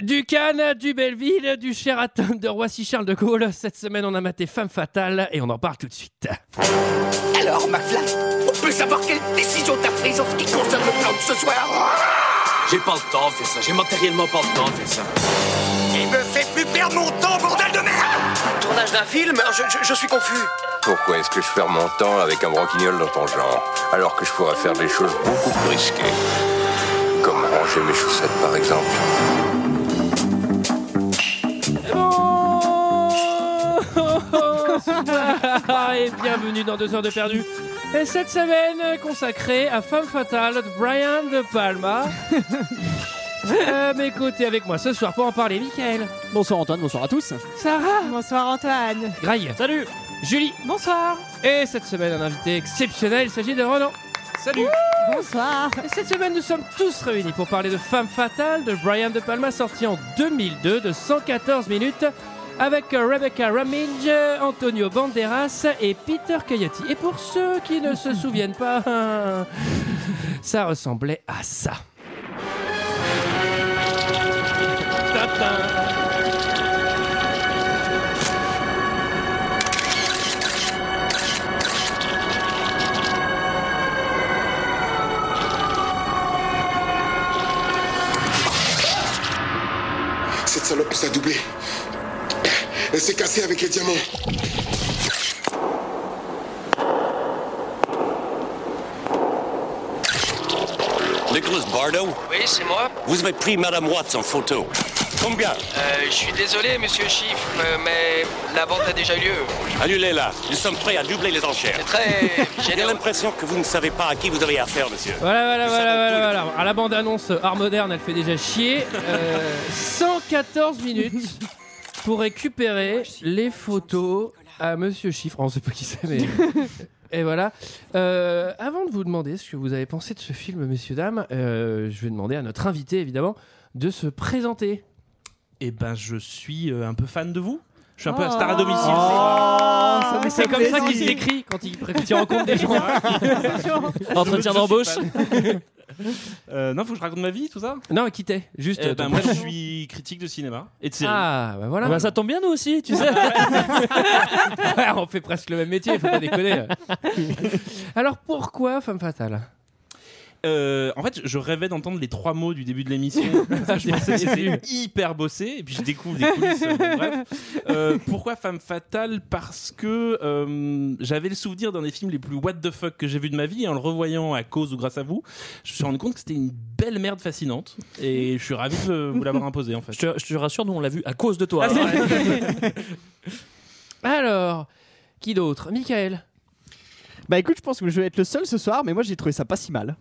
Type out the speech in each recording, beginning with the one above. Du Cannes, du Belleville, du Sheraton, de Roissy-Charles de Gaulle. Cette semaine, on a maté Femme Fatale et on en parle tout de suite. Alors, McFly, on peut savoir quelle décision t'as prise en ce qui concerne le plan de ce soir J'ai pas le temps de faire ça, j'ai matériellement pas le temps de faire ça. Il me fait plus perdre mon temps, bordel de merde Tournage d'un film je, je- je suis confus. Pourquoi est-ce que je perds mon temps avec un broquignol dans ton genre, alors que je pourrais faire des choses beaucoup plus risquées Comme ranger mes chaussettes, par exemple. Bonsoir et bienvenue dans 2 heures de perdu. Et cette semaine consacrée à Femme Fatale de Brian De Palma. À mes côtés avec moi ce soir pour en parler, Michael, Bonsoir Antoine, bonsoir à tous. Sarah Bonsoir Antoine Graille, Salut Julie. Bonsoir Et cette semaine, un invité exceptionnel, il s'agit de Ronan. Salut Bonsoir Cette semaine, nous sommes tous réunis pour parler de Femme Fatale de Brian De Palma, sorti en 2002 de 114 minutes avec Rebecca Ramage, Antonio Banderas et Peter Coyote. Et pour ceux qui ne se souviennent pas, ça ressemblait à ça. Tintin. Cette salope s'est doublée. Elle s'est cassée avec les diamants. Nicholas Bardo, Oui, c'est moi. vous avez pris Madame Watts en photo. Combien Euh, je suis désolé, monsieur Chiffre, euh, mais la vente a déjà eu lieu. Annulez-la, nous sommes prêts à doubler les enchères. C'est très J'ai généreux. l'impression que vous ne savez pas à qui vous avez affaire, monsieur. Voilà, voilà, Nous voilà, savons voilà, tout. voilà. À la bande-annonce, Art Moderne, elle fait déjà chier. Euh, 114 minutes pour récupérer les photos à Monsieur Chiffre. On sait pas qui c'est, mais... Et voilà. Euh, avant de vous demander ce que vous avez pensé de ce film, messieurs, dames, euh, je vais demander à notre invité, évidemment, de se présenter. Eh ben, je suis euh, un peu fan de vous. Je suis un peu Oh. un star à domicile. C'est comme ça qu'il se décrit quand il tient en compte des gens. Entretien d'embauche. Euh, non, faut que je raconte ma vie, tout ça. Non, quittez. Juste. Eh ton ben, moi, je prénom. suis critique de cinéma et de séries. Ah, bah voilà. Ah bah, ça tombe bien nous aussi, tu euh, sais. Ouais, on fait presque le même métier, faut pas déconner. Alors pourquoi Femme Fatale Euh, en fait, je rêvais d'entendre les trois mots du début de l'émission. je pensais que c'était hyper bossé, et puis je découvre des coulisses. euh, bon, bref. Euh, pourquoi Femme Fatale Parce que euh, j'avais le souvenir d'un des films les plus what the fuck que j'ai vu de ma vie, et en le revoyant à cause ou grâce à vous, je me suis rendu compte que c'était une belle merde fascinante, et je suis ravi de vous l'avoir imposé en fait. je, te, je te rassure, nous on l'a vu à cause de toi. Ah, c'est vrai. Alors, qui d'autre Michael Bah écoute, je pense que je vais être le seul ce soir, mais moi j'ai trouvé ça pas si mal.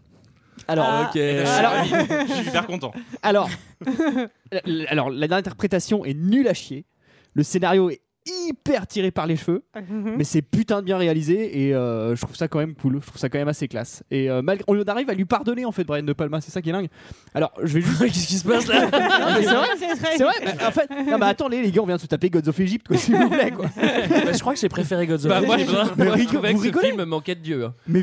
Alors, Ah. Eh ben, je suis Alors- ravi. je suis hyper content. alors, l- l- alors l'interprétation est nulle à chier. Le scénario est hyper tiré par les cheveux, Mhm. mais c'est putain de bien réalisé et euh, je trouve ça quand même cool. Je trouve ça quand même assez classe. Et euh, malgré, on arrive à lui pardonner en fait, Brian de Palma. C'est ça qui est dingue. Alors, je vais juste. Qu'est-ce qui se passe là Non, mais c'est Ah, vrai. C'est C'est vrai, mais en fait, non, mais attendez, les gars, on vient de se taper Gods of Egypt, quoi, s'il vous plaît, quoi. Bah, Bah, Je crois que j'ai préféré Godzilla. Mais rigole- trouvais vous que ce rigolez film manquait de Dieu. hein. Mais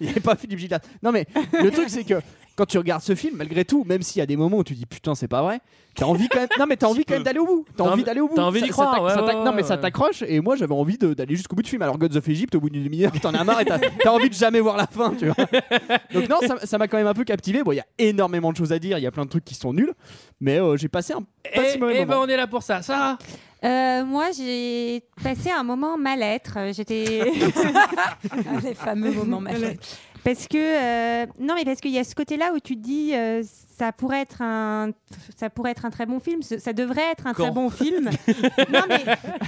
il n'y avait pas Philippe Gildas. Non mais le truc c'est que quand tu regardes ce film, malgré tout, même s'il y a des moments où tu dis putain c'est pas vrai, t'as envie quand même. Non mais t'as envie quand même d'aller au bout. T'as T'as envie envie- d'aller au bout. t'as envie Ça- d'y ça croire, t'ac- ouais, ça ouais, t'ac- Non mais ouais. ça t'accroche. Et moi j'avais envie de- d'aller jusqu'au bout du film. Alors Gods of Egypt au bout d'une demi-heure, t'en as marre et t'as t'as envie de jamais voir la fin, tu vois. Donc non, ça- ça m'a quand même un peu captivé. Bon, il y a énormément de choses à dire. Il y a plein de trucs qui sont nuls, mais euh, j'ai passé un pas Et, si mauvais et ben moment. on est là pour ça. Sarah Euh, moi, j'ai passé un moment mal-être. Euh, J'étais les fameux moments mal-être. Parce que euh, non, mais parce qu'il y a ce côté-là où tu te dis euh, ça pourrait être un ça pourrait être un très bon film. ce- Ça devrait être un Quand très bon film. non, mais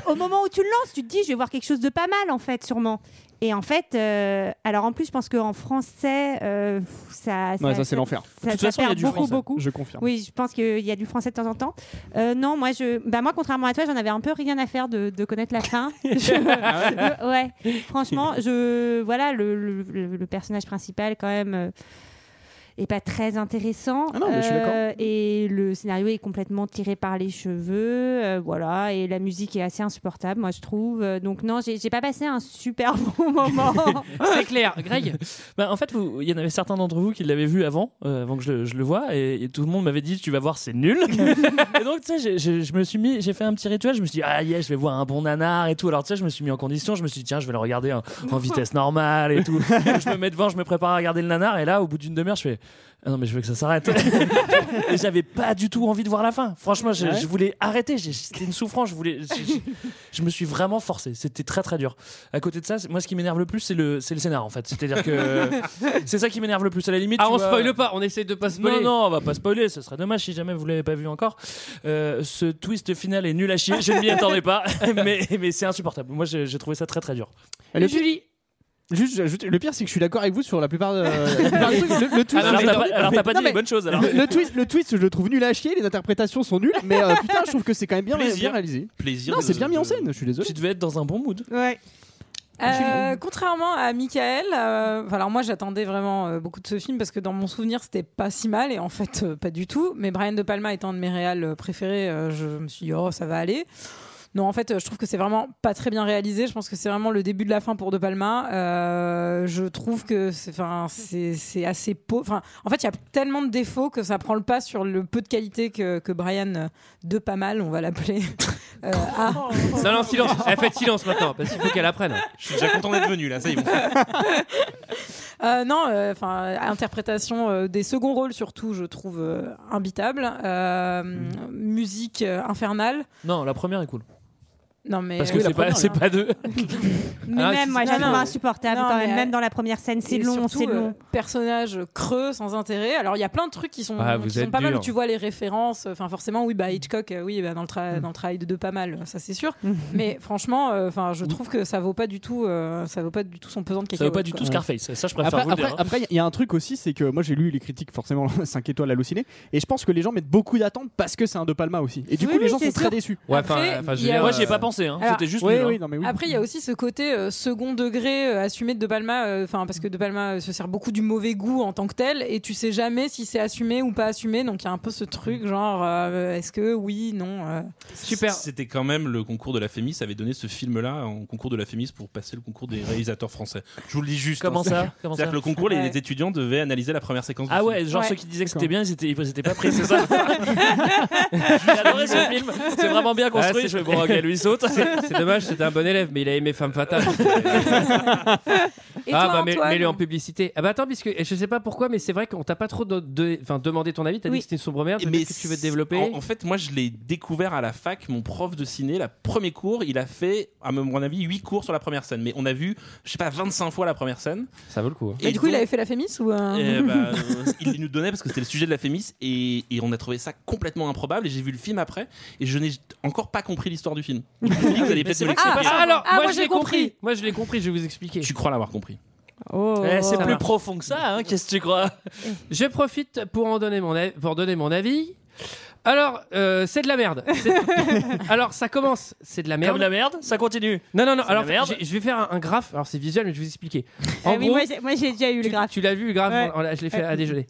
au moment où tu le lances, tu te dis je vais voir quelque chose de pas mal en fait, sûrement. Et en fait, euh, alors en plus, je pense qu'en français, euh, ça, Ouais, ça, c'est l'enfer. ça- toute ça façon, il y a perd du beaucoup, français. beaucoup. Je confirme. Oui, je pense qu'il y a du français de temps en temps. Euh, non, moi, je, bah, moi, contrairement à toi, j'en avais un peu rien à faire de, de connaître la fin. Ah Je- ouais, franchement, je, voilà, le, le- le- le personnage principal, quand même. euh, est pas très intéressant. euh, Ah non, mais je suis d'accord. et le scénario est complètement tiré par les cheveux, euh, voilà. Et la musique est assez insupportable, moi je trouve. Euh, Donc non, j'ai j'ai pas passé un super bon moment. C'est clair, Greg. Bah, en fait, vous- il y en avait certains d'entre vous qui l'avaient vu avant, euh, avant que je, le- je le vois, et, et tout le monde m'avait dit tu vas voir, c'est nul. et donc, tu sais, j'ai- j'ai- je me suis mis, j'ai fait un petit rituel, je me suis dit ah yeah, je vais voir un bon nanar et tout. Alors tu sais, je me suis mis en condition, je me suis dit tiens, je vais le regarder en, en vitesse normale et tout. je me mets devant, je me prépare à regarder le nanar, et là, au bout d'une demi-heure, je fais ah non mais je veux que ça s'arrête. et j'avais pas du tout envie de voir la fin. Franchement, je, Ouais. je voulais arrêter. j'ai- C'était une souffrance. Je voulais. je- je- je me suis vraiment forcé. C'était très très dur. À côté de ça, c'est- moi, ce qui m'énerve le plus, c'est le, c'est le scénar en fait. C'est-à-dire que c'est ça qui m'énerve le plus. À la limite, Ah, tu on vois- spoile pas, on essaie de pas spoiler. Non, non, on va pas spoiler, ce serait dommage si jamais vous l'avez pas vu encore. Euh, ce twist final est nul à chier, je ne m'y attendais pas, mais, mais c'est insupportable. Moi, j'ai j'ai trouvé ça très très dur. Et Et le, pire, Julie juste, j'ajoute, le pire, c'est que je suis d'accord avec vous sur la plupart, euh, la plupart des trucs. Le, le twist, Alors, mais- t'as pas, alors, t'as pas Non, dit mais- les bonnes choses alors. le, le twist, le twist, je le trouve nul à chier, les interprétations sont nulles, mais euh, putain, je trouve que c'est quand même bien, Plaisir. bien réalisé. Plaisir. Non, de- c'est bien mis en de- scène, je suis désolé. Tu devais être dans un bon mood. Ouais. Euh, contrairement à Michael, euh, enfin, alors moi j'attendais vraiment euh, beaucoup de ce film parce que dans mon souvenir c'était pas si mal et en fait euh, pas du tout. Mais Brian De Palma étant un de mes réals euh, préférés, euh, je me suis dit oh ça va aller. Non, en fait, euh, je trouve que c'est vraiment pas très bien réalisé. Je pense que c'est vraiment le début de la fin pour De Palma. Euh, je trouve que c'est, enfin, c'est, c'est assez pauvre. Enfin, en fait, il y a tellement de défauts que ça prend le pas sur le peu de qualité que, que Brian euh, De pas mal, on va l'appeler, euh, a. Non, non, silence. Elle fait silence maintenant, parce qu'il faut qu'elle apprenne. Je suis déjà content d'être venu là, ça y est. bon. Euh, non, euh, enfin, interprétation euh, des seconds rôles surtout, je trouve euh, imbitable. Euh, Mm. Musique euh, infernale. Non, la première est cool. Non mais. euh, Parce que c'est pas, c'est pas deux. Mais Ah, même, moi, non, j'ai non. insupportable Non, quand mais, même. Même euh, dans la première scène, c'est Et long, surtout, c'est euh, long. personnage creux sans intérêt. Alors il y a plein de trucs qui sont, Ah, vous qui êtes sont pas mal dur. où tu vois les références. Enfin forcément oui bah Hitchcock euh, oui bah, dans le Mm. tra- dans le travail de deux pas mal ça c'est sûr. Mais franchement euh, enfin je trouve que ça vaut pas du tout euh, ça vaut pas du tout son pesant de Ça veut cacahuètes. pas du tout Scarface, ça je préfère Après, vous le après, dire. hein. après, il y a un truc aussi, c'est que moi j'ai lu les critiques forcément 5 étoiles à halluciné, et je pense que les gens mettent beaucoup d'attentes parce que c'est un De Palma aussi. Et du Oui, coup, les oui, gens sont c'est très sûr. déçus. Ouais, Après, enfin, enfin, je veux il y a- dire, Moi, j'y ai euh, pas pensé, hein. alors- c'était juste Oui, nul, hein. oui, non, mais oui. Après, il y a aussi ce côté euh, second degré euh, assumé de De Palma, enfin parce que De Palma euh, se sert beaucoup du mauvais goût en tant que tel, et tu sais jamais si c'est assumé ou pas assumé, donc il y a un peu ce truc genre euh, est-ce que oui, non. euh. Super. C'était quand même le concours de la Fémis avait donné ce film-là en concours de la Fémis pour passer le concours des réalisateurs français. Je vous le dis juste. Comment hein, ça Comment C'est-à-dire ça que le concours, les- Ouais. les étudiants devaient analyser la première séquence. du Ah film. ouais, genre Ouais. ceux qui disaient que c'était D'accord. bien, ils étaient, ils étaient pas pris, c'est ça J'ai adoré ce film, c'est vraiment bien construit. Ah, je c'est- fais, bon, ok, lui il saute. C'est dommage, c'était un bon élève, mais il a aimé Femme Fatale. Et ah, toi, bah, mais, Antoine mets-le en publicité. Ah, bah, attends, puisque je sais pas pourquoi, mais c'est vrai qu'on t'a pas trop de- de- enfin, demandé ton avis. T'as dit Oui. que c'était une sombre merde. Mais que tu veux c'est- développer en, en fait, moi, je l'ai découvert à la fac. Mon prof de ciné, la premier cours, il a fait, à mon avis, 8 cours sur la première scène. Mais on a vu, je sais pas, 25 fois la première scène. Ça vaut le coup. hein. Mais du coup, il avait fait la fémis ou un- Euh, Eh bah, ben, euh, il nous donnait parce que c'était le sujet de la Fémis et, et on a trouvé ça complètement improbable et j'ai vu le film après et je n'ai encore pas compris l'histoire du film. Je me dis que vous allez peut-être me que c'est l'expliquer. pas- Ah, alors, Ah, moi, moi, je j'ai l'ai compris. compris. Moi, je l'ai compris, je vais vous expliquer. Tu crois l'avoir compris. Oh, Eh, c'est ça plus va. profond que ça, hein, qu'est-ce que tu crois Je profite pour en donner mon, av- pour donner mon avis. Alors, euh, c'est de la merde. C'est- Alors, ça commence, c'est de la Merde. merde. la merde, ça continue. Non, non, non. C'est de Alors, la merde. j'ai- je vais faire un, un graphe. Alors, c'est visuel, mais je vais vous expliquer. Ah En oui, gros, moi, j'ai- moi, j'ai déjà eu le tu, graphe. tu l'as vu, le graphe. Ouais. on- on l'a- je l'ai fait Ouais. à déjeuner.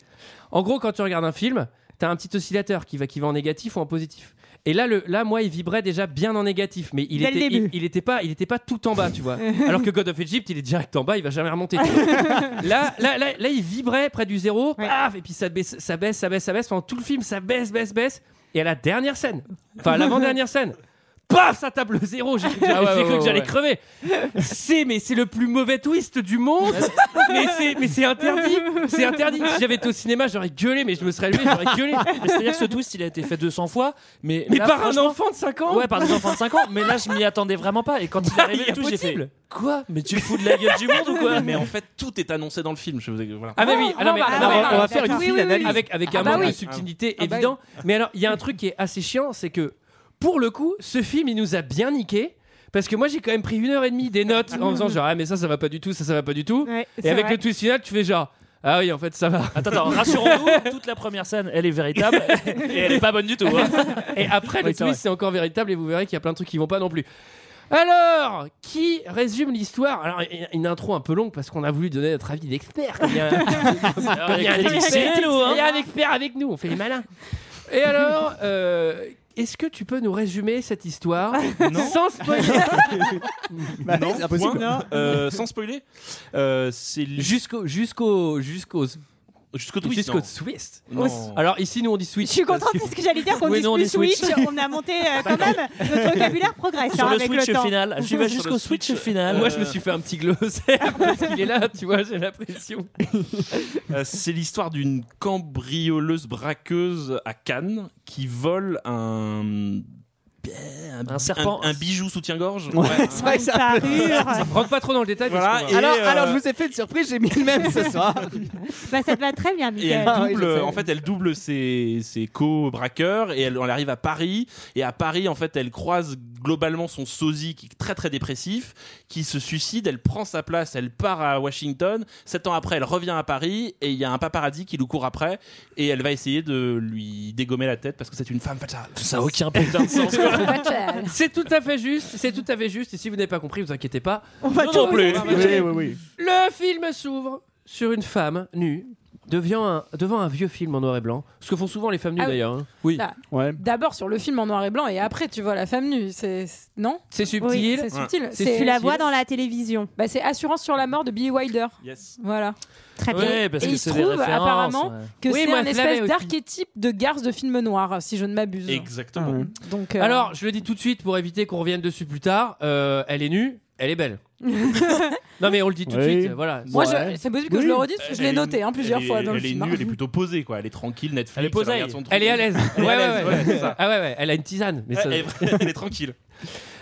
En gros, quand tu regardes un film, t'as un petit oscillateur qui va, qui va en négatif ou en positif. Et là, le, là, moi, il vibrait déjà bien en négatif, mais il Dès le était, il, début. il était pas, il était pas tout en bas, tu vois. Alors que God of Egypt, il est direct en bas, il va jamais remonter. tu vois. là, là, là, là, il vibrait près du zéro, Ouais. paf, et puis ça baisse, ça baisse, ça baisse, ça baisse. Pendant tout le film, ça baisse, baisse, baisse. Et à la dernière scène, enfin à l'avant-dernière scène, paf, ça tape le zéro. J'ai j'ai- j'ai cru, Ah ouais, ouais, que j'allais ouais. crever. C'est, mais c'est le plus mauvais twist du monde. mais c'est, mais c'est interdit. C'est interdit. Si j'avais été au cinéma, j'aurais gueulé, mais je me serais levé, j'aurais gueulé. Mais C'est-à-dire que ce twist, il a été fait 200 fois, mais, Mais là, par un franchement- enfant de 5 ans. Ah, Ouais, par des enfants de 5 ans, mais là, je m'y attendais vraiment pas. Et quand il est arrivé Il est et tout, j'ai fait impossible. Quoi Mais tu te fous de la gueule du monde ou quoi Mais en fait, tout est annoncé dans le film. Je vous ai- voilà. Ah mais oui, Oh, ah non, bon, mais- bah, non, alors, mais- on va on va faire une d'accord. fine Oui, oui, oui. analyse. avec avec un bah manque de oui. subtilité Ah bah évident. Mais alors, il y a un truc qui est assez chiant, c'est que pour le coup, ce film, il nous a bien niqué. Parce que moi j'ai quand même pris une heure et demie des notes en faisant genre ah mais ça ça va pas du tout ça ça va pas du tout Ouais, et c'est avec vrai. le twist final tu fais genre ah oui en fait ça va Attends, attends, rassurons-nous, toute la première scène, elle est véritable et elle est pas bonne du tout. hein. et après le Oui, c'est vrai. twist c'est encore véritable et vous verrez qu'il y a plein de trucs qui vont pas non plus Alors, qui résume l'histoire Alors, une- une intro un peu longue parce qu'on a voulu donner notre avis d'expert. comme Il y a comme il y a un Critique expert- c'est nous, hein. il y a un expert avec nous, on fait les malins. Et alors, euh, est-ce que tu peux nous résumer cette histoire sans spoiler non, Bah, c'est impossible. point. Non. Bah, Euh, sans spoiler, euh, c'est jusqu'au jusqu'au jusqu'au jusqu'au twist. Jusqu'au non. twist. Non. Alors ici, nous on dit switch. Je suis contente parce que, j'allais dire qu'on Oui, dise non, on plus dit Switch. switch. on a monté euh, quand même. Notre vocabulaire progresse Sur hein, le avec switch le temps. final. Je vais jusqu'au switch final. Moi, je me suis fait un petit glossaire parce qu'il est là, tu vois, j'ai l'impression. Euh, c'est l'histoire d'une cambrioleuse braqueuse à Cannes qui vole un. Un, serpent. Un, bijou soutien-gorge. Ouais, c'est vrai que c'est un peu- Rentre pas trop dans le détail. parce Voilà, qu'on va- et, alors, euh, alors, je vous ai fait une surprise, j'ai mis le même ce soir. Bah, ça te va très bien, Et elle Mickaël. double, en fait, elle double ses, ses co-braqueurs et elle, elle arrive à Paris. Et à Paris, en fait, elle croise globalement son sosie qui est très très dépressif, qui se suicide. Elle prend sa place, elle part à Washington. Sept ans après, elle revient à Paris et il y a un paparazzi qui nous court après et elle va essayer de lui dégommer la tête parce que c'est une femme fatale. Ça n'a aucun putain de sens. quoi. C'est tout à fait juste, c'est tout à fait juste. Et si vous n'avez pas compris, vous inquiétez pas. On va Nous tout non plus. oui, oui, oui. Le film s'ouvre sur une femme nue devant un, devant un vieux film en noir et blanc. Ce que font souvent les femmes nues Ah oui. d'ailleurs. hein. Oui. Là, Ouais. D'abord sur le film en noir et blanc et après tu vois la femme nue. C'est c'est- non C'est subtil. C'est Ouais. subtil. C'est C'est- Tu la vois dans la télévision. Bah, c'est Assurance sur la mort de Billy Wilder. Yes. Voilà. Très bien. Ouais, parce et que il se c'est des trouve références. apparemment ouais. que Oui, c'est moi, un je l'avais espèce aussi. d'archétype de garce de film noir, si je ne m'abuse. Exactement. Donc, euh, Alors, je le dis tout de suite pour éviter qu'on revienne dessus plus tard. euh, elle est nue, elle est belle. non mais on le dit tout de Oui. suite. Voilà. moi, Ouais. je- c'est possible que Oui. je le redise, parce que je Elle l'ai est- noté hein, plusieurs elle est- fois dans le elle est film. nue, hein. elle est plutôt posée, quoi. Elle est tranquille, Netflix. Elle est posée. regarde son truc. Elle est à l'aise. Elle est ouais, à ouais, l'aise, ouais. ouais, c'est ça. Ah ouais, ouais, elle a une tisane. Mais ça- Elle est- elle est tranquille.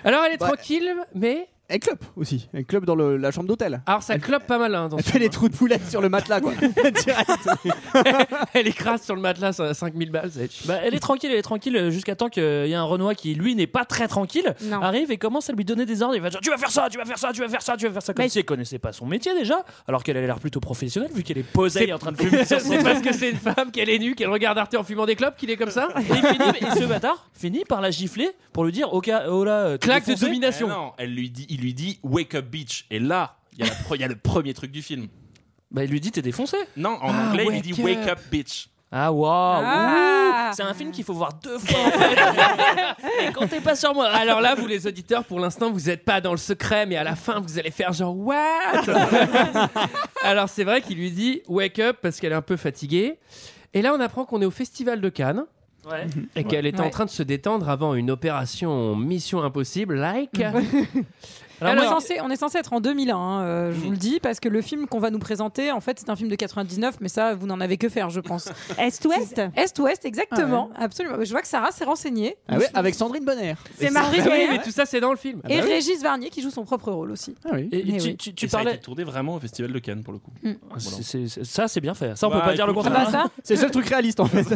Alors elle est Ouais. tranquille, mais Elle clope aussi. Elle clope dans le- la chambre d'hôtel. alors ça clope pas mal. hein, dans Elle ce fait film, les hein. trous de poulet sur le matelas, quoi. Direct. Elle écrase sur le matelas ça, 5000 balles. ça va être chiant. Bah, elle est tranquille, elle est tranquille euh, jusqu'à temps qu'il y ait un Renoir qui, lui, n'est pas très tranquille, Non. arrive et commence à lui donner des ordres. Il va dire Tu vas faire ça, tu vas faire ça, tu vas faire ça, tu vas faire ça. Comme Mais- si elle connaissait pas son métier déjà, alors qu'elle a l'air plutôt professionnelle vu qu'elle est posée et en train de fumer sur son C'est parce que c'est une femme qu'elle est nue, qu'elle regarde Arte en fumant des clopes, qu'il est comme ça Et, il finit, et ce bâtard finit par la gifler pour lui dire Oh, ca- oh là, euh, t'es Claque de défoncé. domination. Eh non, elle lui dit, il lui dit Wake up bitch. Et là, il y, a la pre- il y a le premier truc du film. Bah, il lui dit T'es défoncé. Non, en Ah, anglais, il lui wake dit up. Wake up bitch. Ah, waouh Ah. ouh. C'est un film qu'il faut voir deux fois en fait. Et quand t'es pas sur moi. Alors, Alors là, vous les auditeurs, pour l'instant, vous n'êtes pas dans le secret, mais à la fin, vous allez faire genre what Alors c'est vrai qu'il lui dit wake up parce qu'elle est un peu fatiguée. Et là, on apprend qu'on est au festival de Cannes ouais. et qu'elle était en Ouais. train de se détendre avant une opération Mission Impossible, like. Alors, Alors- on, est censé, on est censé être en 2001, hein, euh, je vous le dis, parce que le film qu'on va nous présenter, en fait, c'est un film de 99, mais ça, vous n'en avez que faire, je pense. Est-Ouest Est-Ouest, exactement, absolument. Je vois que Sarah s'est renseignée. Ah ouais, avec Sandrine Bonner. C'est Ah Marie oui, mais tout ça, c'est dans le film. Mm. Ah bah Et Régis Varnier qui joue son propre rôle aussi. Ah oui. Et, et Mais tu, oui. tu, tu Et ça a parlais. Ah, été tourné vraiment au Festival de Cannes pour le coup. C'est- c'est- c'est- ça, c'est bien fait. Ça, on Bah, peut pas dire le écoute, contraire. ça, C'est le seul truc réaliste en fait.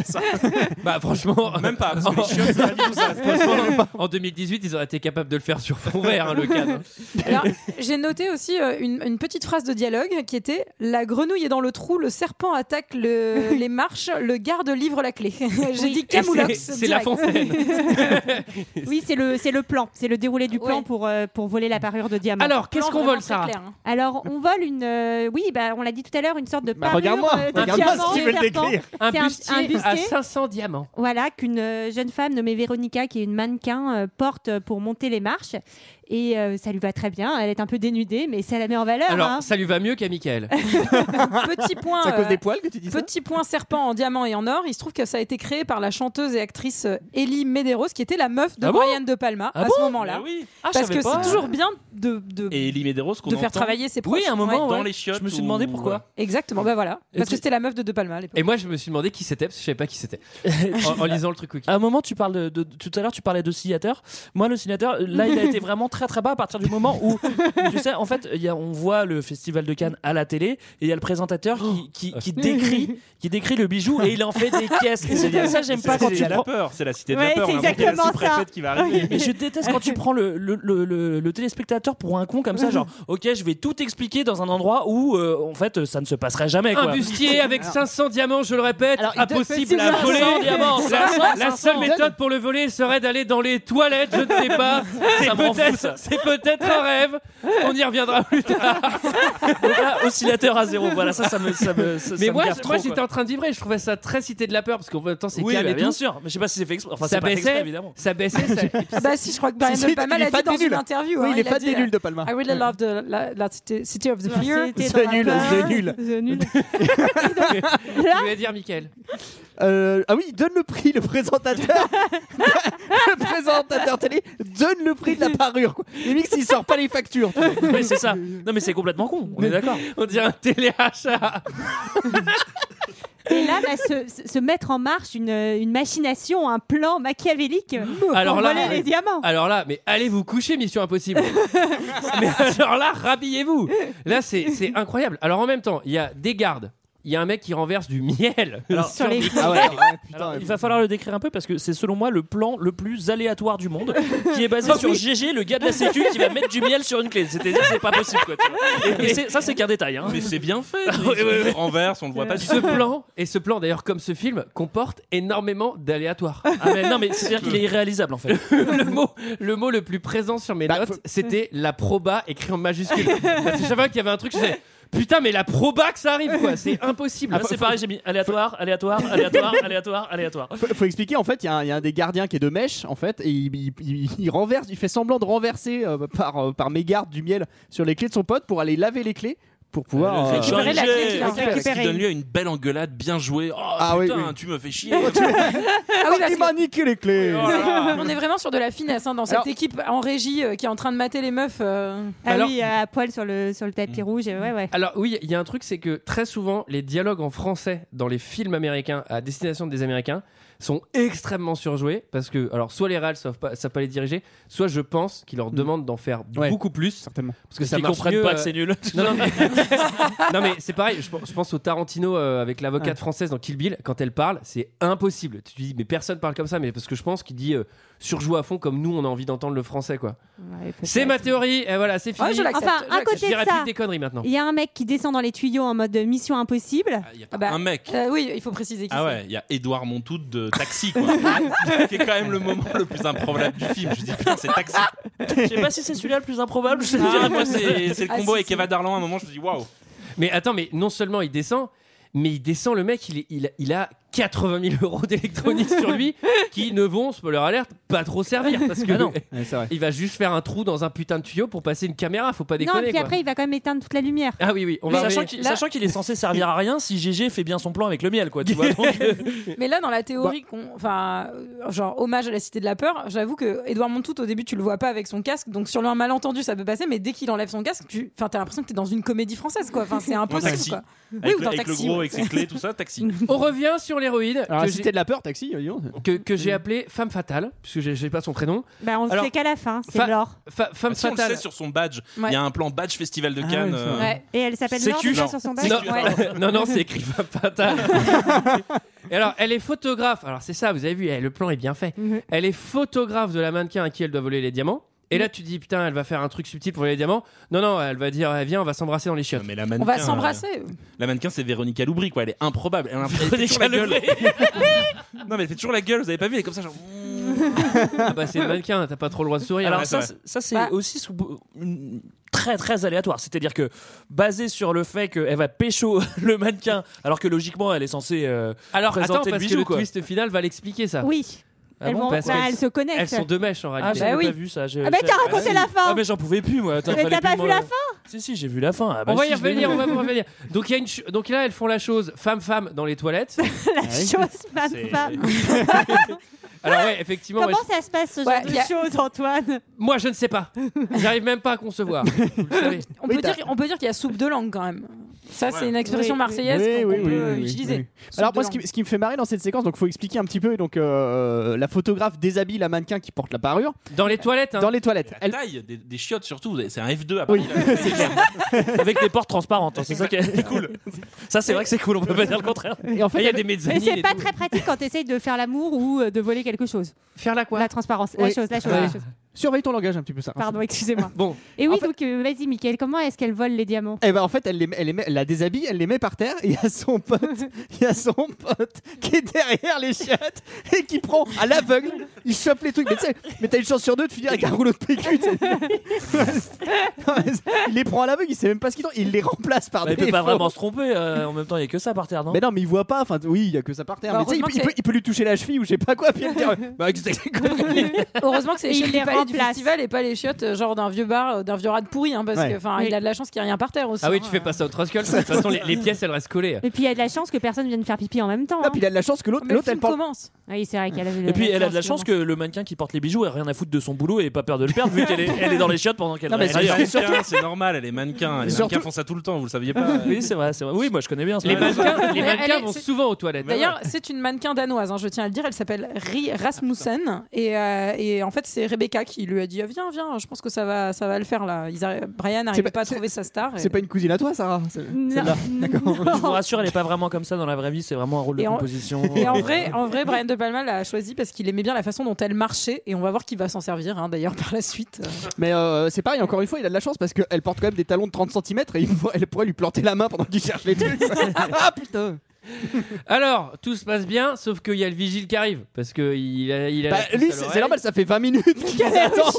Bah franchement, Même pas, parce que les chiottes, ça a dit tout ça. franchement, en 2018, ils auraient été capables de le faire sur fond vert, hein, le Cannes. Alors, j'ai noté aussi euh, une, une petite phrase de dialogue qui était La grenouille est dans le trou, le serpent attaque le- les marches, le garde livre la clé. j'ai dit Ah, Et Camoulox. c'est- C'est la direct. fontaine. Oui, c'est le, c'est le plan. C'est le déroulé du plan Ouais. pour, euh, pour voler la parure de diamant. Alors, qu'est-ce qu'on Vraiment vole, très Sarah clair, hein. Alors, on vole une. euh, oui, bah, on l'a dit tout à l'heure, une sorte de Bah, parure. regarde-moi, euh, de regarde-moi diamant, si tu veux le de serpent. décrire. Un C'est un- bustier, un bustier. à 500 diamants. Voilà, qu'une euh, jeune femme nommée Véronica, qui est une mannequin, euh, porte euh, pour monter les marches. Et euh, ça lui va très bien. Elle est un peu dénudée, mais ça la met en valeur. Alors, hein. ça lui va mieux qu'à Michael. Petit point. C'est à cause euh, des poils que tu dis ça Petit point serpent en diamant et en or, il se trouve que ça a été créé par la chanteuse et actrice euh, Ellie Medeiros, qui était la meuf de Ah bon Brian De Palma Ah à bon ce moment-là. Mais oui. Ah, je Parce savais que pas. c'est toujours bien de, de, Et Elie Medeiros qu'on de faire entend travailler ses proches. Oui, à un moment, Ouais. dans ouais. les chiottes. Je me suis demandé ou- pourquoi. Exactement, bah voilà. Et Parce tu- que c'était la meuf de De Palma à l'époque. Et moi, je me suis demandé qui c'était, parce que je savais pas qui c'était. En, en lisant le truc wiki. À un moment, tu parles de, de- tout à l'heure, tu parlais d'oscillateur. Moi, l'oscillateur, là, il a été vraiment très très bas à partir du moment où, tu sais, en fait, il y a- on voit le festival de Cannes à la télé et il y a le présentateur qui, qui- qui décrit, qui décrit le bijou et il en fait des caisses. Et c'est ça, j'aime pas quand tu C'est la prends- peur, c'est la cité de Ouais, la peur. c'est on a inventé la exactement sous-préfète ça. qui va arriver. Et je déteste quand tu prends le, le, le- le- le téléspectateur pour un con comme ça, genre, ok, je vais tout expliquer dans un endroit où, euh, en fait, ça ne se passerait jamais. Un Quoi. bustier avec 500 diamants, je le répète, Alors, il doit- impossible à 500 voler. diamants, la, 500, la 500. seule méthode pour le voler serait d'aller dans les toilettes, je ne sais pas. C'est Ça me rend fou, peut-être- ça. C'est peut-être un rêve. On y reviendra plus tard. Donc là, oscillateur à zéro, voilà, ça, ça me. Ça me ça- mais ça me moi, gave je- trop, moi quoi. j'étais en train de vibrer. Je trouvais ça très cité de la peur parce qu'en même temps, c'est Oui, calme bah, et tout. bien sûr. Mais je sais pas si c'est fait exprès. Enfin, c'est ça pas fait exprès, baissait, évidemment. ça baissait, ça- Ah Bah si, je crois que Brian Si, De si, Palma il est l'a fan dit dans des une nuls. interview. Oui, hein, il est a fan dit, des euh, nuls de Palma. I really love the, la, la city, city of the La Fear. cité C'est dans la nul, peur. c'est nul. C'est nul. Tu voulais dire, Michael Euh, ah oui, donne le prix, le présentateur. le présentateur télé donne le prix de la parure. Quoi. Les mix, il sort pas les factures. Oui, c'est ça. Non, mais c'est complètement con. On est d'accord. On dirait un téléachat. Et là va se, se- se mettre en marche une, euh, une machination, un plan machiavélique pour Alors là, voler les diamants. Alors là, mais allez vous coucher, Mission Impossible. mais alors là, rhabillez-vous. Là, c'est c'est incroyable. Alors en même temps, il y a des gardes. Il y a un mec qui renverse du miel Alors, sur Ah les des- couilles. Alors, il va falloir le décrire un peu parce que c'est selon moi le plan le plus aléatoire du monde qui est basé Oh, sur oui. GG, le gars de la sécu qui va mettre du miel sur une clé. C'est-à-dire que c'est pas possible quoi. tu vois. Et c'est- ça c'est qu'un détail. Hein. Mais c'est bien fait. Ah, ouais, ouais, ouais. En verse, on le voit pas du Ce plan, et ce plan d'ailleurs comme ce film, comporte énormément d'aléatoires. Ah, mais non mais c'est-à-dire qu'il est irréalisable en fait. le, mot, le mot le plus présent sur mes notes, c'était la proba écrit en majuscule. Parce que chaque fois qu'il y avait un truc, je disais putain, mais la proba que ça arrive quoi, c'est impossible. Là, hein, c'est pareil, j'ai mis aléatoire, aléatoire, aléatoire, aléatoire, aléatoire. Faut, faut expliquer en fait, il y, a un- il y a un des gardiens qui est de mèche en fait, et il, il- il- il renverse, il fait semblant de renverser euh, par euh, par mégarde du miel sur les clés de son pote pour aller laver les clés pour pouvoir euh, Récupérer la clé qu'il a tout. Ce qui récupérée. donne lieu à une belle engueulade bien jouée. Oh Ah oui, putain, oui. tu me fais chier. Ah oui, parce il m'a niqué les clés. Oh là là. On est vraiment sur de la finesse hein, dans cette Alors- équipe en régie euh, qui est en train de mater les meufs. euh. Ah Alors- oui, à poil sur le, sur le tapis Mm. rouge. et Ouais, ouais. Alors oui, il y a un truc, c'est que très souvent, les dialogues en français dans les films américains à destination des Américains sont extrêmement surjoués parce que, alors, soit les réals savent pas, savent pas les diriger, soit je pense qu'ils leur demandent d'en faire Mm. Ouais. beaucoup plus Certainement. parce que Parce ça qu'ils marche comprennent mieux, pas euh, que c'est nul. Non, non, mais, Non, mais c'est pareil, je, pense- je pense au Tarantino euh, avec l'avocate française dans Kill Bill, quand elle parle, c'est impossible. Tu te dis, mais personne parle comme ça, mais parce que je pense qu'il dit euh, surjoue à fond comme nous, on a envie d'entendre le français, quoi. Ouais, peut-être. C'est ma théorie, et voilà, c'est fini. Ouais, je l'accepte. Enfin, je à l'accepte. je côté de dirais plus ça, des conneries maintenant. il y a un mec qui descend dans les tuyaux en mode mission impossible. Il y a Ah bah, un mec. euh, oui, il faut préciser qui Ah c'est. ouais, il y a Édouard Montout de Taxi, quoi. qui est quand même le moment le plus improbable du film. Je dis putain, c'est Taxi. Je sais pas si c'est celui-là le plus improbable. Je te Ah, dirais moi, pas. c'est c'est le Ah, combo si, avec si. Eva Darlan. À un moment, je me dis waouh. Mais attends, mais non seulement il descend, mais il descend, le mec, il, est- il, a- il a 80 000 euros d'électronique sur lui qui ne vont, spoiler alerte, pas trop servir. Parce Ah que non, Ouais, c'est vrai. il va juste faire un trou dans un putain de tuyau pour passer une caméra, faut pas Non, déconner. puis quoi. après, il va quand même éteindre toute la lumière. Ah oui, oui, on va Sachant arriver. qu'il sachant qu'il est censé servir à rien si GG fait bien son plan avec le miel quoi. Tu vois. Donc, euh, Mais là, dans la théorie, Bah. qu'on- enfin, euh, genre hommage à la cité de la peur, j'avoue que Edouard Montout, au début, tu le vois pas avec son casque, donc sur un malentendu, ça peut passer, mais dès qu'il enlève son casque, tu, enfin, t'as l'impression que t'es dans une comédie française, quoi. Enfin, c'est Ou un impossible, taxi. quoi. Avec, ou le, dans avec le Taxi, gros, ouais. avec ses clés, tout ça, Taxi. On revient sur l'héroïne Ah, Alors, que la j'ai- cité de la peur, taxi, dis donc. que, que j'ai appelée Femme Fatale, puisque j'ai- j'ai pas son prénom. Bah, on ne Alors- sait qu'à la fin, Fa- c'est l'or. Fa- femme Ah, Si on le Fatale. sait sur son badge, il Ouais. y a un plan badge Festival de Ah, Cannes. oui, c'est euh, vrai. Ouais. Et elle s'appelle C'est l'or cul. déjà Non. sur son badge. Non, Ouais. non, non, c'est écrit Femme Fatale. Et alors, elle est photographe. Alors, c'est ça, vous avez vu, eh, le plan est bien fait. Mhm. Elle est photographe de la mannequin à qui elle doit voler les diamants. Et Mhm. là, tu te dis, putain, elle va faire un truc subtil pour voler les diamants. Non, non, elle va dire, eh, viens, on va s'embrasser dans les Non, chiottes. mais la mannequin, On va euh, s'embrasser. La mannequin, c'est Véronica Loubry, quoi. Elle est improbable. Elle, a- elle fait toujours la gueule. Non, mais elle fait toujours la gueule, vous avez pas vu, elle est comme ça, genre. Ah Ah, bah, c'est une mannequin, t'as pas trop le droit de sourire. Alors ouais, ça, c'est c'est- ça c'est Bah. aussi sous- une- très très aléatoire. C'est-à-dire que basé sur le fait qu'elle va pécho le mannequin, alors que logiquement elle est censée. euh, alors présenter attends, le parce bijou, que le quoi. twist final va l'expliquer ça. Oui, ah elles, bon vont- parce bah, qu'elles- elles se connectent. Elles sont de mèche en Ah, réalité. j'avais Bah oui. pas vu ça. j'ai- Ah, bah, j'ai- t'as raconté oui. la fin. Ah, mais j'en pouvais plus, moi. Attends, Mais fallait t'as plus, pas moi. vu la fin Si, si, j'ai vu la fin. Ah, bah, on va si, y je l'ai revenir, vu. on va, on va y revenir. Donc, il y a une ch- Donc là, elles font la chose femme-femme dans les toilettes. La Ah chose, ma Ah C'est- femme. Alors, ouais, effectivement. ouais, Comment ça se passe ce genre Ouais, de y a- choses, Antoine Moi, je ne sais pas. J'arrive même pas à concevoir. Vous le savez. On Oui, peut t'as- dire, on peut dire qu'il y a soupe de langue quand même. Ça, c'est une expression marseillaise qu'on qu'on peut utiliser. Sauf Alors, de moi, ce qui, ce qui me fait marrer dans cette séquence, donc faut expliquer un petit peu. Donc, euh, la photographe déshabille la mannequin qui porte la parure. Dans les toilettes. hein. Dans les toilettes. La taille des, des chiottes surtout, vous avez- c'est un F2 à Paris. Oui. Avec des portes transparentes, hein, c'est ça qui est cool. Ça, c'est vrai que c'est cool, on peut pas dire le contraire. Et en fait, Ah, il y a des euh, Mais mezzanines. c'est pas très pratique quand tu essayes de faire l'amour ou euh, de voler quelque chose. Faire la quoi La transparence. La Oui. chose, la chose, Ah. la chose. Surveille ton langage un petit peu, ça. Pardon, excusez-moi. Bon. Et oui, donc euh, vas-y, Mickaël, comment est-ce qu'elle vole les diamants Et ben en fait, elle, les met- elle les met- elle la déshabille, elle les met par terre, et il y a son pote, il y a son pote qui est derrière les chiottes et qui prend à l'aveugle, il chope les trucs. Mais tu sais, mais t'as une chance sur deux de finir avec un rouleau de PQ. tu sais. Non, mais il les prend à l'aveugle, il sait même pas ce qu'il en il les remplace par Bah, il des. peut pas vraiment se tromper. euh, en même temps, il y a que ça par terre, non Mais non, mais il voit pas. Enfin, oui, il y a que ça par terre. Bah, mais tu sais, il, peut, heureusement il que peut- il peut lui toucher la cheville ou je sais pas quoi. Puis il me dit, bah, c'est- c'est compliqué. Heureusement que c'est les Il chiottes les du palais du remplace. festival et pas les chiottes euh, genre d'un vieux bar, euh, d'un vieux rat de pourri, hein, parce Ouais. que enfin Oui. il a de la chance qu'il n'y ait rien par terre aussi. Ah oui, hein. tu fais pas ça au Traskull, de toute façon, les, les pièces elles restent collées. Et puis il y a de la chance que personne vienne faire pipi en même temps. hein. il a de la chance que l'autre, Mais le l'autre, film elle porte- commence. Oui, c'est vrai qu'elle a Et puis elle a de la chance que le mannequin qui porte les bijoux ait rien à foutre de son boulot et ait pas peur de le perdre vu qu'elle est, elle est dans les chiottes pendant qu'elle Non, mais elle c'est aille. les mannequins, c'est normal, elle est mannequin. Les Surtout- mannequins font ça tout le temps, vous le saviez pas. Oui, c'est vrai, c'est vrai. Oui, moi je connais bien. Les mannequins- les Mais elle mannequins est- vont c'est- souvent aux toilettes. D'ailleurs, c'est une mannequin danoise, hein, je tiens à le dire. Elle s'appelle Ri Rasmussen. Et, euh, et en fait, c'est Rebecca qui lui a dit Ah, Viens, viens, je pense que ça va, ça va le faire là. Ils arri- Brian n'arrive pas, à trouver sa star. et- C'est pas une cousine à toi, Sarah. c'est- celle-là. Je vous rassure, elle est pas vraiment comme ça dans la vraie vie. C'est vraiment un rôle de Et en- composition. Et en vrai, en vrai, Brian De Palma l'a choisi parce qu'il aimait bien la façon dont elle marchait. Et on va voir qu'il va s'en servir hein, d'ailleurs par la suite. Mais euh, c'est pareil, encore une fois, il a de la chance parce qu'elle porte quand même des talons de 30 cm et il pourrait- elle pourrait lui planter la main pendant qu'il cherche les trucs. ah putain Alors, tout se passe bien, sauf qu'il y a le vigile qui arrive. Parce que il a. Il a Bah, lui, la puce à c'est- l'oreille. c'est normal, ça fait 20 minutes qu'il attend.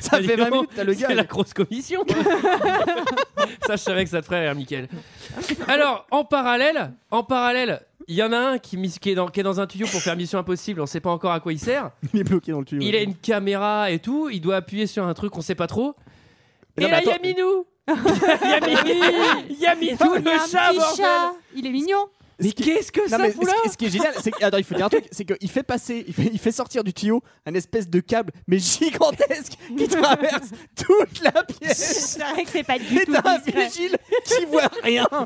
Ça fait 20 minutes, t'as le gars. C'est la grosse commission. ça, je savais que ça te ferait, Michael. Alors, en parallèle, en parallèle, il y en a un qui, mis- qui est dans, qui est dans un tuyau pour faire Mission Impossible. On sait pas encore à quoi il sert. Il est bloqué dans le tuyau. Il a une caméra et tout. Il doit appuyer sur un truc, on sait pas trop. Et là, il y a Minou. Il y a Minou, Il y a le un chat, petit bordel. chat, il est mignon. Mais qu'est-ce que ça mais fout ce- là ce, qui est génial, c'est que- attends, il faut dire un truc, c'est qu'il fait passer, il fait, il fait sortir du tuyau un espèce de câble, mais gigantesque, qui traverse toute la pièce. C'est vrai que c'est pas du Et tout t'as un discret. vigile qui voit rien.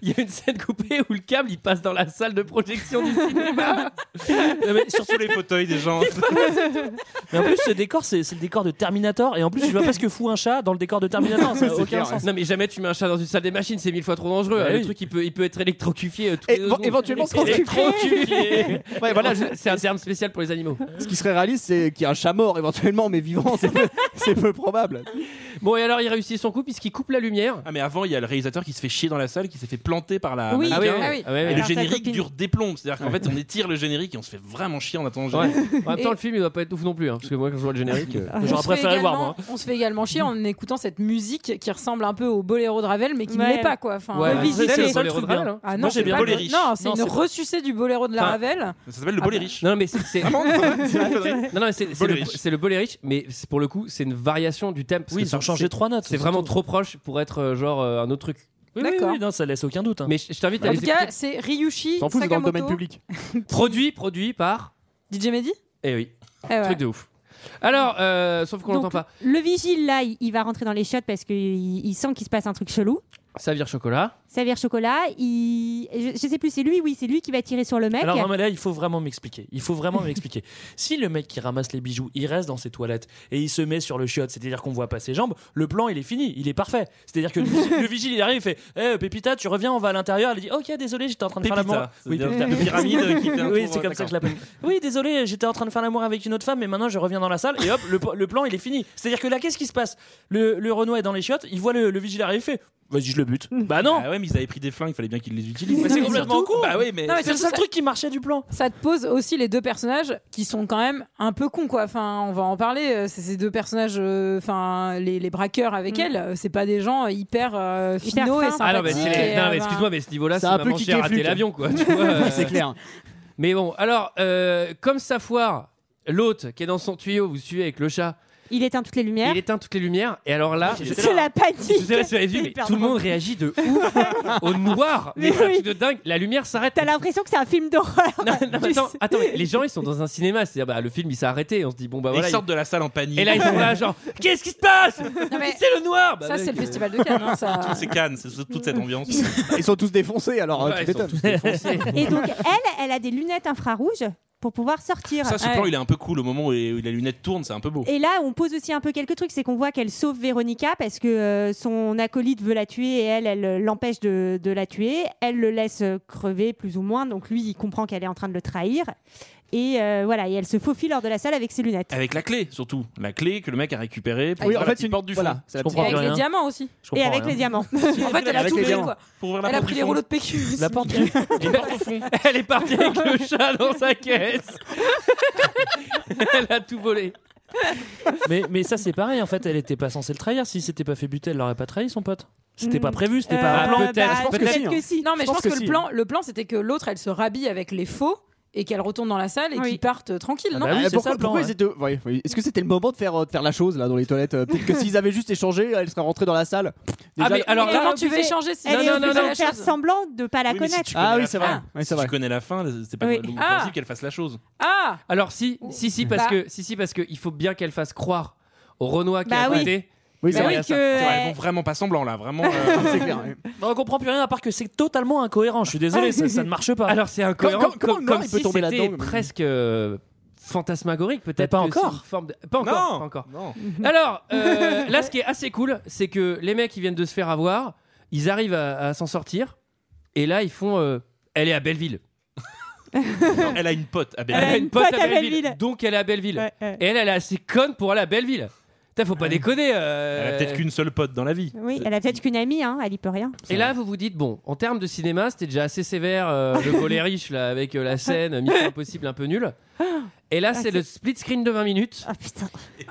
Il y a une scène coupée où le câble il passe dans la salle de projection du cinéma. Non, mais surtout- Tous les fauteuils des gens. Euh, mais en plus, ce décor, c'est c'est le décor de Terminator. Et en plus, je vois pas ce que fout un chat dans le décor de Terminator. Ça n'a aucun sens. Non mais jamais tu mets un chat dans une salle des machines, c'est mille fois trop dangereux. Bah hein. Le oui. truc il peut, il peut être électrocufié euh, toutes Et les deux bon, secondes. éventuellement, se électrocufié. Ouais, voilà, je- c'est un terme spécial pour les animaux. ce qui serait réaliste, c'est qu'il y a un chat mort éventuellement, mais vivant, c'est peu, c'est peu probable. Bon et alors il réussit son coup puisqu'il coupe la lumière. Ah mais avant il y a le réalisateur qui se fait chier dans la salle, qui s'est fait planter par la. Oui. mannequin. Ah oui, oui. Ah ouais, ouais. Et le Alors, sa générique copine. dure des plombes, c'est-à-dire qu'en fait on étire le générique et on se fait vraiment chier en attendant. le Ouais. générique. En même temps Et- le film il doit pas être ouf non plus hein, parce que moi quand je vois le générique. euh, On J'aurais se fait préféré le voir, également- moi. On se fait également chier en écoutant cette musique qui ressemble un peu au boléro de Ravel, mais qui ne Ouais. l'est pas quoi. Enfin, Ouais, euh, c'est- c'est le c'est seul le truc Rodral, bien. hein. Ah non, Moi, j'ai c'est bien pas aimé le- Boléry. Non, c'est Non, une c'est pas- ressucée du boléro de la Enfin, Ravel. Ça s'appelle le bolé riche. Non non, mais c'est c'est- non, non, mais c'est- c'est le- Bolleriche. c'est le Bolleriche mais c'est- pour le coup c'est une variation du thème. parce Oui, que ils ont c'est- changé trois notes. C'est vraiment trop proche pour être euh, genre euh, un autre truc. Oui, oui, D'accord. oui, non, ça laisse aucun doute. hein. Mais je je t'invite à En les tout cas, écouter. c'est Ryushi S'en fout, c'est dans le Sakamoto, domaine public. Produit produit par. DJ Mehdi Eh oui. Eh ouais. Truc de ouf. Alors, euh, sauf qu'on Donc, l'entend pas. Le vigile, là, il, il va rentrer dans les chiottes parce qu'il il sent qu'il se passe un truc chelou. Ça vire chocolat. Servir chocolat, il... je, je sais plus, c'est lui, oui, c'est lui qui va tirer sur le mec. Alors non, mais là, il faut vraiment m'expliquer. Il faut vraiment m'expliquer. Si le mec qui ramasse les bijoux, il reste dans ses toilettes et il se met sur le chiotte, c'est-à-dire qu'on voit pas ses jambes, le plan, il est fini, il est parfait. C'est-à-dire que le, vigi- le vigile, il arrive, il fait Eh, Pépita, tu reviens, on va à l'intérieur. Elle dit Ok, désolé, j'étais en train de faire Pépita, l'amour. ça Oui, devient Pépita. une pyramide qui fait un Oui, tour, c'est comme ça que je d'accord. l'appelle. Oui, désolé, j'étais en train de faire l'amour avec une autre femme, mais maintenant je reviens dans la salle et hop, le, le plan, il est fini. C'est-à-dire que là, qu'est-ce qui se passe le, le Renoir est dans les chiottes, il voit le, le vigile arriver, il fait Vas-y, je le bute. Bah non Ah ouais mais ils avaient pris des flingues, il fallait bien qu'ils les utilisent. Mais c'est complètement con Bah oui mais. Non, mais C'est le surtout, seul ça- truc qui marchait du plan. Ça te pose aussi les deux personnages qui sont quand même un peu cons, quoi. Enfin, on va en parler. euh, C'est ces deux personnages, euh, enfin, les, les braqueurs avec Mm. elle, euh, c'est pas des gens hyper euh, Hyper finaux et fins. sympathiques. Ah Ah non, mais, c'est les- et, non, euh, mais excuse-moi, mais ce niveau-là, C'est c'est un un peu maman kické qui a raté flûte. l'avion, quoi. tu vois, euh. c'est clair. Mais bon, alors, euh, comme ça foire, l'hôte qui est dans son tuyau, vous suivez avec le chat, Il éteint toutes les lumières. Il éteint toutes les lumières. Et alors là, C'est la panique. Je sais pas si vous avez vu, mais tout le monde réagit de ouf au noir. Mais Mais c'est un oui. truc de dingue. La lumière s'arrête. T'as l'impression que c'est un film d'horreur. Non, mais attends, attends, mais les gens ils sont dans un cinéma, c'est bah le film il s'est arrêté, on se dit bon bah Et voilà. ils sortent de la salle en panique. Et là ils sont là genre qu'est-ce qui se passe C'est le noir. Bah, Ça, mec, c'est le euh, festival de Cannes. hein, ça... C'est Cannes, c'est toute cette ambiance. Ils sont tous défoncés alors. Ouais, euh, tu ils sont m'étonnes. tous défoncés. Et donc, elle, elle a des lunettes infrarouges pour pouvoir sortir. Ça, ce plan, il est un peu cool au moment où où la lunette tourne, c'est un peu beau. Et là, on pose aussi un peu quelques trucs. C'est qu'on voit qu'elle sauve Véronica parce que euh, son acolyte veut la tuer et elle, elle euh, l'empêche de, de la tuer. Elle le laisse euh, crever plus ou moins. Donc lui, il comprend qu'elle est en train de le trahir. Et euh, voilà, et elle se faufile hors de la salle avec ses lunettes. Avec la clé, surtout. La clé que le mec a récupérée. pour Oui, ouvrir en la fait, petite porte du fond. voilà, Je Et avec les diamants aussi. Je comprends et avec rien. les diamants. En fait, elle a Avec tout les pris diamants. quoi. Pour ouvrir la Elle a porte pris du les fond. rouleaux de PQ. aussi. La porte du- Elle est partie avec le chat dans sa caisse. elle a tout volé. mais, mais ça, c'est pareil. En fait, elle était pas censée le trahir. Si c'était pas fait buter, elle l'aurait pas trahi, son pote. C'était pas prévu, c'était pas Euh, un plan. peut-être, Je bah, pense que peut-être si, hein. que si. Non, mais je pense que, si, hein. le plan, le plan c'était que l'autre, elle se rhabille avec les faux et qu'elle retourne dans la salle et qu'ils partent euh, tranquilles. Ah non bah oui, Ah, c'est pourquoi, ça, le plan, pourquoi ouais. ils étaient- ouais, ouais. Est-ce que c'était le moment de faire, euh, de faire la chose là dans les toilettes euh, Peut-être que s'ils avaient juste échangé, elle serait rentrée dans la salle. Ah, mais alors là, Comment tu veux échanger si Elle Non, est non, obligée non, non. de faire semblant de pas la Oui, mais si connaître. tu Ah connais oui, la c'est fin, vrai. Oui, c'est si vrai. tu connais la fin, c'est pas Oui. le Ah. principe qu'elle fasse la chose. Ah Alors si, si, si, parce Bah. que si, si, parce que il faut bien qu'elle fasse croire au Renoir qui Bah a oui. voté. Oui, Bah c'est vrai. oui, que, Ils euh, font vraiment pas semblant là, vraiment. euh, C'est clair. oui. On comprend plus rien à part que c'est totalement incohérent. Je suis désolé, ça, ça ne marche pas. Alors c'est incohérent. Comme- comme- comment le noir, il si peut tomber c'était là-dedans, mais- Presque euh, fantasmagorique, peut-être. Mais pas que c'est encore. une forme de- Pas encore. Non. pas encore. non. Alors euh, là, ce qui est assez cool, c'est que les mecs ils viennent de se faire avoir, ils arrivent à, à s'en sortir, et là ils font. euh, elle est à Belleville. Non, Elle a une pote à Elle Elle Belleville. a une pote à Belleville. Donc elle est à Belleville. ouais, ouais. Et elle, elle est assez conne pour aller à Belleville. Putain, faut pas déconner. euh. Elle a peut-être qu'une seule pote dans la vie. Oui, elle a peut-être qu'une amie, hein, elle y peut rien. Et là, vous vous dites, bon, en termes de cinéma, c'était déjà assez sévère, euh, le volet riche, là, avec euh, la scène, euh, Mission Impossible un peu nul. Et Ah, là, c'est le split screen de 20 minutes. Ah putain.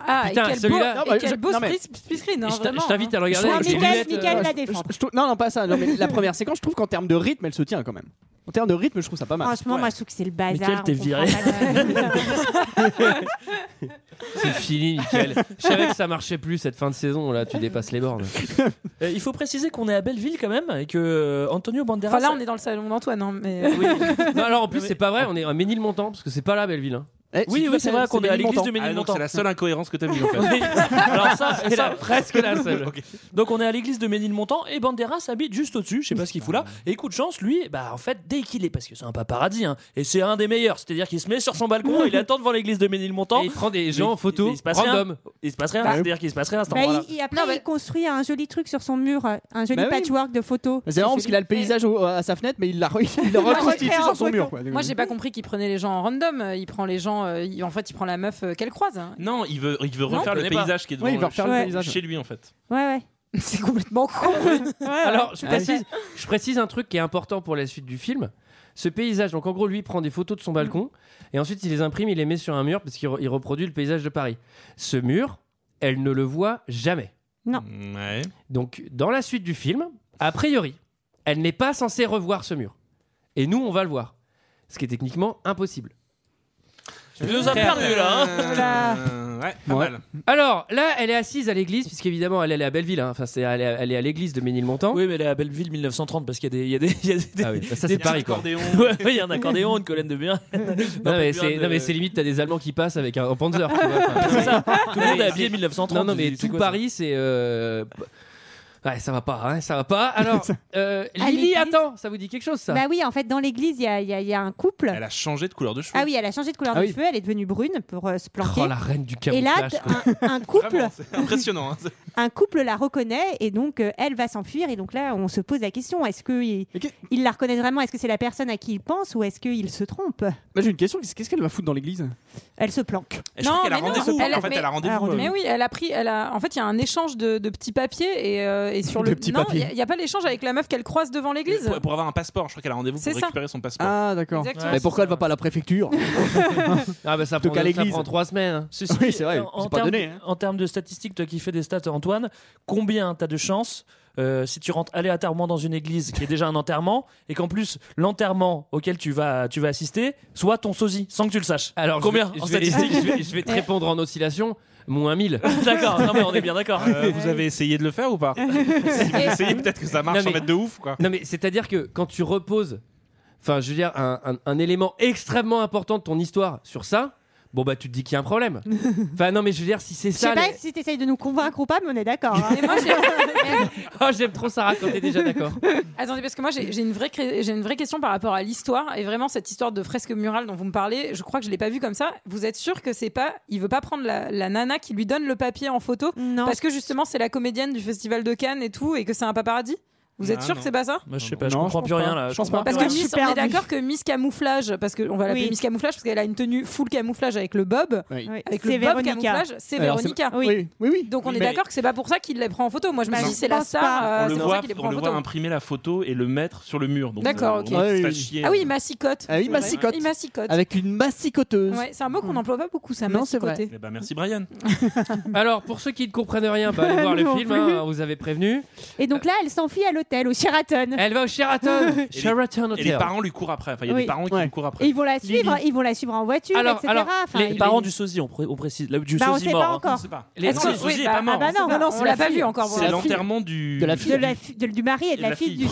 Ah, Putain, et quel celui-là- beau, Non, et bah, quel je- beau non, mais- split- split screen. hein, Et je t'a- vraiment, je t'invite hein. à le regarder Ah, avec les Michael, lunettes, euh, Michael, la Je- je- défendre. je trouve- non, non, pas ça. Non, mais la première séquence, je trouve qu'en termes de rythme, elle se tient quand même. En termes de rythme, je trouve ça pas mal. Ah, Franchement, moi, je trouve que c'est le bazar. Michael, t'es on comprend viré. pas Bah, le- C'est fini, Michael. Je savais que ça marchait plus cette fin de saison. Là, tu dépasses les bornes. Euh, il faut préciser qu'on est à Belleville quand même et que euh, Antonio Banderas. Enfin, là, on est dans le salon d'Antoine, hein, mais. Non, alors en plus, c'est pas vrai. On est à Ménilmontant parce que c'est pas là, Belleville. hein. Eh, si Oui, tu oui, veux, c'est vrai qu'on est à l'église Ménilmontant. Ah, de donc Ménilmontant. c'est la seule incohérence que t'as vue en fait. Alors ça, C'est ça- la- presque la seule. Ok. Donc on est à l'église de Ménilmontant et Banderas habite juste au-dessus, je sais pas ce qu'il fout là. Et coup de chance, lui, bah en fait, dès qu'il est, parce que c'est un paparazzi, hein, et c'est un des meilleurs, c'est-à-dire qu'il se met sur son balcon, il attend devant l'église de Ménilmontant, Et il prend des gens Mais- en photo, mais il se passe rien. random. il se passe rien, Bah, c'est-à-dire qu'il se passe rien à cet Bah, endroit-là. il, il- après, il construit un joli truc sur son mur, euh, un joli Bah oui. patchwork de photos. C'est marrant parce qu'il a le paysage au- à sa fenêtre, mais il l'a il l'a reconstitué Ouais, sur son ouais, mur. quoi. euh, Moi, j'ai pas compris qu'il prenait les gens en random. euh, Il prend les gens. euh, il- En fait, il prend la meuf euh, qu'elle croise. hein. Non, il veut, il veut Non, refaire on le connaît pas. paysage qui est devant Oui, il va refaire Ouais. le paysage. chez lui en fait. Ouais, ouais. C'est complètement con. Alors, je précise, je précise un truc qui est important pour la suite du film. Ce paysage, donc en gros, lui il prend des photos de son balcon et ensuite il les imprime, il les met sur un mur parce qu'il re- il reproduit le paysage de Paris. Ce mur, elle ne le voit jamais. Non. Mm, Ouais. Donc, dans la suite du film, a priori, elle n'est pas censée revoir ce mur. Et nous, on va le voir. Ce qui est techniquement impossible. Il nous a perdu là. hein. Euh, ouais, pas Ouais. mal. Alors, là, elle est assise à l'église, puisqu'évidemment, elle, elle est à Belleville. hein. Enfin, c'est, elle, est à- elle est à l'église de Ménilmontant. Oui, mais elle est à Belleville 1930 parce qu'il y a des, il y a des, il y a des- Ah oui, bah ça, des c'est Paris, quoi. Accordéon. Ouais, ouais, il y a un accordéon, une colonne de bien. Non, mais pas c'est, de- non, mais c'est limite, t'as des Allemands qui passent avec un, en Panzer. tu vois. Enfin, C'est ça. Tout le monde est Mais habillé c'est- 1930. non, non, mais c'est- c'est tout quoi, ça Paris, c'est. euh, Ouais, ça va pas, hein, ça va pas. Alors, euh, À Lily, l'église. attends, ça vous dit quelque chose, ça Ah, Bah oui, en fait, dans l'église, il y, a- il y a- il y a un couple. Elle a changé de couleur de cheveux. Ah oui, elle a changé de couleur Ah de oui. cheveux, elle est devenue brune pour euh, se planquer. Oh, la reine du Et là, camouflage. t- quoi. un, un couple, Vraiment, c'est impressionnant. hein. un couple la reconnaît et donc euh, elle va s'enfuir. Et donc là, on se pose la question est-ce qu'il Mais que- il la reconnaît vraiment Est-ce que c'est la personne à qui il pense ou est-ce qu'il se trompe Moi, j'ai une question qu'est-ce qu'est-ce qu'elle va foutre dans l'église Elle se planque. Et je crois Non, qu'elle a mais non, rendez-vous. elle- euh, en fait, mais- elle a elle a rendez-vous. rendez-vous. Mais oui, elle a pris. Elle a... En fait, il y a un échange de, de petits papiers et, euh, et sur De le. petits non, papiers. il n'y a, pas l'échange avec la meuf qu'elle croise devant l'église. Pour, pour avoir un passeport, je crois qu'elle a rendez-vous C'est pour ça. récupérer son passeport. Ah, d'accord. Exactement. Mais pourquoi elle va pas à la préfecture Ah, bah ça Plutôt prend, qu'à ça l'église. prend trois semaines. hein. Ceci Oui, dit, c'est vrai, en- c'est en pas termes- donné, hein. En termes de statistiques, toi qui fais des stats, Antoine, combien t'as de chances euh, si tu rentres aléatoirement dans une église qui est déjà un enterrement et qu'en plus l'enterrement auquel tu vas, tu vas assister soit ton sosie sans que tu le saches. Alors, combien je vais, en je vais- statistique je vais- je vais te répondre en oscillation, moins 1000. D'accord, non mais on est bien d'accord. Euh, vous avez essayé de le faire ou pas Si vous essayez, peut-être que ça marche Non, mais- en fait de ouf quoi. Non, mais c'est-à-dire que quand tu reposes, enfin, je veux dire, un, un- un élément extrêmement important de ton histoire sur ça, bon, bah, tu te dis qu'il y a un problème. Enfin, non, mais je veux dire, si c'est Je sais ça. pas les- si t'essayes de nous convaincre ou pas, mais on est d'accord. hein. Oh, j'aime trop Sarah quand t'es déjà d'accord. Ah, Attendez, parce que moi j'ai j'ai une, vraie cré- j'ai une vraie question par rapport à l'histoire et vraiment cette histoire de fresque murale dont vous me parlez, je crois que je l'ai pas vue comme ça. Vous êtes sûr que c'est pas, il veut pas prendre la, la nana qui lui donne le papier en photo parce que justement c'est la comédienne du festival de Cannes et tout et que c'est un paparazzi. Vous êtes Ah, sûr non. que c'est pas ça Moi je sais pas, je Non, comprends je plus pense rien pas. là. Je pense pas. Parce Ouais, que je Miss, suis on est perdue. d'accord que Miss Camouflage, parce qu'on va l'appeler Oui. Miss Camouflage, parce qu'elle a une tenue full camouflage avec le bob, Oui. Oui, avec c'est le bob Véronica. camouflage, c'est Alors, c'est- Véronica. Oui. Oui, Donc on Mais- est d'accord que c'est pas pour ça qu'il les prend en photo. Moi je me Bah, suis dit je c'est la pense star, on euh, le c'est pour ça voit, qu'il les prend on en le photo. voit imprimer la photo et le mettre sur le mur. donc, D'accord, euh, ok. on va se Ouais, faire oui. chier. Ah oui, il massicote. Ah oui, C'est massicote. vrai. Il massicote. Avec une massicoteuse. Ouais, c'est un mot qu'on n'emploie pas beaucoup, bah, ça, Non, c'est vrai. massicoter. Eh ben, merci Brian. Alors, pour ceux qui ne comprennent rien, bah, allez voir le Non film, plus. hein, on vous avez prévenu. Et donc là, elle s'enfuit à l'hôtel, au Sheraton. Elle va au Sheraton. les- Sheraton Et les Hotel. parents lui courent après. Enfin, il y a Oui. des parents qui lui courent après. Et ils vont la suivre, ils vont la suivre en voiture, Alors- etc. alors, Enfin, Les il- parents du sosie, on, pré- on précise. là, Du Bah, on sosie sait mort. pas hein. On encore. sait pas. Les- Est-ce que le oui, sosie est bah- pas mort ah bah non, Non, non, on la l'a pas fille. vu encore. C'est voilà. l'enterrement du. De la de la fi- de- du mari et de la, fille, du.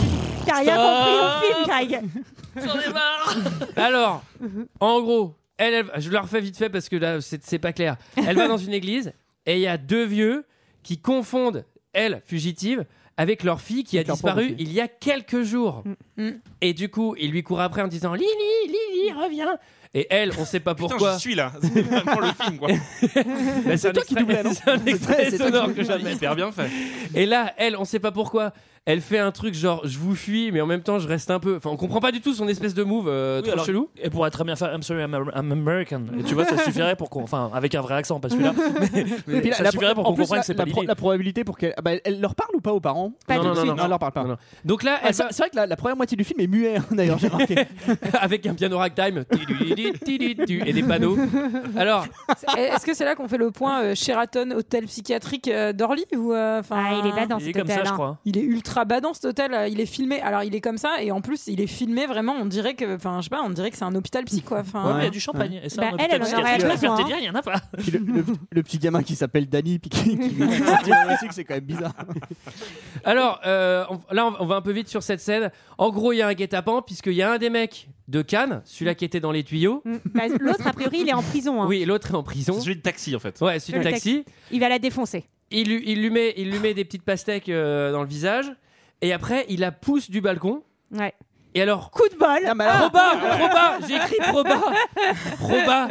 T'as rien Stop. compris au film, Greg. Alors, en gros, elle, elle- je le refais vite fait parce que là, c'est c'est pas clair. Elle va dans une église et il y a deux vieux qui confondent elle, fugitive, avec leur fille qui a Avec leur disparu propre fille. il y a quelques jours. Mm. Et du coup, ils lui courent après en disant Lily, Lily, reviens. Et elle, on sait pas Putain, pourquoi. j'y suis là. C'est vraiment le film quoi. Bah, c'est un toi qui extrait- doublais, non c'est un extrait C'est toi qui sonore que doublais. j'avais. Hyper bien fait. Et là, elle, on sait pas pourquoi. Elle fait un truc genre je vous fuis, mais en même temps je reste un peu. Enfin, on comprend pas du tout son espèce de move euh, Oui, trop alors, chelou. Elle pourrait très bien faire I'm sorry, I'm, I'm American. Et tu vois, ça suffirait pour qu'on. Enfin, avec un vrai accent, pas celui-là. Mais, mais Et puis là, ça la- suffirait pour en qu'on plus, comprenne la- que c'est pas la, pro- l'idée. la probabilité pour qu'elle. Ah bah, elle, elle leur parle ou pas aux parents Pas Non, tout non, de non, suite. non, elle leur parle pas. Non, non. Donc là, Ah, elle c'est va- c'est vrai que la, la première moitié du film est muet, hein, d'ailleurs, j'ai remarqué. avec un piano ragtime Tidididu, tidididu, et des panneaux. Alors, C'est- eh, Est-ce que c'est là qu'on fait le point euh, Sheraton, hôtel psychiatrique euh, d'Orly ou euh, enfin Ah, il est badant Il est cet comme ça, hôtel. je hein. crois. Il est ultra badant cet hôtel. euh, Il est filmé. Alors il est comme ça et en plus il est filmé vraiment. On dirait que, enfin je sais pas, on dirait que c'est un hôpital psy quoi. Enfin, Ouais, mais il y a du champagne. Et ça, Hein Bah, un elle, elle en hôpital aurait psychiatrique, besoin, hein. la Ferté-Lière, il y en a pas. Puis le, le- le petit gamin qui s'appelle Danny, puis qui, qui lui dit aussi que c'est quand même bizarre. alors euh, on- là, on- on va un peu vite sur cette scène. En gros, il y a un guet-apens, puisqu'il y a un des mecs de Cannes, celui-là qui était dans les tuyaux. Mm. Bah, L'autre, a priori, il est en prison. hein. Oui, et l'autre est en prison. C'est celui de taxi en fait. Ouais, celui de Le taxi. Il va la défoncer. Il, lui- il, lui met, il lui met des petites pastèques euh, dans le visage. Et après, il la pousse du balcon. Ouais. Et alors, Coup de bol. Non, mais alors- Proba, Proba, j'ai écrit Proba. Proba.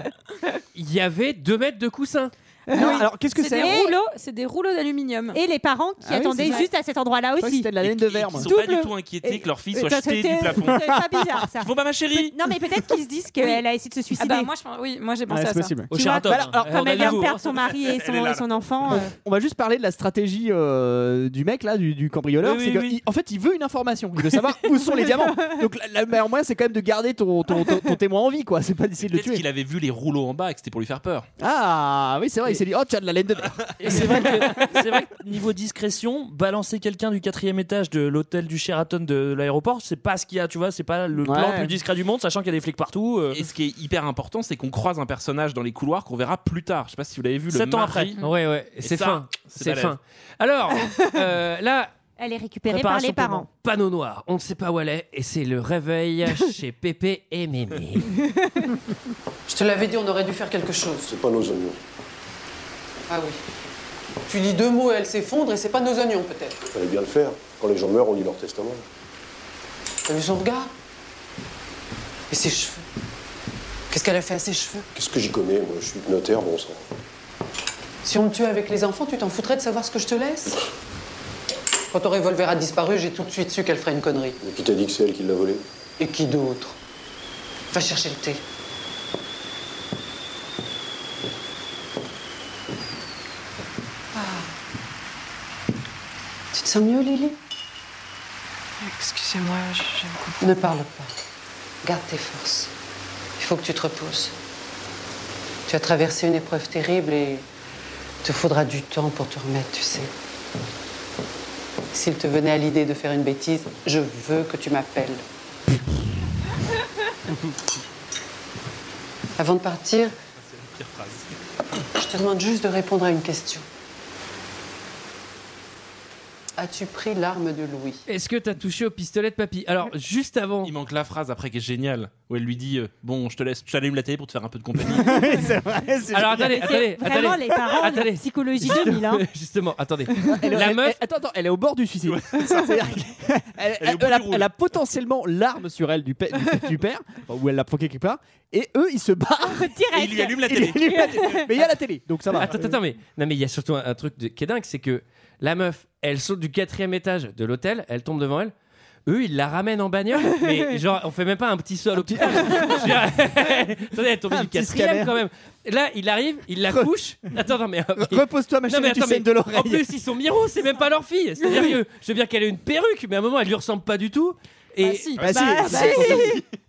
Il y avait deux mètres de coussin. Alors, alors, qu'est-ce que c'est c'est des rouleaux, c'est des rouleaux d'aluminium. Et les parents qui Ah oui, attendaient c'est vrai. juste à cet endroit-là Je crois que aussi. C'était de la laine de verre, Ils moi. sont pas Double. du tout inquiétés que leur fille soit Ça, jetée c'était- du plafond. C'est pas bizarre ça. Ils font pas ma chérie. Non mais peut-être qu'ils se disent qu'elle a essayé de se Ah suicider. bah moi je pense- oui, moi j'ai Ouais, pensé à c'est ça. possible. Au Tu vois, Sheraton. bah, alors, Eh, on Comme a elle du vient de goût, perdre hein. son mari et son, Elle est là, et son enfant. euh, On va juste parler de la stratégie euh, du mec là, du, du cambrioleur. Oui, c'est oui, que oui. il- en fait, il veut une information. Il veut savoir où sont les diamants. Donc la, la meilleure moyen, c'est quand même de garder ton, ton, ton- ton témoin en vie, quoi. C'est pas d'essayer de le Peut-être tuer. qu'il avait vu les rouleaux en bas et que c'était pour lui faire peur. Ah oui, c'est vrai. Il s'est dit, oh, tu as de la laine de verre. Et c'est vrai, que- c'est vrai que niveau discrétion, balancer quelqu'un du quatrième étage de l'hôtel du Sheraton de l'aéroport, c'est pas ce qu'il y a, tu vois, c'est pas le plan Ouais. plus discret du monde, sachant qu'il y a des flics partout. euh. Et ce qui est hyper important, c'est qu'on croise un personnage dans les couloirs qu'on verra plus tard. Je sais pas si vous l'avez vu. le Sept ans mari. après. Ouais, ouais, Et c'est ça, fin. c'est C'est balèze. fin. Alors, euh, là, Elle est récupérée par Préparation les parents. panneau noir, on ne sait pas où elle est, et c'est le réveil chez Pépé et Mémé. Je te l'avais dit, on aurait dû faire quelque chose. C'est pas nos oignons. Ah oui. Tu dis deux mots, elle s'effondre et c'est pas nos oignons peut-être. Fallait bien le faire. Quand les gens meurent, on lit leur testament. T'as vu son regard Et ses cheveux Qu'est-ce qu'elle a fait à ses cheveux Qu'est-ce que j'y connais Moi, je suis notaire, bon sang. Si on me tuait avec les enfants, tu t'en foutrais de savoir ce que je te laisse Quand ton revolver a disparu, j'ai tout de suite su qu'elle ferait une connerie. Mais qui t'a dit que c'est elle qui l'a volé Et qui d'autre Va chercher le thé. Ah. Tu te sens mieux, Lily Excusez-moi, je, je ne comprends Ne parle pas. Garde tes forces. Il faut que tu te reposes. Tu as traversé une épreuve terrible et il te faudra du temps pour te remettre, tu sais. S'il te venait à l'idée de faire une bêtise, je veux que tu m'appelles. Avant de partir, Pire phrase. je te demande juste de répondre à une question. As-tu pris l'arme de Louis Est-ce que t'as touché au pistolet de papy Alors, juste avant. Il manque la phrase après qui est géniale, où elle lui dit euh, Bon, je te laisse, je t'allume la télé pour te faire un peu de compagnie. Alors attendez, C'est attendez, vraiment attendez. les parents de la attendez. psychologie Juste- 2000, hein. Justement, attendez. Elle- la elle- meuf, elle- attends, attends, elle est au bord du suicide. C'est-à-dire qu'elle- elle, Elle est au bout elle a, du rouge. elle a potentiellement l'arme sur elle du, pa- du- du père, enfin, ou elle l'a planqué quelque part, et eux ils se barrent. Et il lui allume la Ils télé. allument la télé. Mais il y a la télé, donc ça va. Attends, attends, mais non, mais il y a surtout un, un truc de- qui est dingue, c'est que la meuf, elle saute du quatrième étage de l'hôtel, elle tombe devant elle. Eux, ils la ramènent en bagnole, mais genre, on fait même pas un petit saut à l'hôpital. Je veux dire, Attendez, elle est tombée du petit scanner. quatrième quand même. Là, il arrive, il la couche. Attends, non, mais. Repose-toi, ma Non, chérie, mais tu attends, mais saignes de l'oreille. En plus, ils sont miroirs, c'est même pas leur fille. C'est-à-dire que je veux bien qu'elle ait une perruque, mais à un moment, elle lui ressemble pas du tout. Et... Bah si. Bah si. Bah si.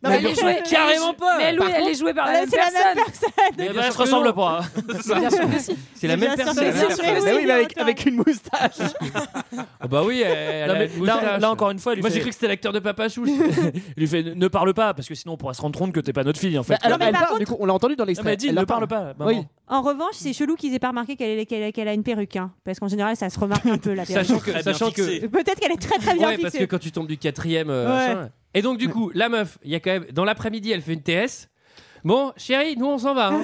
Non, Mais elle est jouée- carrément pas. Mais Louis, Par elle est contre- jouée par Ah, la même c'est la même personne. Mais Eh bien ben, sûr je que ressemble non. pas. Bien sûr que si. C'est la Mais même bien sûr personne. que si, bien sûr que Bah oui, mais avec, avec une moustache. Ah bah oui, elle Non, a mais une là- moustache. là, encore une fois, elle lui moi fait- j'ai cru que c'était l'acteur de Papa Chou. Il lui fait ne parle pas parce que sinon on pourra se rendre compte que t'es pas notre fille en fait. Bah, alors, Non, mais elle parle, du coup, on l'a entendu dans Non, mais l'extrait. elle dit, Elle ne leur parle pas, maman. Oui. En revanche, c'est chelou qu'ils aient pas remarqué qu'elle est- qu'elle- qu'elle a une perruque. hein. Parce qu'en général, ça se remarque un peu la perruque. sachant que, Très bien sachant que, fixé. Peut-être qu'elle est très très bien ouais, parce que fixée. quand tu tombes du quatrième, euh, machin. et donc du coup, la meuf, il y a quand même dans l'après-midi, elle fait une TS. Bon, chérie, nous on s'en va. hein.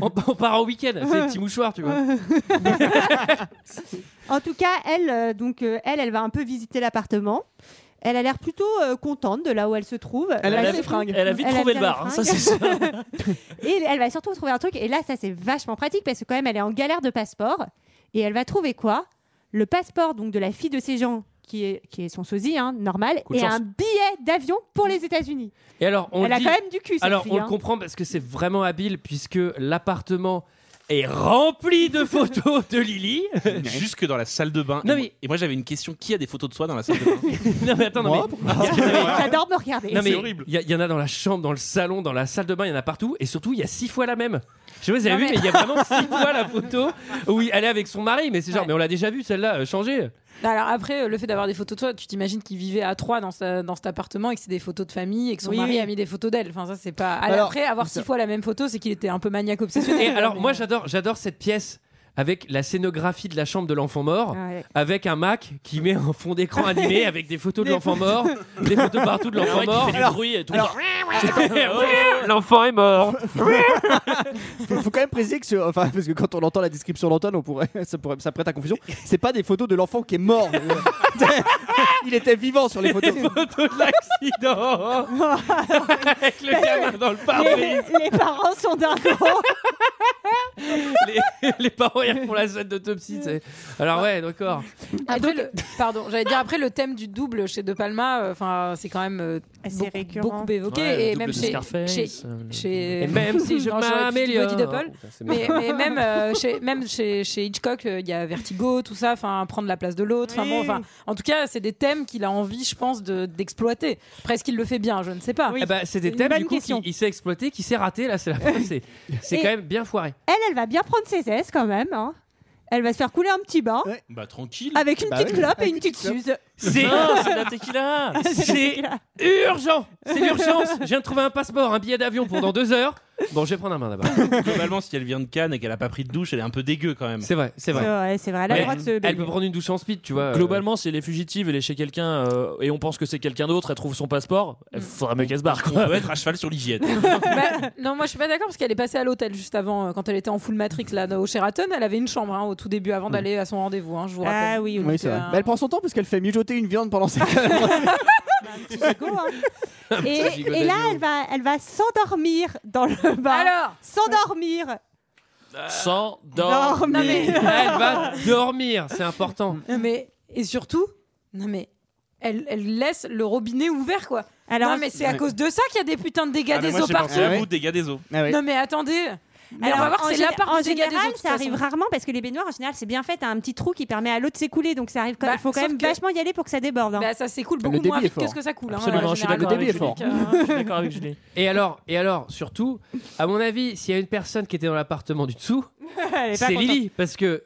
on, on part en week-end. C'est les petits mouchoirs, tu vois. En tout cas, elle, euh, donc, euh, elle, elle va un peu visiter l'appartement. Elle a l'air plutôt euh, contente de là où elle se trouve. Elle a Bah, des c'est fringues. tout. Elle a vite trouvé bien le bar, les hein, ça, fringues. c'est sûr. et elle va surtout trouver un truc. Et là, ça, c'est vachement pratique parce que quand même, elle est en galère de passeport. Et elle va trouver quoi Le passeport donc de la fille de ces gens qui est, qui est son sosie, hein, normal, Coup de et chance. un billet d'avion pour les États-Unis. Et alors, on Elle a dit- quand même du cul, cette Alors, fille, on hein. le comprend parce que c'est vraiment habile, puisque l'appartement est rempli de photos de Lily. Jusque dans la salle de bain. Non, et, mais- moi, et moi, j'avais une question qui a des photos de soi dans la salle de bain non, mais attends, non, mais- J'adore me regarder. Non, mais horrible. Il y, a- il y en a dans la chambre, dans le salon, dans la salle de bain, il y en a partout. Et surtout, il y a six fois la même. Je sais pas si vous avez Non, vu, mais- mais il y a vraiment six fois la photo où il- elle est avec son mari. Mais c'est genre, mais on l'a déjà vu celle-là, euh, changer. Non, Alors après, euh, le fait d'avoir des photos de toi, tu t'imagines qu'ils vivaient à trois dans, sa- dans cet appartement et que c'est des photos de famille et que son Oui, mari oui. a mis des photos d'elle. Enfin, ça, c'est pas. Alors, après, avoir ça- six fois la même photo, c'est qu'il était un peu maniaque obsessionnel. Et alors, moi, j'adore j'adore cette pièce avec la scénographie de la chambre de l'enfant mort, Ouais. avec un Mac qui met un fond d'écran animé avec des photos de l'enfant mort, des photos partout de l'enfant Ouais, qui mort. fait du bruit et tout. alors- L'enfant est mort. faut, faut quand même préciser que, ce- enfin, parce que quand on entend la description d'Antoine, on pourrait, ça, pourrait, ça prête à confusion. C'est pas des photos de l'enfant qui est mort. Il était vivant sur les photos. photo de l'accident avec le gamin dans le Les, pare-brise. les parents sont dingos. Les, les parents ils font la scène d'autopsie. tu sais. Alors ouais, d'accord. Après, le... Pardon, j'allais dire après le thème du double chez De Palma, euh, enfin, c'est quand même euh, C'est beaucoup, récurrent. beaucoup évoqué Ouais, le et double même de chez, Scarface, chez, euh, le- chez- Et même si je dans Petit m'améliore. Body Double. Oh, putain, c'est Mais, méchant. mais même, euh, chez, même chez, chez Hitchcock, euh, il y a Vertigo, tout ça, enfin prendre la place de l'autre. enfin, Oui. bon, enfin, en tout cas, c'est des thèmes qu'il a envie, je pense, de- d'exploiter. Presque qu'il le fait bien, je ne sais pas. Eh ben, c'est des une thèmes bonne du coup qui question. il s'est exploité, qui s'est raté là. C'est la preuve, c'est c'est Et- quand même bien foiré. Elle, elle va bien prendre ses aises quand même. hein. Elle va se faire couler un petit bain Ouais. Bah, tranquille. avec une Bah petite oui, clope et avec une petite clope. suze. C'est Non, c'est la tequila. c'est urgent. C'est l'urgence. Je viens de trouver un passeport, un billet d'avion pour dans deux heures. Bon, je vais prendre un bain d'abord. Globalement, si elle vient de Cannes et qu'elle a pas pris de douche, elle est un peu dégueu quand même. Ah, C'est vrai, c'est C'est vrai. vrai, c'est vrai. Elle a le Mais droit de se elle peut baigner. prendre une douche en speed, tu vois. euh, Globalement, c'est les fugitives, elle est chez quelqu'un euh, et on pense que c'est quelqu'un d'autre, elle trouve son passeport, il Mm. faudra mieux qu'elle se barre. On Quoi. peut être à cheval sur l'hygiène. Bah, non, moi je suis pas d'accord parce qu'elle est passée à l'hôtel juste avant, euh, quand elle était en full Matrix là au Sheraton, elle avait une chambre hein, au tout début avant d'aller à son rendez-vous. hein, je vous rappelle. Ah oui, Oui, c'est vrai. euh, Bah, elle prend son temps parce qu'elle fait mijoter une viande pendant ses petit gigot, hein. et, petit gigot et là, d'avion. elle va, elle va s'endormir dans le bain. Alors S'endormir. Sans Dormir. dormir. Elle va dormir, c'est important. Non, Hum. mais et surtout, non mais elle, elle laisse le robinet ouvert quoi. Alors, non mais c'est à Ouais. cause de ça qu'il y a des putains de dégâts Ah, mais des moi, eaux j'ai pensé partout. à partout. vous, dégâts des eaux. Ah oui. Non mais attendez. Mais Alors, on va voir, en c'est gé- la part en du dégât des général, autres, de ça toute arrive façon. rarement parce que les baignoires, en général, c'est bien fait. T'as un petit trou qui permet à l'eau de s'écouler, donc ça arrive. Quand... Bah, il faut quand sauf même que- vachement y aller pour que ça déborde. hein. Bah ça s'écoule Le beaucoup débit moins est vite que fort. ce que ça coule. hein, Absolument, euh, je suis généralement. d'accord avec débit est Julie. fort. hein, Je suis d'accord avec Julie. Et alors, et alors, surtout, à mon avis, s'il y a une personne qui était dans l'appartement du dessous, Elle est pas c'est contente. Lily, parce que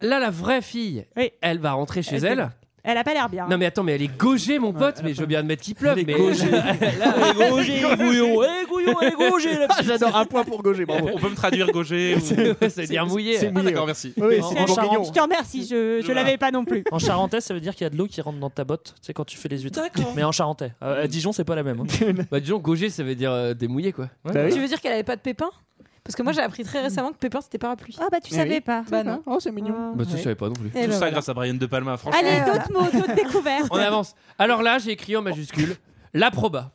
là, la vraie fille, Oui. elle va rentrer chez Elle elle. Elle a pas l'air bien. Non mais attends, mais elle est gaugée mon pote, mais je veux bien admettre qu'il pleuve, mais gaugée. Là, elle est gaugée, gouillon, eh, gouillon, eh, gaugée, la petite. J'adore un point pour Gauger, bravo. On peut me traduire Gauger ou... C'est-à-dire mouillé. c'est Ah, mouillé, d'accord, ouais. merci. Oui, En- c'est en bon. Charente- Je te remercie, je, je l'avais pas non plus. En charentais, ça veut dire qu'il y a de l'eau qui rentre dans ta botte, tu sais, quand tu fais les huîtres. D'accord. Mais en charentais. Euh, à Dijon, c'est pas la même. hein. Bah disons gaugée ça veut dire euh, démouillé quoi. Bah bah Tu veux dire qu'elle avait pas de pépins Parce que moi j'ai appris très récemment que pépin c'était parapluie. Ah bah tu Eh savais oui. pas. Bah non. Oh c'est mignon. Bah ça je savais pas non plus. Eh ben Tout ça voilà. grâce à Brian De Palma, franchement. Allez, Euh, d'autres mots, d'autres découvertes. On avance. Alors là, j'ai écrit en majuscule la proba.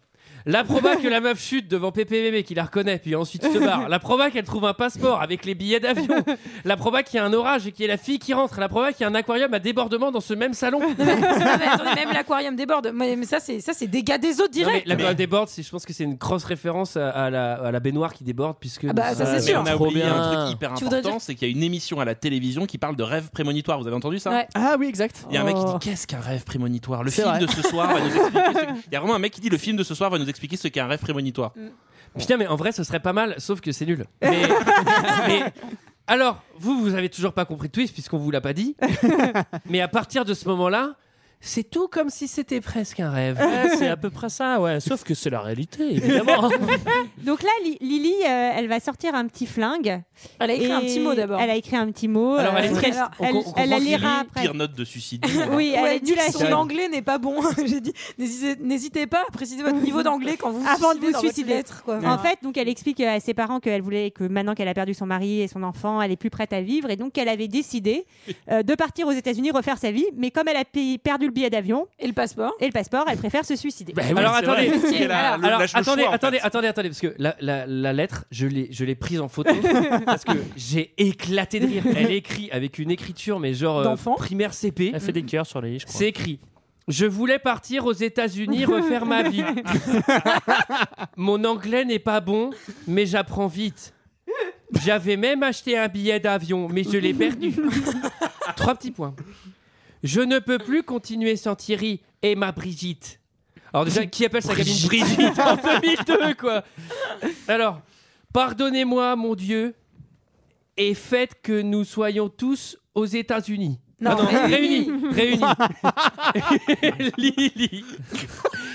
La proba que la meuf chute devant PPVB qui la reconnaît, puis ensuite se barre. La proba qu'elle trouve un passeport avec les billets d'avion. La proba qu'il y a un orage et qu'il y a la fille qui rentre. La proba qu'il y a un aquarium à débordement dans ce même salon. Ah, mais attendez, même l'aquarium déborde. Mais, mais ça, c'est ça, c'est dégâts des eaux Non, mais directs. la proba déborde, c'est- je pense que c'est une grosse référence à, à la, à la baignoire qui déborde, puisque. Ah bah, ça, c'est Mais sûr. Euh, On a Trop oublié un bien. truc hyper Tu voudrais important, dire- c'est qu'il y a une émission à la télévision qui parle de rêves prémonitoires. Vous avez entendu ça Ouais. Ah oui, exact. Il y a un mec qui Oh. dit qu'est-ce qu'un rêve prémonitoire Le C'est film vrai. de ce soir va nous expliquer. ce- Il y a vraiment un mec qui dit le film de ce soir va nous expliquer ce qu'est un rêve prémonitoire. Putain, mais en vrai, ce serait pas mal, sauf que c'est nul. Mais, mais- alors, vous, vous avez toujours pas compris le twist puisqu'on vous l'a pas dit. mais à partir de ce moment-là, c'est tout comme si c'était presque un rêve. Ouais, c'est à peu près ça, ouais. Sauf que c'est la réalité, évidemment. Donc là, Li- Lily, euh, elle va sortir un petit flingue. Elle a écrit Et un petit mot d'abord. Elle a écrit un petit mot. Alors, elle est euh, triste. Alors, On elle- co- on elle la comprend qu'il lira lit. après. Pire note de suicide. Oui, elle Ouais, est dit nulle à que chier. son anglais n'est pas bon. J'ai dit, n'hésitez n'hésitez pas à préciser votre niveau d'anglais quand vous vous euh, Avant de suicidez vous dans suicider. votre lettre. Quoi. En fait, donc elle explique euh, à ses parents qu'elle voulait que maintenant qu'elle a perdu son mari et son enfant, elle est plus prête à vivre et donc qu'elle avait décidé euh, de partir aux États-Unis refaire sa vie, mais comme elle a pay- perdu le billet d'avion Et le passeport et le passeport, elle préfère se suicider. Bah oui, Alors c'est vrai. attendez, Elle a- Alors, le- Alors, lâche le attendez, choix, en attendez, fait. attendez, attendez, parce que la, la- la lettre, je l'ai, je l'ai prise en photo parce que j'ai éclaté de rire. Elle écrit avec une écriture, mais genre euh, D'enfant. primaire CP. Elle fait des cœurs sur les lits, je crois. C'est écrit. Je voulais partir aux États-Unis refaire ma vie. Mon anglais n'est pas bon, mais j'apprends vite. J'avais même acheté un billet d'avion, mais je l'ai perdu. Trois petits points. Je ne peux plus continuer sans Thierry et ma Brigitte. Alors déjà, qui appelle sa cabine Brigitte en 2002, quoi Alors, pardonnez-moi, mon Dieu, et faites que nous soyons tous aux États-Unis. Non, Ah réunis. réunis, réunis. Lily.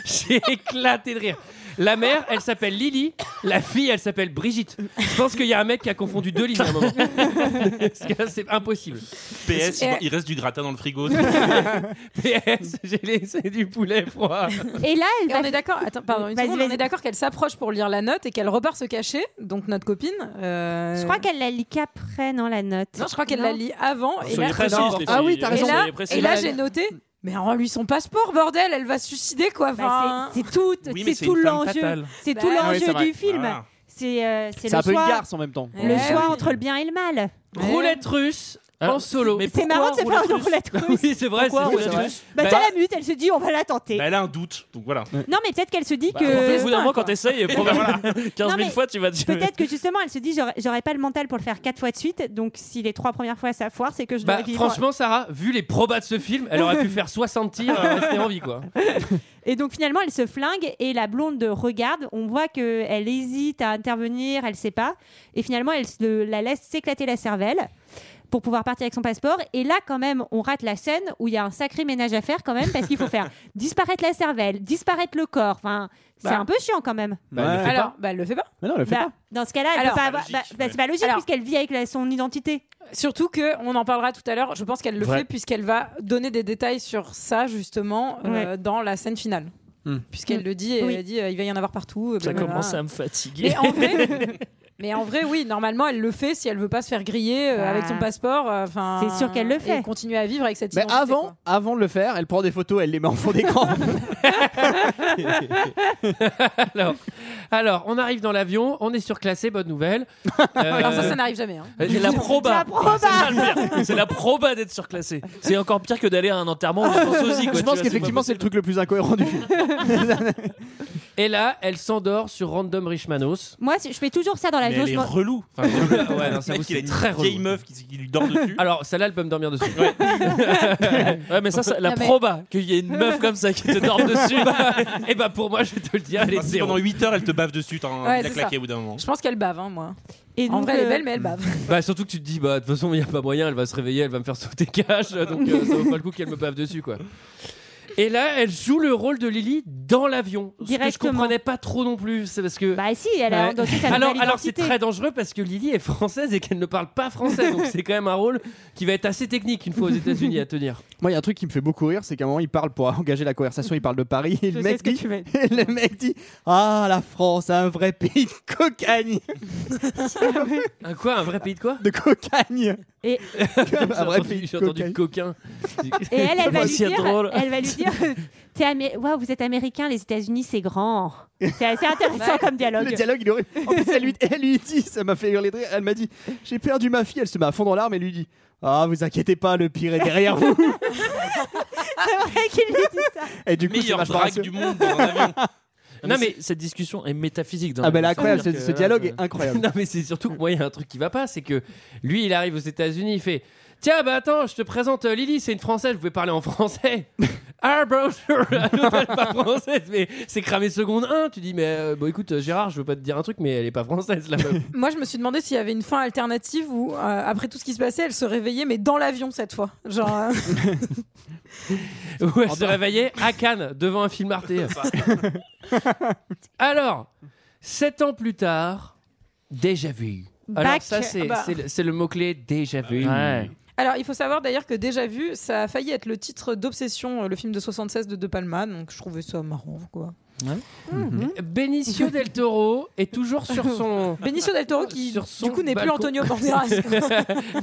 J'ai éclaté de rire. La mère, elle s'appelle Lily. La fille, elle s'appelle Brigitte. Je pense qu'il y a un mec qui a confondu deux Lily à un moment. Parce que là, c'est impossible. PS, il- Et- il reste du gratin dans le frigo. PS, j'ai laissé du poulet froid. Et là, elle Et va on est d'accord. Attends, pardon. Une Vas-y, seconde, on vas-y. est d'accord qu'elle s'approche pour lire la note et qu'elle repart se cacher. Donc notre copine. euh, Je crois qu'elle la lit qu'après, non, la note. Non, je crois qu'elle la lit avant. Et Soyez là, précis, non. les Ah filles. oui, t'as et raison. là, Soyez précis. et là, j'ai noté. Mais rends-lui son passeport, bordel. Elle va se suicider, quoi. Bah, Enfin, c'est c'est tout, Oui, mais c'est c'est tout une femme l'enjeu. fatale. C'est Bah, tout oui, Ah c'est l'enjeu vrai. Ah. du film. Voilà. C'est euh, c'est C'est le un peu une choix, garce en même temps. Ouais. le Eh choix oui. entre le bien et le mal. Roulette russe en solo. C'est marrant de se faire une roulette russe. Oui, c'est vrai. Pourquoi c'est roulette vrai. russe Bah, Bah, ça la mute, elle se dit on va la tenter. Bah, elle a un doute, donc voilà. Non, mais peut-être qu'elle se dit Bah, en fait, au que. bout d'un moment, quand t'essayes, probablement 15 Non, 000 mais fois, tu vas te dire. Peut-être que justement, elle se dit j'aurais- j'aurais pas le mental pour le faire quatre fois de suite. Donc, si les trois premières fois ça foire, c'est que je Bah, dois vivre. franchement, Sarah, vu les probas de ce film, elle aurait pu faire 60 tirs et rester en vie, quoi. Et donc, finalement, elle se flingue et la blonde regarde. On voit qu'elle hésite à intervenir, elle sait pas. Et finalement, elle se- la laisse s'éclater la cervelle pour pouvoir partir avec son passeport. Et là, quand même, on rate la scène où il y a un sacré ménage à faire quand même parce qu'il faut faire disparaître la cervelle, disparaître le corps. Enfin, c'est Bah. un peu chiant quand même. Bah, elle le fait alors, bah, elle le fait pas. Mais non, elle le fait Bah, dans ce cas-là, elle Alors, peut pas pas avoir- logique, bah, bah, ouais. c'est pas logique Alors- puisqu'elle vit avec la- son identité. Surtout que on en parlera tout à l'heure. Je pense qu'elle le Vrai. fait puisqu'elle va donner des détails sur ça justement euh, dans la scène finale. Hmm. Puisqu'elle le dit, et Mm. Oui. elle dit euh, il va y en avoir partout. euh, Ça blablabla. commence à me fatiguer. Mais en vrai, mais en vrai, oui, normalement, elle le fait si elle veut pas se faire griller euh, Ah. avec son passeport. euh, Enfin, C'est sûr qu'elle le fait. Et continuer à vivre avec cette. Mais identité, avant, avant de le faire, elle prend des photos, elle les met en fond d'écran. Alors, alors, on arrive dans l'avion, on est surclassé, bonne nouvelle. quoi. Euh, Alors ça, ça n'arrive jamais. hein. C'est la proba. La proba. C'est ça le pire. C'est la proba d'être surclassé. C'est encore pire que d'aller à un enterrement ou un sosie, quoi. Je Tu pense vois, qu'effectivement, c'est le truc le plus incohérent du film. et Et là, elle s'endort sur Random Rich Manos. Moi, je fais toujours ça dans la Ah, Mais journée. elle est je m'en- relou. Enfin, je- ouais, non, ça Le mec, il a vous, c'est une très vieille relou. meuf qui, qui lui dort dessus. Alors, celle-là, elle peut me dormir dessus. Ouais. mais ça, ça- la Ah, Non, mais- proba qu'il y ait une meuf comme ça qui te dorme dessus. et bah pour moi, je vais te le dire, elle est Si zéro. pendant 8 heures, elle te bave dessus, t'en Ouais, as c'est claqué ça. au bout d'un moment. Je pense qu'elle bave, hein, moi. Et en donc, vrai, elle euh, est belle, mais elle bave. Bah surtout que tu te dis bah de toute façon il n'y a pas moyen elle va se réveiller elle va me faire sauter cash euh, donc euh, ça vaut pas le coup qu'elle me bave dessus quoi. Et là elle joue le rôle de Lily dans l'avion. Ce que je Directement. comprenais pas trop non plus c'est parce que. Bah si elle a endossé sa alors nouvelle alors c'est identité. très dangereux parce que Lily est française et qu'elle ne parle pas français donc c'est quand même un rôle qui va être assez technique une fois aux États-Unis à tenir. Moi, il y a un truc qui me fait beaucoup rire, c'est qu'à un moment, il parle pour engager la conversation, il parle de Paris, et Je le sais mec, ce que dit, tu veux dire. et le mec dit Ah, la France, un vrai pays de cocagne Un quoi un vrai pays de quoi De cocagne Et- J'ai entendu, j'ai entendu coquin. Et elle, elle va lui C'est dire, drôle. elle va lui dire, T'es Amé- Waouh, vous êtes américain, les États-Unis c'est grand. euh, C'est assez intéressant Ouais. comme dialogue. Le dialogue, il aurait. En plus, elle lui, elle lui dit, ça m'a fait hurler de rire. Elle m'a dit, j'ai perdu ma fille. Elle se met à fond dans l'arme et lui dit, ah, vous inquiétez pas, le pire est derrière vous. C'est vrai qu'il lui dit ça. Et du coup, c'est Meilleure vachement drague rassurant. du monde dans un avion. Non Non, mais cette discussion est métaphysique. Dans Ah, la bah, elle est vie. incroyable, C'est-à-dire ce- que, ce là, dialogue je- est incroyable. non mais c'est surtout que moi il y a un truc qui va pas, c'est que lui il arrive aux États-Unis, il fait Tiens bah attends, je te présente euh, Lily, c'est une française, je pouvez parler en français. ah bro, sure, L'autre, elle est pas française, mais c'est cramé seconde 1, tu dis mais euh, bon écoute euh, Gérard, je veux pas te dire un truc mais elle est pas française la meuf. Moi, je me suis demandé s'il y avait une fin alternative où, euh, après tout ce qui se passait, elle se réveillait, mais dans l'avion cette fois. Genre, euh, Où elle se réveillait à Cannes devant un film Arte. Alors, sept ans plus tard, déjà vu. Alors Back- ça c'est Ah bah. c'est le- c'est le, mot-clé déjà vu. Ouais. Alors, il faut savoir d'ailleurs que déjà vu, ça a failli être le titre d'Obsession, euh, le film de 76 de De Palma, donc je trouvais ça marrant, quoi. Mm-hmm. Mm-hmm. Benicio del Toro est toujours sur son. Benicio del Toro qui, sur son du coup, n'est plus balcon. Antonio Banderas.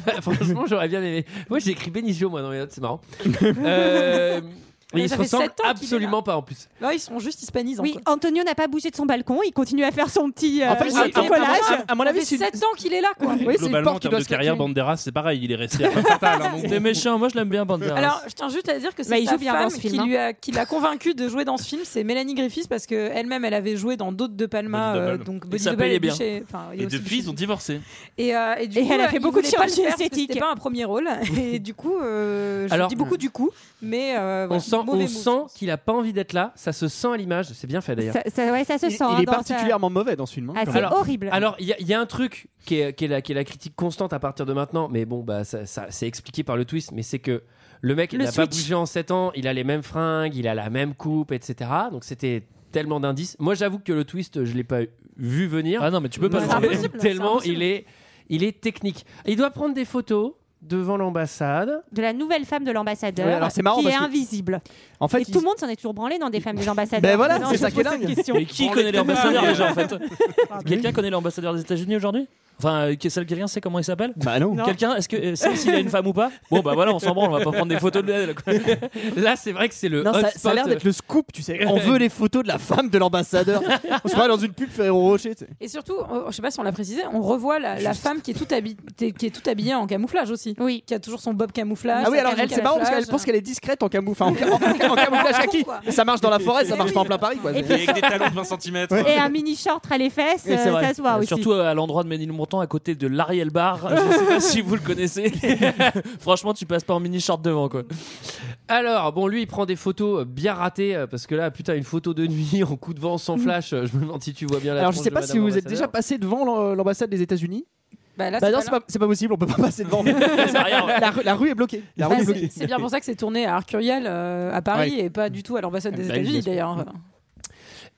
Bah, franchement, j'aurais bien aimé. Moi, j'ai écrit Benicio, moi, dans les notes, c'est marrant. Euh, Mais et ils ça se fait ressemblent sept ans qu'il est absolument pas en plus. Là, ils sont juste hispanisants. Oui, quoi. Antonio n'a pas bougé de son balcon, il continue à faire son petit euh, En fait, son c'est- petit à- à- collage. à- à mon Ça avis, fait c'est une- 7 ans qu'il est là, quoi. Oui, c'est une Globalement, en porte qui termes doit de se carrière, clôturer. Banderas, c'est pareil, il est resté à fatal. hein, donc- T'es méchant, moi je l'aime bien Banderas. Alors, je tiens juste à dire que Bah, c'est il sa joue bien femme dans ce film, qui hein. lui a- qui l'a convaincu de jouer dans ce film, c'est Mélanie Griffiths parce que elle-même elle avait joué dans d'autres de Palma, Body euh, Double. donc Et Body ça Double payait et bien. Boucher- enfin, il y a Et aussi depuis, ils ont divorcé. Et, euh, et du Et coup, elle a euh, fait il beaucoup de voulait pas le chirurgie faire parce que esthétique. C'était pas un premier rôle. Et du coup, euh, je Alors- dis beaucoup du coup, mais euh, On voilà, sent, mauvais on move. sent qu'il a pas envie d'être là. Ça se sent à l'image. C'est bien fait d'ailleurs. Ça, ça- ouais, ça se Il, sent. il hein, est dans sa- particulièrement mauvais dans ce film. hein, Ah, quand c'est même. horrible. Alors, il y, a- il y a un truc qui est, qui est la, qui est la critique constante à partir de maintenant, mais bon, bah, ça, ça- c'est expliqué par le twist, mais c'est que le mec Le n'a pas switch. bougé en 7 ans, il a les mêmes fringues, il a la même coupe, etc. Donc, c'était tellement d'indices. Moi, j'avoue que le twist, je l'ai pas vu venir. Ah non, mais tu peux pas Parce le voir. que C'est impossible, Tellement, c'est impossible. il est, il est technique. Il doit prendre des photos devant l'ambassade. de la nouvelle femme de l'ambassadeur Ouais, alors c'est marrant qui est parce que- invisible. En fait, Et il- tout le monde s'en est toujours branlé dans des femmes des ambassadeurs. Ben voilà, Non, c'est je ça qui est pose cette dingue. question. Mais qui Dans connaît les l'ambassadeur Pays-Bas, déjà en fait Quelqu'un connaît l'ambassadeur des États-Unis aujourd'hui Enfin, euh, que- celle quelqu'un sait comment il s'appelle Bah non. Non. Quelqu'un, est-ce que euh, sait s'il a une femme ou pas Bon bah voilà, on s'en branle, on va pas prendre des photos de elle. quoi. Là, c'est vrai que c'est le Non, ça, hotspot. ça a l'air d'être le scoop, tu sais. On veut les photos de la femme de l'ambassadeur. On se croirait dans une pub Ferrero Rocher, tu sais. Et surtout, euh, je sais pas si on l'a précisé, on revoit la, la femme qui est, toute habi- qui est toute habillée en camouflage aussi. Oui. Qui a toujours son bob camouflage. Ah oui, sa alors canne elle, c'est marrant parce qu'elle camouflage. pense qu'elle est discrète en camouflage. Enfin, en, en- en camouflage acquis. Pourquoi Ça marche dans la forêt, ça marche pas en plein Paris, quoi. Et Et puis- avec des talons de 20 cm. Et un mini short à les fesses, Oui, c'est euh, vrai. ça se voit aussi. Surtout euh, à l'endroit de Ménilmontant, à côté de l'Ariel Bar. Je sais pas si vous le connaissez. Franchement, tu passes pas en mini short devant quoi. Alors, bon, lui, il prend des photos euh, bien ratées, euh, parce que là, putain, une photo de nuit en coup de vent sans flash, euh, je me demande si tu vois bien la Alors, je tronche sais de pas si madame vous êtes déjà l'ambassadeur. passé devant l'am- l'ambassade des États-Unis. Bah là, Bah c'est non, pas c'est là. pas, c'est pas possible, on peut pas passer devant. la, rue- la rue est bloquée. La rue Bah, est c'est bloquée. c'est bien pour ça que c'est tourné à Arcurial euh, à Paris Ouais. et pas du tout à l'ambassade des Bah, États-Unis bien sûr. d'ailleurs.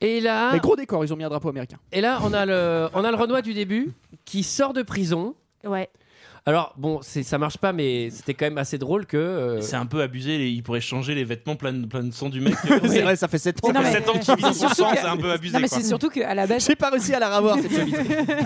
Et là, Mais gros décor, ils ont mis un drapeau américain. et là on, a le, on a le Renoir du début qui sort de prison. Ouais. Alors, bon, c'est- ça marche pas, mais c'était quand même assez drôle que. euh, C'est un peu abusé, les- ils pourraient changer les vêtements plein de, plein de sang du mec. C'est vrai, ça fait 7 ans. Non, mais- 7 ans qu'il vit dans son surtout sang, que- c'est un peu abusé. Non mais quoi. c'est surtout qu'à la base J'ai pas réussi à la ravoir cette chemise.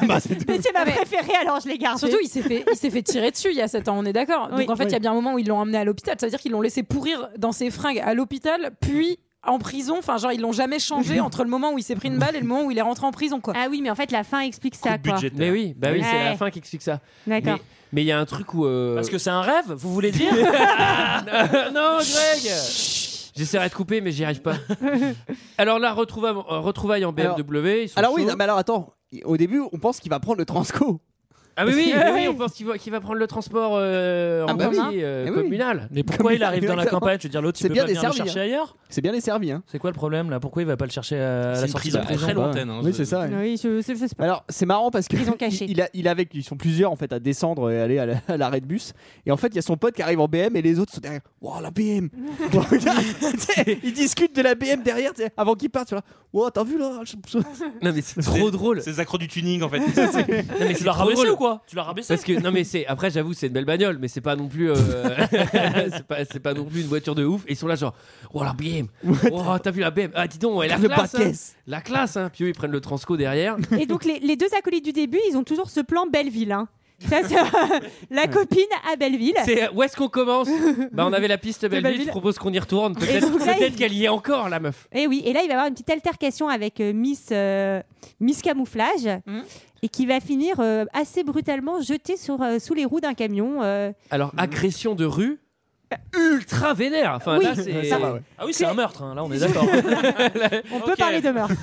Bah, c'est tout. Mais c'est ma Mais- préférée, alors je l'ai gardée. Surtout, il s'est fait, il s'est fait tirer dessus il y a 7 ans, on est d'accord. Donc Oui. en fait, il Oui. y a bien un moment où ils l'ont emmené à l'hôpital. Ça veut dire qu'ils l'ont laissé pourrir dans ses fringues à l'hôpital, puis en prison. Enfin, genre, ils l'ont jamais changé entre le moment où il s'est pris une balle et le moment où il est rentré en prison, quoi. Ah oui, mais en fait, la fin explique ça, Coupe quoi. budgétaire. Mais oui, bah oui, c'est la Ouais. fin qui explique ça. D'accord. Mais- Mais il y a un truc où. euh, Ah, Parce que c'est un rêve, vous voulez dire non, Greg J'essaierai de couper, mais j'y arrive pas. Alors là, retrouvaille, euh, retrouvaille en BMW. Alors- ils sont alors oui, chauds. non, mais alors attends. Au début, on pense qu'il va prendre le Transco. Ah oui, oui, oui, oui, on pense qu'il va, qu'il va prendre le transport euh, en Ah bah oui. commun, euh, Eh oui. communal. Mais pourquoi il arrive dans la Exactement. campagne Je veux dire, l'autre, il C'est peut bien pas venir le desservi, chercher hein. ailleurs C'est bien desservi, hein. C'est quoi le problème là Pourquoi il va pas le chercher à C'est la une sortie prison de prison très lointaine, hein, Oui, je- c'est ça, ouais. Oui, je, je sais pas. Alors c'est marrant parce que Ils ont caché. il- il a- il est avec, ils sont plusieurs en fait à descendre et aller à la- à l'arrêt de bus. Et en fait, il y a son pote qui arrive en BM et les autres sont derrière. Wow, la BM. Tu sais, ils discutent de la BM derrière tu sais, avant qu'ils partent. tu vois. Wow, t'as vu là Non, mais c'est trop drôle. C'est les accros du tuning en fait. Non, mais Tu c'est l'as trop rabaissé drôle. ou quoi Tu l'as rabaissé Parce que non mais c'est après j'avoue c'est une belle bagnole mais c'est pas non plus euh, c'est pas c'est pas non plus une voiture de ouf et ils sont là genre oh la BM oh t'as vu la BM ah dis donc elle a Le classe hein. baquesse. la classe hein puis eux, ils prennent le transco derrière Et donc, les, les deux acolytes du début, ils ont toujours ce plan Belleville. hein. Ça, c'est euh, la copine à Belleville. c'est euh, où est-ce qu'on commence bah on avait la piste Belleville, Belleville. je propose qu'on y retourne peut-être donc là, peut-être il- qu'elle y est encore la meuf Et Eh oui, et là, il va y avoir une petite altercation avec euh, Miss, euh, Miss Camouflage Hum. et qui va finir euh, assez brutalement jetée sur, euh, sous les roues d'un camion. euh. alors Mm-hmm. agression de rue ultra vénère enfin Oui. là c'est Ça va, ouais. Ah oui, c'est un meurtre, hein, là on est d'accord. On peut parler de meurtre.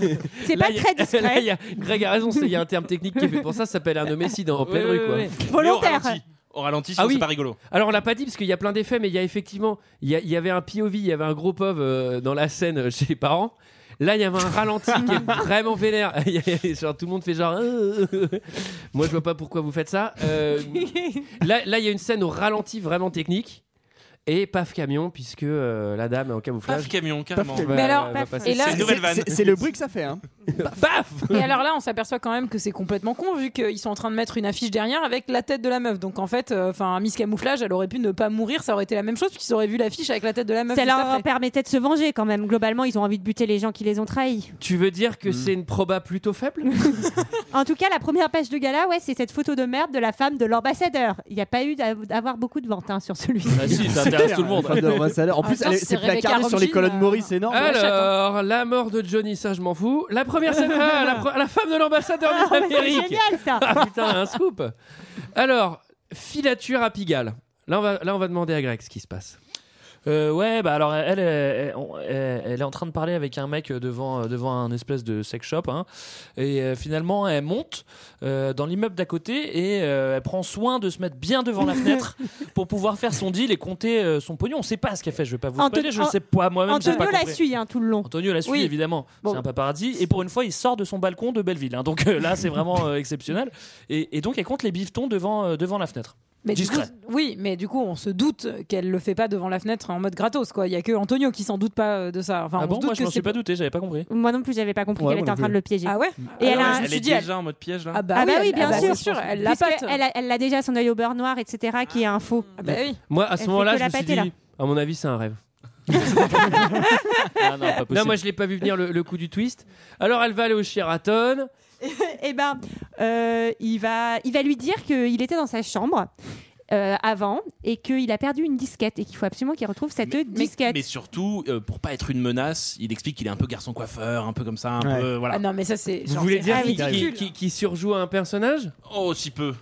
C'est pas Là, il y a- très là, il y discret. a- Greg a raison, c'est- il y a un terme technique qui est fait pour ça, ça s'appelle un homicide en pleine Ouais, rue. ouais, Quoi. Ah ouais. Volontaire. Au ralenti, Au ralenti, sinon c'est pas rigolo. Alors on l'a pas dit parce qu'il y a plein d'effets, mais il y a effectivement, il y, a- il y avait un POV, il y avait un gros pauvre dans la scène euh, chez les parents. Là, il y avait un ralenti qui est vraiment vénère. Il y a- genre, tout le monde fait genre. euh, euh, euh. Moi, je vois pas pourquoi vous faites ça. Euh, là, là, il y a une scène au ralenti vraiment technique. Et paf camion, puisque euh, la dame est en camouflage. Paf camion, carrément. Paf, Mais va- alors, va paf. passer. Et là- C'est une nouvelle C'est- vanne. c'est- C'est le bruit que ça fait. Hein. Et alors là, on s'aperçoit quand même que c'est complètement con vu qu'ils sont en train de mettre une affiche derrière avec la tête de la meuf. Donc en fait, euh, enfin, Miss Camouflage, elle aurait pu ne pas mourir, ça aurait été la même chose puisqu'ils auraient vu l'affiche avec la tête de la meuf. Ça juste leur après. permettait de se venger quand même. Globalement, ils ont envie de buter les gens qui les ont trahis. Tu veux dire Hmm. que c'est une proba plutôt faible En tout cas, la première page de gala, ouais, c'est cette photo de merde de la femme de l'ambassadeur. Il n'y a pas eu d'av- d'avoir beaucoup de ventes hein, sur celui-ci. Bah si, ça intéresse tout le monde. Femme de l'ambassadeur. En Ah, plus, attends, elle est- c'est c'est Rebecca placardé sur les Romijn, euh, colonnes Maurice, c'est énorme. Alors, la mort de Johnny, ça je m'en fous. La première scène, ah, la, pre- la femme de l'ambassadeur Ah, des mais c'est Amériques. génial ça Ah, putain, un scoop. Alors, filature à Pigalle. Là, on va, là, on va demander à Greg ce qui se passe. Euh, ouais, bah alors elle, elle, elle, on- elle- elle est en train de parler avec un mec devant, devant un espèce de sex shop. hein. et euh, finalement, elle monte euh, dans l'immeuble d'à côté et euh, elle prend soin de se mettre bien devant la fenêtre pour pouvoir faire son deal et compter euh, son pognon. On sait pas ce qu'elle fait, je vais pas vous Anto- spoiler, je An- sais pas moi-même. j'ai Antonio pas la compris. suit hein, tout le long. Antonio la suit Oui. évidemment, Bon. c'est un paparazzi et pour une fois il sort de son balcon de Belleville. hein. donc euh, là c'est vraiment euh, exceptionnel et, et donc elle compte les bifetons devant euh, devant la fenêtre. Mais du Discret. coup- oui, mais du coup, on se doute qu'elle le fait pas devant la fenêtre en mode gratos, quoi. Il y a que Antonio qui s'en doute pas euh, de ça. Enfin, ah on bon, se doute moi que je m'en c'est suis pas douté, j'avais pas compris. Moi non plus, j'avais pas compris Ouais, qu'elle moi était en non train de plus. le piéger. Ah ouais Et elle, a Alors, un- elle je me est suis dit, elle- déjà en mode piège là. Ah bah Ah bah oui, oui, elle- bien ah bah sûr. c'est sûr, elle Puisque l'appâte. Elle a- elle l'a déjà son œil au beurre noir, etc., qui est un faux. Ah bah oui. Moi, à Elle ce fait moment-là, que je la me suis pâtée, là. dit, à mon avis, c'est un rêve. Ah non, pas possible. Non, moi, je l'ai pas vu venir le, le coup du twist. Alors, elle va aller au Sheraton. Eh ben, euh, il, va, il va lui dire qu'il était dans sa chambre euh, avant et qu'il a perdu une disquette et qu'il faut absolument qu'il retrouve cette disquette. Mais surtout, euh, pour pas être une menace, il explique qu'il est un peu garçon coiffeur, un peu comme ça, un Ouais. peu. Voilà. Ah non, mais ça, c'est. Vous genre, voulez c'est dire qu'il ridicule. qu'il- qu'il- qu'il surjoue à un personnage Oh, si peu.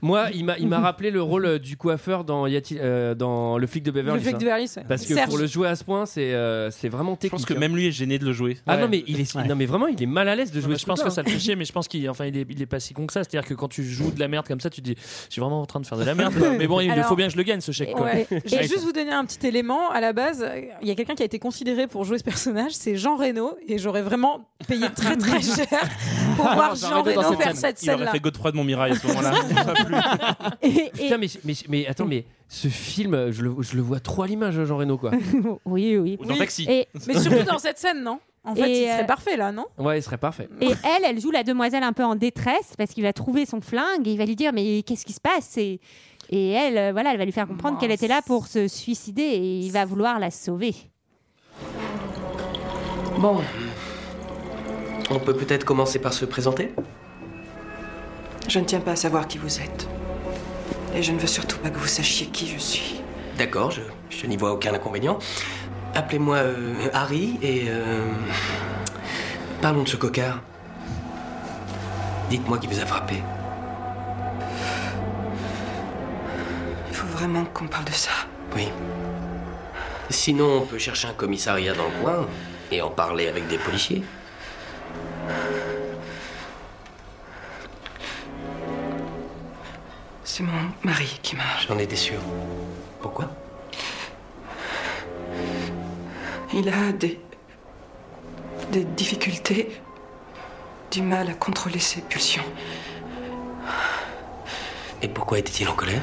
Moi, il m'a il m'a rappelé le rôle euh, du coiffeur dans, y a-t-il- euh, dans Le flic de Beverly Le flic hein. de Beverly, c'est- Parce que Serge. pour le jouer à ce point, c'est euh, c'est vraiment Je technique. pense que hein. même lui est gêné de le jouer. Ah non, mais il est, non, mais vraiment, il est mal à l'aise de Non, jouer. mais je pense que ça le fait chier, mais je pense qu'il enfin, il est, il est pas si con que ça. C'est-à-dire que quand tu joues de la merde comme ça, tu te dis Je suis vraiment en train de faire de la merde. quoi. Mais bon, il Alors- faut bien que je le gagne ce chèque. quoi. Ouais. Ouais. Et juste vous donner un petit élément, à la base, euh, il y a quelqu'un qui a été considéré pour jouer ce personnage, c'est Jean Reno, et j'aurais vraiment payé très très cher pour Ah, voir Jean, Reno faire cette Il aurait scène-là. fait Godefroy de Montmirail à ce moment-là. Putain, mais, mais, mais attends, mais ce film, je le, je le vois trop à l'image, Jean Reno, quoi. oui, oui. Ou dans Taxi. Et, Mais surtout dans cette scène, non En fait, Et, il serait euh, parfait là, non Ouais, il serait parfait. et elle, elle joue la demoiselle un peu en détresse parce qu'il va trouver son flingue et il va lui dire mais qu'est-ce qui se passe et, et elle, euh, voilà, elle va lui faire comprendre qu'elle était là pour se suicider et il va vouloir la sauver. Bon. On peut peut-être commencer par se présenter Je ne tiens pas à savoir qui vous êtes. Et je ne veux surtout pas que vous sachiez qui je suis. D'accord, je, je n'y vois aucun inconvénient. Appelez-moi euh, Harry et... euh, parlons de ce cocard. Dites-moi qui vous a frappé. Il faut vraiment qu'on parle de ça. Oui. Sinon, on peut chercher un commissariat dans le coin et en parler avec des policiers. C'est mon mari qui m'a. J'en étais sûr. Pourquoi Il a des. des difficultés. Du mal à contrôler ses pulsions. Et pourquoi était-il en colère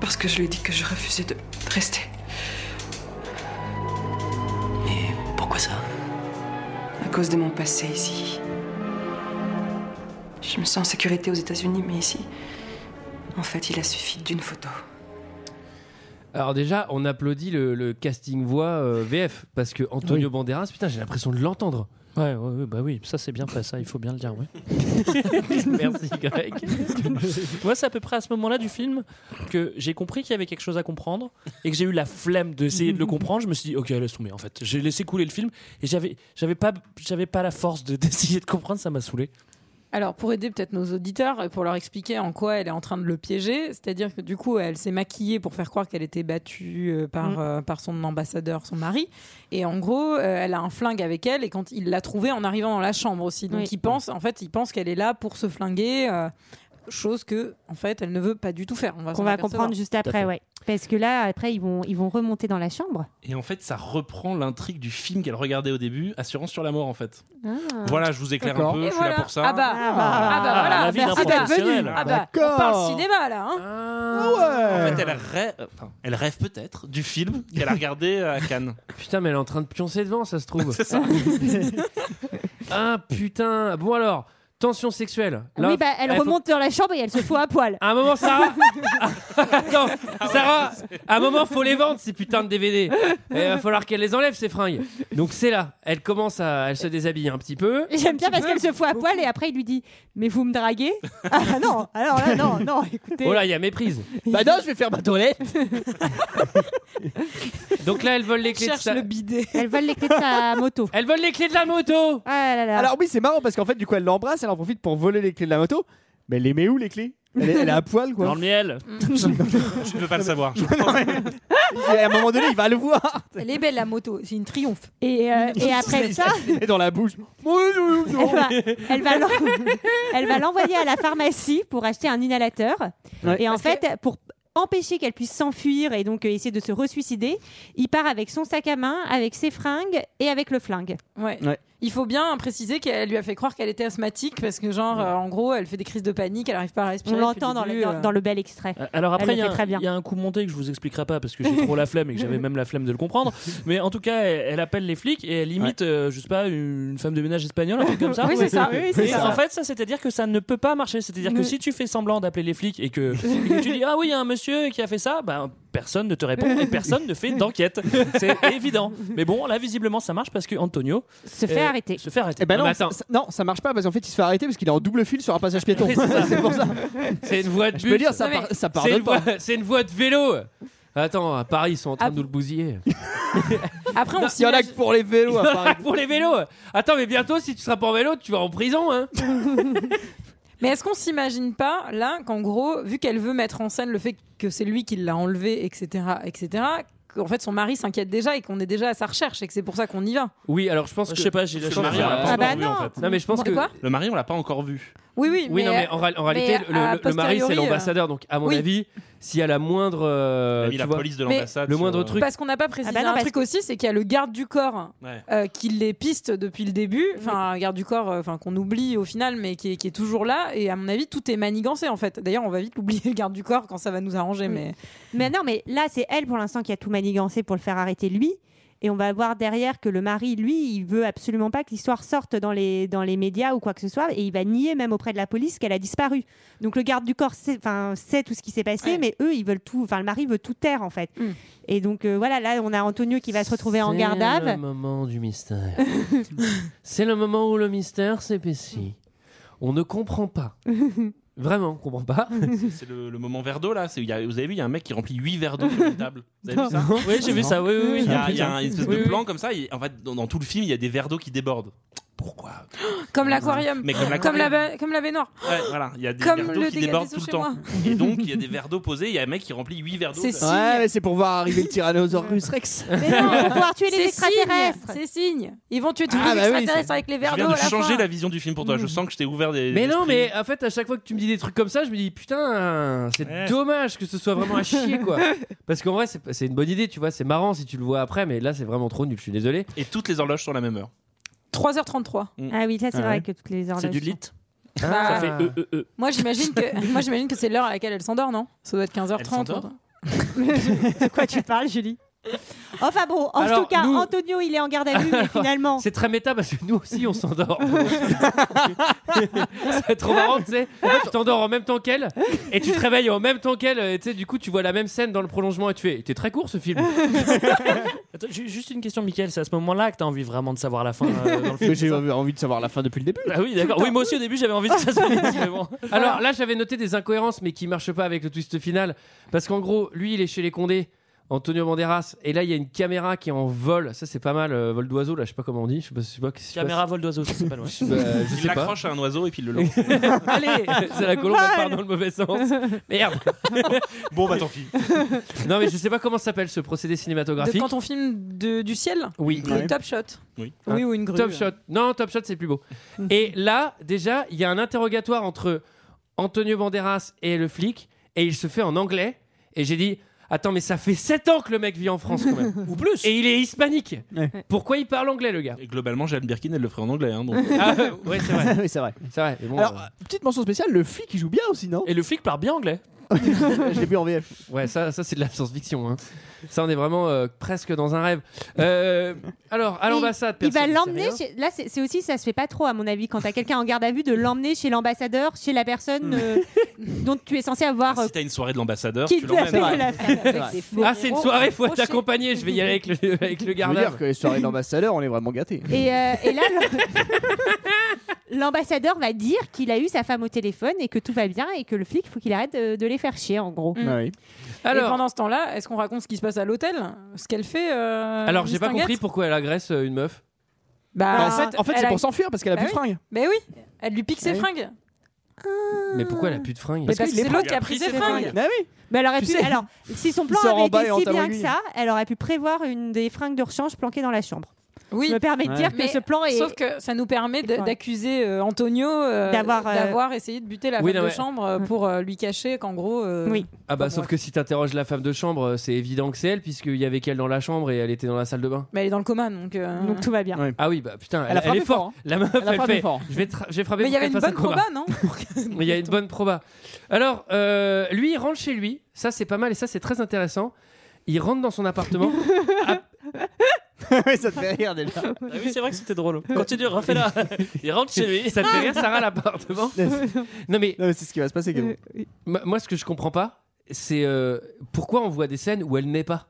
Parce que je lui ai dit que je refusais de rester. Pourquoi ça À cause de mon passé ici. Je me sens en sécurité aux États-Unis, mais ici. En fait, il a suffi d'une photo. Alors déjà, on applaudit le, le casting voix euh, VF parce que Antonio Banderas, putain, j'ai l'impression de l'entendre. Ouais, ouais, ouais, bah oui, ça c'est bien pas ça, il faut bien le dire, oui. Merci Greg. Moi, c'est à peu près à ce moment-là du film que j'ai compris qu'il y avait quelque chose à comprendre et que j'ai eu la flemme d'essayer de le comprendre. Je me suis dit, ok, laisse tomber en fait. J'ai laissé couler le film et j'avais, j'avais pas, j'avais pas la force de d'essayer de comprendre, ça m'a saoulé. Alors, pour aider peut-être nos auditeurs et pour leur expliquer en quoi elle est en train de le piéger, c'est-à-dire que du coup, elle s'est maquillée pour faire croire qu'elle était battue euh, par, Mm. euh, par son ambassadeur, son mari. Et en gros, euh, elle a un flingue avec elle et quand il l'a trouvé en arrivant dans la chambre aussi. Donc, Oui. il pense, en fait, il pense qu'elle est là pour se flinguer, euh, chose que, en fait, elle ne veut pas du tout faire. On va, Qu'on s'en va apercevoir. comprendre juste après, ouais. Parce que là, après, ils vont, ils vont remonter dans la chambre. Et en fait, ça reprend l'intrigue du film qu'elle regardait au début, Assurance sur la mort, en fait. Ah. Voilà, je vous éclaire un D'accord. peu, Et je suis là voilà. pour ça. Ah bah, Ah bah. ah bah voilà, la vie d'un merci d'être professionnel. venu. Ah bah, on parle cinéma là. hein. En fait, elle rêve, euh, enfin, elle rêve peut-être du film qu'elle a regardé euh, à Cannes. Putain, mais elle est en train de pioncer devant, ça se trouve. C'est ça. ah putain. Bon alors, tension sexuelle. Là, oui, bah, elle faut- remonte dans la chambre et elle se fout à poil. À un moment, Sarah. Attends, Sarah, à un moment, faut les vendre ces putains de DVD. Et il va falloir qu'elle les enlève ces fringues. Donc c'est là, elle commence à, elle se déshabille un petit peu. Et J'aime bien parce qu'elle se fout à poil et après il lui dit Mais vous me draguez Ah non, alors là, non, non, écoutez. Oh là, il y a méprise. Bah non, je vais faire ma toilette. Donc là, elle vole les clés de sa... Elle vole les clés de sa moto. Elle vole les clés de la moto Ah là là. Alors oui, c'est marrant parce qu'en fait, du coup, elle l'embrasse, elle en profite pour voler les clés de la moto. Mais elle les met où les clés elle est, elle est à poil quoi. Dans le miel. Je ne veux pas le savoir. Je- Et à un moment donné, il va le voir. Elle est belle la moto, c'est une triomphe. Et, euh, et après ça, Et dans la bouche. elle va, elle va l'en- elle va l'envoyer à la pharmacie pour acheter un inhalateur. Ouais. Et en fait, pour empêcher qu'elle puisse s'enfuir et donc euh, essayer de se ressuicider, il part avec son sac à main, avec ses fringues et avec le flingue. Ouais. Ouais. Il faut bien préciser qu'elle lui a fait croire qu'elle était asthmatique parce que genre euh, en gros elle fait des crises de panique, elle arrive pas à respirer. On l'entend dans, le- euh. dans- dans le bel extrait. Euh, Alors Elle après, le il y, a fait très un- bien. il y a un coup monté que je vous expliquerai pas parce que j'ai trop la flemme et que j'avais même la flemme de le comprendre. Mais en tout cas, elle, elle appelle les flics et elle imite, euh, je sais pas, une femme de ménage espagnole, un truc comme ça. Oui, c'est ça. Oui, c'est Et ça. en fait, ça, c'est-à-dire que ça ne peut pas marcher. C'est-à-dire que Oui. si tu fais semblant d'appeler les flics et que, et que tu dis ah oui, il y a un monsieur qui a fait ça, bah, personne ne te répond et personne ne fait d'enquête. C'est évident. Mais bon, là, visiblement, ça marche parce que Antonio euh, Se fait arrêter. Se fait arrêter. Eh ben non, ça, ça- non, ça marche pas parce qu'en fait, il se fait arrêter parce qu'il est en double fil sur un passage piéton. Oui, c'est ça. c'est pour ça. C'est une voie de Je peux bus. dire, ça par- ça C'est pardonne une, voie... pas. c'est une voie de vélo. Attends, à Paris, ils sont en train de nous le bousiller. Après Il y on en a s'imagine- que pour les vélos à Paris. Pour les vélos. Attends, mais bientôt, si tu seras pas en vélo, tu vas en prison. Hein. Mais est-ce qu'on s'imagine pas là qu'en gros vu qu'elle veut mettre en scène le fait que c'est lui qui l'a enlevé etc etc qu'en fait son mari s'inquiète déjà et qu'on est déjà à sa recherche et que c'est pour ça qu'on y va. Oui, alors je pense que. Euh, Je sais pas, j'ai- je je pense sais que- pas. Ah bah non. Non, mais je pense Bon, que. quoi Le mari, on l'a pas encore vu. Oui oui. Oui, non, mais en, ra- en mais réalité, le, à le- le mari, c'est posteriori, euh, l'ambassadeur. Donc, à mon oui. avis, s'il y a la moindre. euh, Elle a mis tu la vois, police de Mais- l'ambassade. Le sur, moindre euh, truc. Parce qu'on n'a pas précisé Ah bah non, un parce truc aussi, c'est qu'il y a le garde du corps Ouais. euh, qui les piste depuis le début, enfin un garde du corps, euh, enfin qu'on oublie au final, mais qui est, qui est toujours là. Et à mon avis, tout est manigancé en fait. D'ailleurs, on va vite l'oublier le garde du corps quand ça va nous arranger, mais Mais non, mais là, c'est elle pour l'instant qui a tout manigancé pour le faire arrêter lui. Et on va voir derrière que le mari, lui, il veut absolument pas que l'histoire sorte dans les, dans les médias ou quoi que ce soit. Et il va nier même auprès de la police qu'elle a disparu. Donc le garde du corps sait, enfin, sait tout ce qui s'est passé, mais eux, ils veulent tout. Enfin, le mari veut tout taire, en fait. Mm. Et donc euh, voilà, là, on a Antonio qui va se retrouver en garde à C'est le vue. moment du mystère. c'est le moment où le mystère s'épaissit. On ne comprend pas. Vraiment, on comprend pas. C'est c'est le, le moment verre d'eau là. C'est- il y a- vous avez vu, il y a un mec qui remplit 8 verres d'eau sur une table. Vous avez vu ça Oui, j'ai vu ça. Oui, oui, oui. Il y a, il y a un espèce Oui, de oui. plan comme ça. et en fait, dans, dans tout le film, il y a des verres d'eau qui débordent. pourquoi Comme l'aquarium. Mais comme comme, la l'aquarium. ba- comme la baignoire. Ouais, voilà, il y a des Comme verres le d'eau qui dégât débordent des eaux tout le chez temps. moi. Et donc, il y a des verres d'eau posés, il y a un mec qui remplit 8 verres d'eau. C'est là. Ouais, mais c'est pour voir arriver le Tyrannosaurus Rex. C'est signe, C'est signe. Ils vont tuer tous Ah, bah les oui, extraterrestres c'est- avec les Je verres d'eau. viens à de la changer fin. Mm. la vision du film pour toi. Je sens que je t'ai ouvert des. Mais non, l'esprit. mais en fait, à chaque fois que tu me dis des trucs comme ça, je me dis putain, c'est Ouais. dommage que ce soit vraiment à chier quoi. Parce qu'en vrai, c'est c'est une bonne idée, tu vois, c'est marrant si tu le vois après, mais là, c'est vraiment trop nul, je suis désolé. Et toutes les horloges sont la même heure. 3h33. Mm. Ah oui, ça c'est Ah vrai ouais. que toutes les horloges. C'est du lit. litre. Bah, Ça fait euh, euh, euh. Moi j'imagine que moi j'imagine que c'est l'heure à laquelle elle s'endort, non Ça doit être 15h30. s'endort De quoi tu parles, Julie Enfin bon, en Alors, tout cas, nous- Antonio, il est en garde à vue, mais finalement. C'est très méta parce que nous aussi on s'endort. c'est trop marrant, tu sais. En fait, tu t'endors en même temps qu'elle et tu te réveilles en même temps qu'elle. et Tu sais, du coup, tu vois la même scène dans le prolongement et tu fais. T'es très court ce film. Attends, ju- juste une question, Michael. C'est à ce moment-là que t'as envie vraiment de savoir la fin euh, dans le film. Mais J'ai envie de savoir la fin depuis le début. Ah oui, d'accord. Oui, moi aussi au début j'avais envie de ça se finisse, mais bon. Alors là, j'avais noté des incohérences, mais qui marchent pas avec le twist final. Parce qu'en gros, lui, il est chez les Condés, Antonio Banderas, et là, il y a une caméra qui est en vol. Ça, c'est pas mal, euh, vol d'oiseau, là, je sais pas comment on dit. Je sais pas, je sais pas, je sais pas Caméra si- vol d'oiseau, ça Bah, s'appelle. Ouais. Euh, je Il sais pas. l'accroche à un oiseau et puis il le lance. Allez C'est la colombe, elle part dans le mauvais sens. Merde Bon, bah tant pis. Non, mais je sais pas comment ça s'appelle ce procédé De cinématographique. quand on filme de- du ciel Oui. Le top shot. Oui. Oui, Un ou une grue. Top Shot. Non, Top Shot, c'est plus beau. et là, déjà, il y a un interrogatoire entre Antonio Banderas et le flic, et il se fait en anglais. Et j'ai dit, attends, mais ça fait 7 ans que le mec vit en France quand même. Ou plus. Et il est hispanique. Pourquoi il parle anglais, le gars Et globalement, Jeanne Birkin, elle le ferait en anglais. Hein, donc. Ah, ouais, c'est vrai. oui, c'est vrai. C'est vrai. mais bon, euh, Alors, bah. petite mention spéciale, le flic il joue bien aussi, non Et le flic parle bien anglais. Je l'ai vu en VF. euh, ouais, ça, ça c'est de la science-fiction. hein. Ça, on est vraiment euh, presque dans un rêve. Euh, alors, à Il- l'ambassade, Il va personne ne sait l'emmener. rien. Chez... Là, c'est c'est aussi, ça se fait pas trop, à mon avis, quand t'as quelqu'un en garde à vue, de l'emmener chez l'ambassadeur, chez la Hmm. personne euh, dont tu es censé avoir. euh, Si t'as une soirée de l'ambassadeur, qui tu l'a fait l'emmènes. la fête avec des faux Ah, c'est une héros soirée, faut être accrochés. accompagné. Je vais y aller avec le, avec le Je veux garde dire que les soirées d'ambassadeur, on est vraiment gâtés. Et, euh, et là, l'am- l'ambassadeur va dire qu'il a eu sa femme au téléphone et que tout va bien et que le flic, faut qu'il arrête de, de les faire chier, en gros. Hmm. Et Alors- pendant ce temps-là, est-ce qu'on raconte ce qui se passe à l'hôtel Ce qu'elle fait euh, Alors, j'ai pas Mistinguette compris pourquoi elle agresse euh, une meuf. Bah, En fait- en fait, elle c'est a- pour s'enfuir, parce qu'elle a Bah plus de oui. fringues. Mais oui, elle lui pique ses Bah Ah oui. fringues. Mais pourquoi elle a plus de fringues Mais parce que c'est l'autre qui a pris ses fringues. Ah oui Mais elle aurait Tu pu. sais, alors, si son il plan sort en avait bas et été en si bien que tabarnouille. ça, elle aurait pu prévoir une des fringues de rechange planquées dans la chambre. Oui. Je me permets de dire Mais que ce plan est. Sauf que ça nous permet de- d'accuser euh, Antonio euh, D'avoir, d'avoir euh, essayé de buter la Oui, femme non, de mais- chambre euh, pour euh, lui cacher qu'en gros. euh, Ah bah Bon, sauf bref. que si t'interroges la femme de chambre, euh, c'est évident que c'est elle puisqu'il y avait qu'elle dans la chambre et elle était dans la salle de bain. Mais elle est dans le coma, donc. euh, Donc tout va bien. Ah oui bah putain, Elle elle, a elle frappé est forte. fort, hein. La meuf Elle a elle frappé fait. fort. Je vais, tra- je vais frapper. Mais il y pour avait une qu'elle fasse un bonne coma. proba, non Mais il y a une bonne proba. Alors euh, lui il rentre chez lui, ça c'est pas mal et ça c'est très intéressant. Il rentre dans son appartement. Ah. Ouais, ça te fait rire déjà. Ah oui, c'est vrai que c'était drôle. Continue, refais-la. Il rentre chez lui. ça te fait rire Sarah l'appartement Non mais Non, mais c'est ce qui va se passer. Clément. m- moi ce que je comprends pas, c'est euh, pourquoi on voit des scènes où elle n'est pas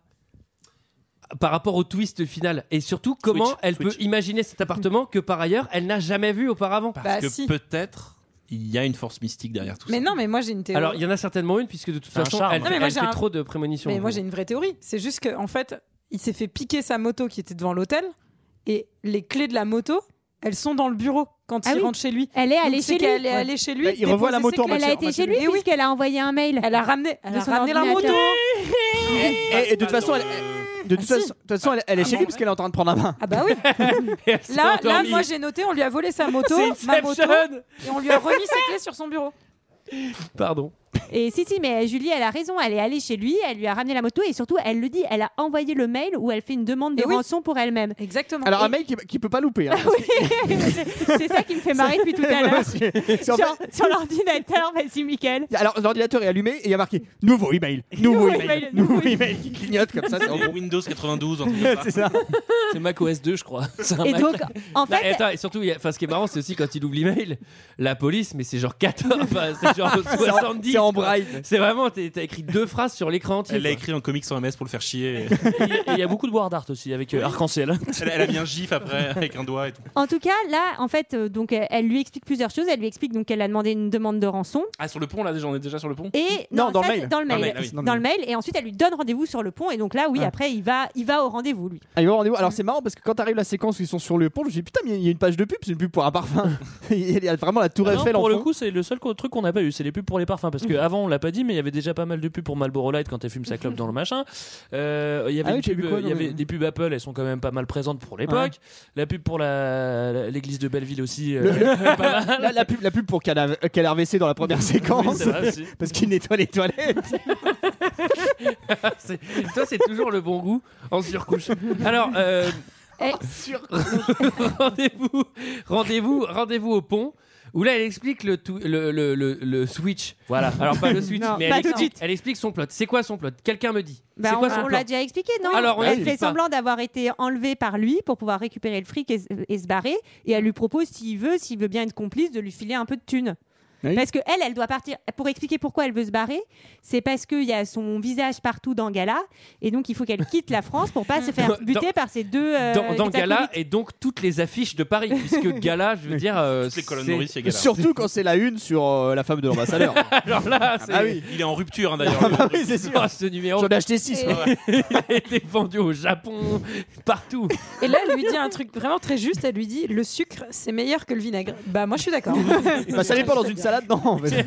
par rapport au twist final et surtout comment Switch, elle switch. peut imaginer cet appartement que par ailleurs elle n'a jamais vu auparavant. Bah, Parce que si. peut-être il y a une force mystique derrière tout ça. Mais non, mais moi j'ai une théorie. Alors, il y en a certainement une, puisque de toute C'est un façon, charme. elle, Non, mais moi, elle j'ai fait un- trop de prémonitions. Mais moi j'ai une vraie théorie. C'est juste que en fait, il s'est fait piquer sa moto qui était devant l'hôtel et les clés de la moto, elles sont dans le bureau quand Ah il oui. rentre chez lui. Elle est Donc, allée c'est chez lui. qu'elle est allée chez lui. Bah, il revoit la déposer moto en ses Elle clés. a été chez lui Et oui, puisqu'elle a envoyé un mail. elle a ramené, elle De a son ramené la moto. ordinateur. Et, et Eh, de toute façon, elle, elle- de toute Ah, façon, de toute façon, elle, elle est chez lui parce qu'elle est en train de prendre un bain. Ah bah oui. Là, là, moi j'ai noté, on lui a volé sa moto, C'est ma moto, Inception et on lui a remis ses clés sur son bureau. Pardon. Et si, si, mais Julie, elle a raison. Elle est allée chez lui, elle lui a ramené la moto et surtout, elle le dit, elle a envoyé le mail où elle fait une demande de Et Eh oui. rançon pour elle-même. Exactement. Alors, Et- un mec qui, qui peut pas louper. hein. Ah C'est ça qui me fait marrer depuis tout à l'heure. C'est en Sur, fait- sur l'ordinateur, vas-y, Mickaël. Alors, l'ordinateur est allumé et il y a marqué nouveau email, nouveau Nouveau email, email, nouveau nouveau email qui clignote comme ça. c'est en Et gros. Windows 92, en tout cas. C'est ça. C'est Mac OS 2, je crois. C'est un Et Mac. donc, en fait, Bah, attends, et surtout, il y a- enfin, ce qui est marrant, c'est aussi quand il oublie l'email, la police, mais c'est genre 14, enfin, c'est genre C'est en- 70. C'est en quoi. Bright. C'est vraiment, t'es- t'as écrit deux phrases sur l'écran entier. Elle l'a quoi. écrit en comics en MS pour le faire chier. Il y a beaucoup de war d'art aussi avec euh, arc-en-ciel. elle, elle a mis un gif après avec un doigt et tout. En tout cas, là, en fait, euh, donc euh, elle lui explique plusieurs choses. Elle lui explique donc qu'elle a demandé une demande de rançon. Ah, sur le pont là déjà, on est déjà sur le pont Et ça, c'est Dans le mail. ah oui. Dans le mail. Et ensuite, elle lui donne rendez-vous sur le pont. Et donc là, oui, Ah. après, il va, il va au rendez-vous, lui. Ah, il va au rendez-vous. Alors c'est marrant parce que quand arrive la séquence où ils sont sur le pont, je me dis putain, mais il y a une page de pub, c'est une pub pour un parfum. il y a vraiment la tour Ah non, Eiffel en pour le fond. coup, c'est le seul co- truc qu'on n'a pas eu, c'est les pubs pour les parfums. Parce Mhm. qu'avant, on l'a pas dit, mais il y avait déjà pas mal de pubs pour Marlboro Light quand elle fume sa clope dans le machin. Euh, Il y avait, Ah oui, une j'ai pub- vu quoi, il y non, avait mais- des pubs Apple, elles sont quand même pas mal présentes pour l'époque. La pub pour la- la- l'église de Belleville aussi. euh, Le- le- pas mal. la, la pub, la pub pour Canal euh, Canal WC dans la première séquence. c'est vrai aussi. parce qu'il nettoie les toilettes. C'est- Toi, c'est toujours le bon goût en surcouche. Alors, euh, Eh. rendez-vous, rendez-vous, rendez-vous au pont. Où là, elle explique le, tou- le, le- le- le switch. Voilà. Alors, pas le switch, Non, mais pas elle tout de explique, elle explique son plot. C'est quoi son plot Quelqu'un me dit. Bah, c'est quoi on- son on plot l'a déjà expliqué, non Alors, on Elle l'explique fait pas. semblant d'avoir été enlevée par lui pour pouvoir récupérer le fric et, s- et se barrer. Et elle lui propose, s'il veut, s'il veut bien être complice, de lui filer un peu de thunes. Oui. Parce que elle, elle doit partir. Pour expliquer pourquoi elle veut se barrer, c'est parce qu'il y a son visage partout dans Gala, et donc il faut qu'elle quitte la France pour pas se faire Dans- buter par ces deux. euh, dans, dans acolytes. Gala et donc toutes les affiches de Paris, puisque Gala, je veux dire, euh, Toutes les colonnes c'est- nourricières, Gala. Surtout quand c'est la une sur euh, la femme de l'ambassadeur. Alors là, bah c'est- Ah oui. Il est en rupture hein, d'ailleurs. Ah oui, c'est sûr. Ah, ce numéro. J'en ai acheté 6. Il était vendu au Japon, partout. Et là, elle lui dit un truc vraiment très juste. Elle lui dit le sucre, c'est meilleur que le vinaigre. Bah, moi, je suis d'accord. Bah, ça dépend dans une salade, non en fait.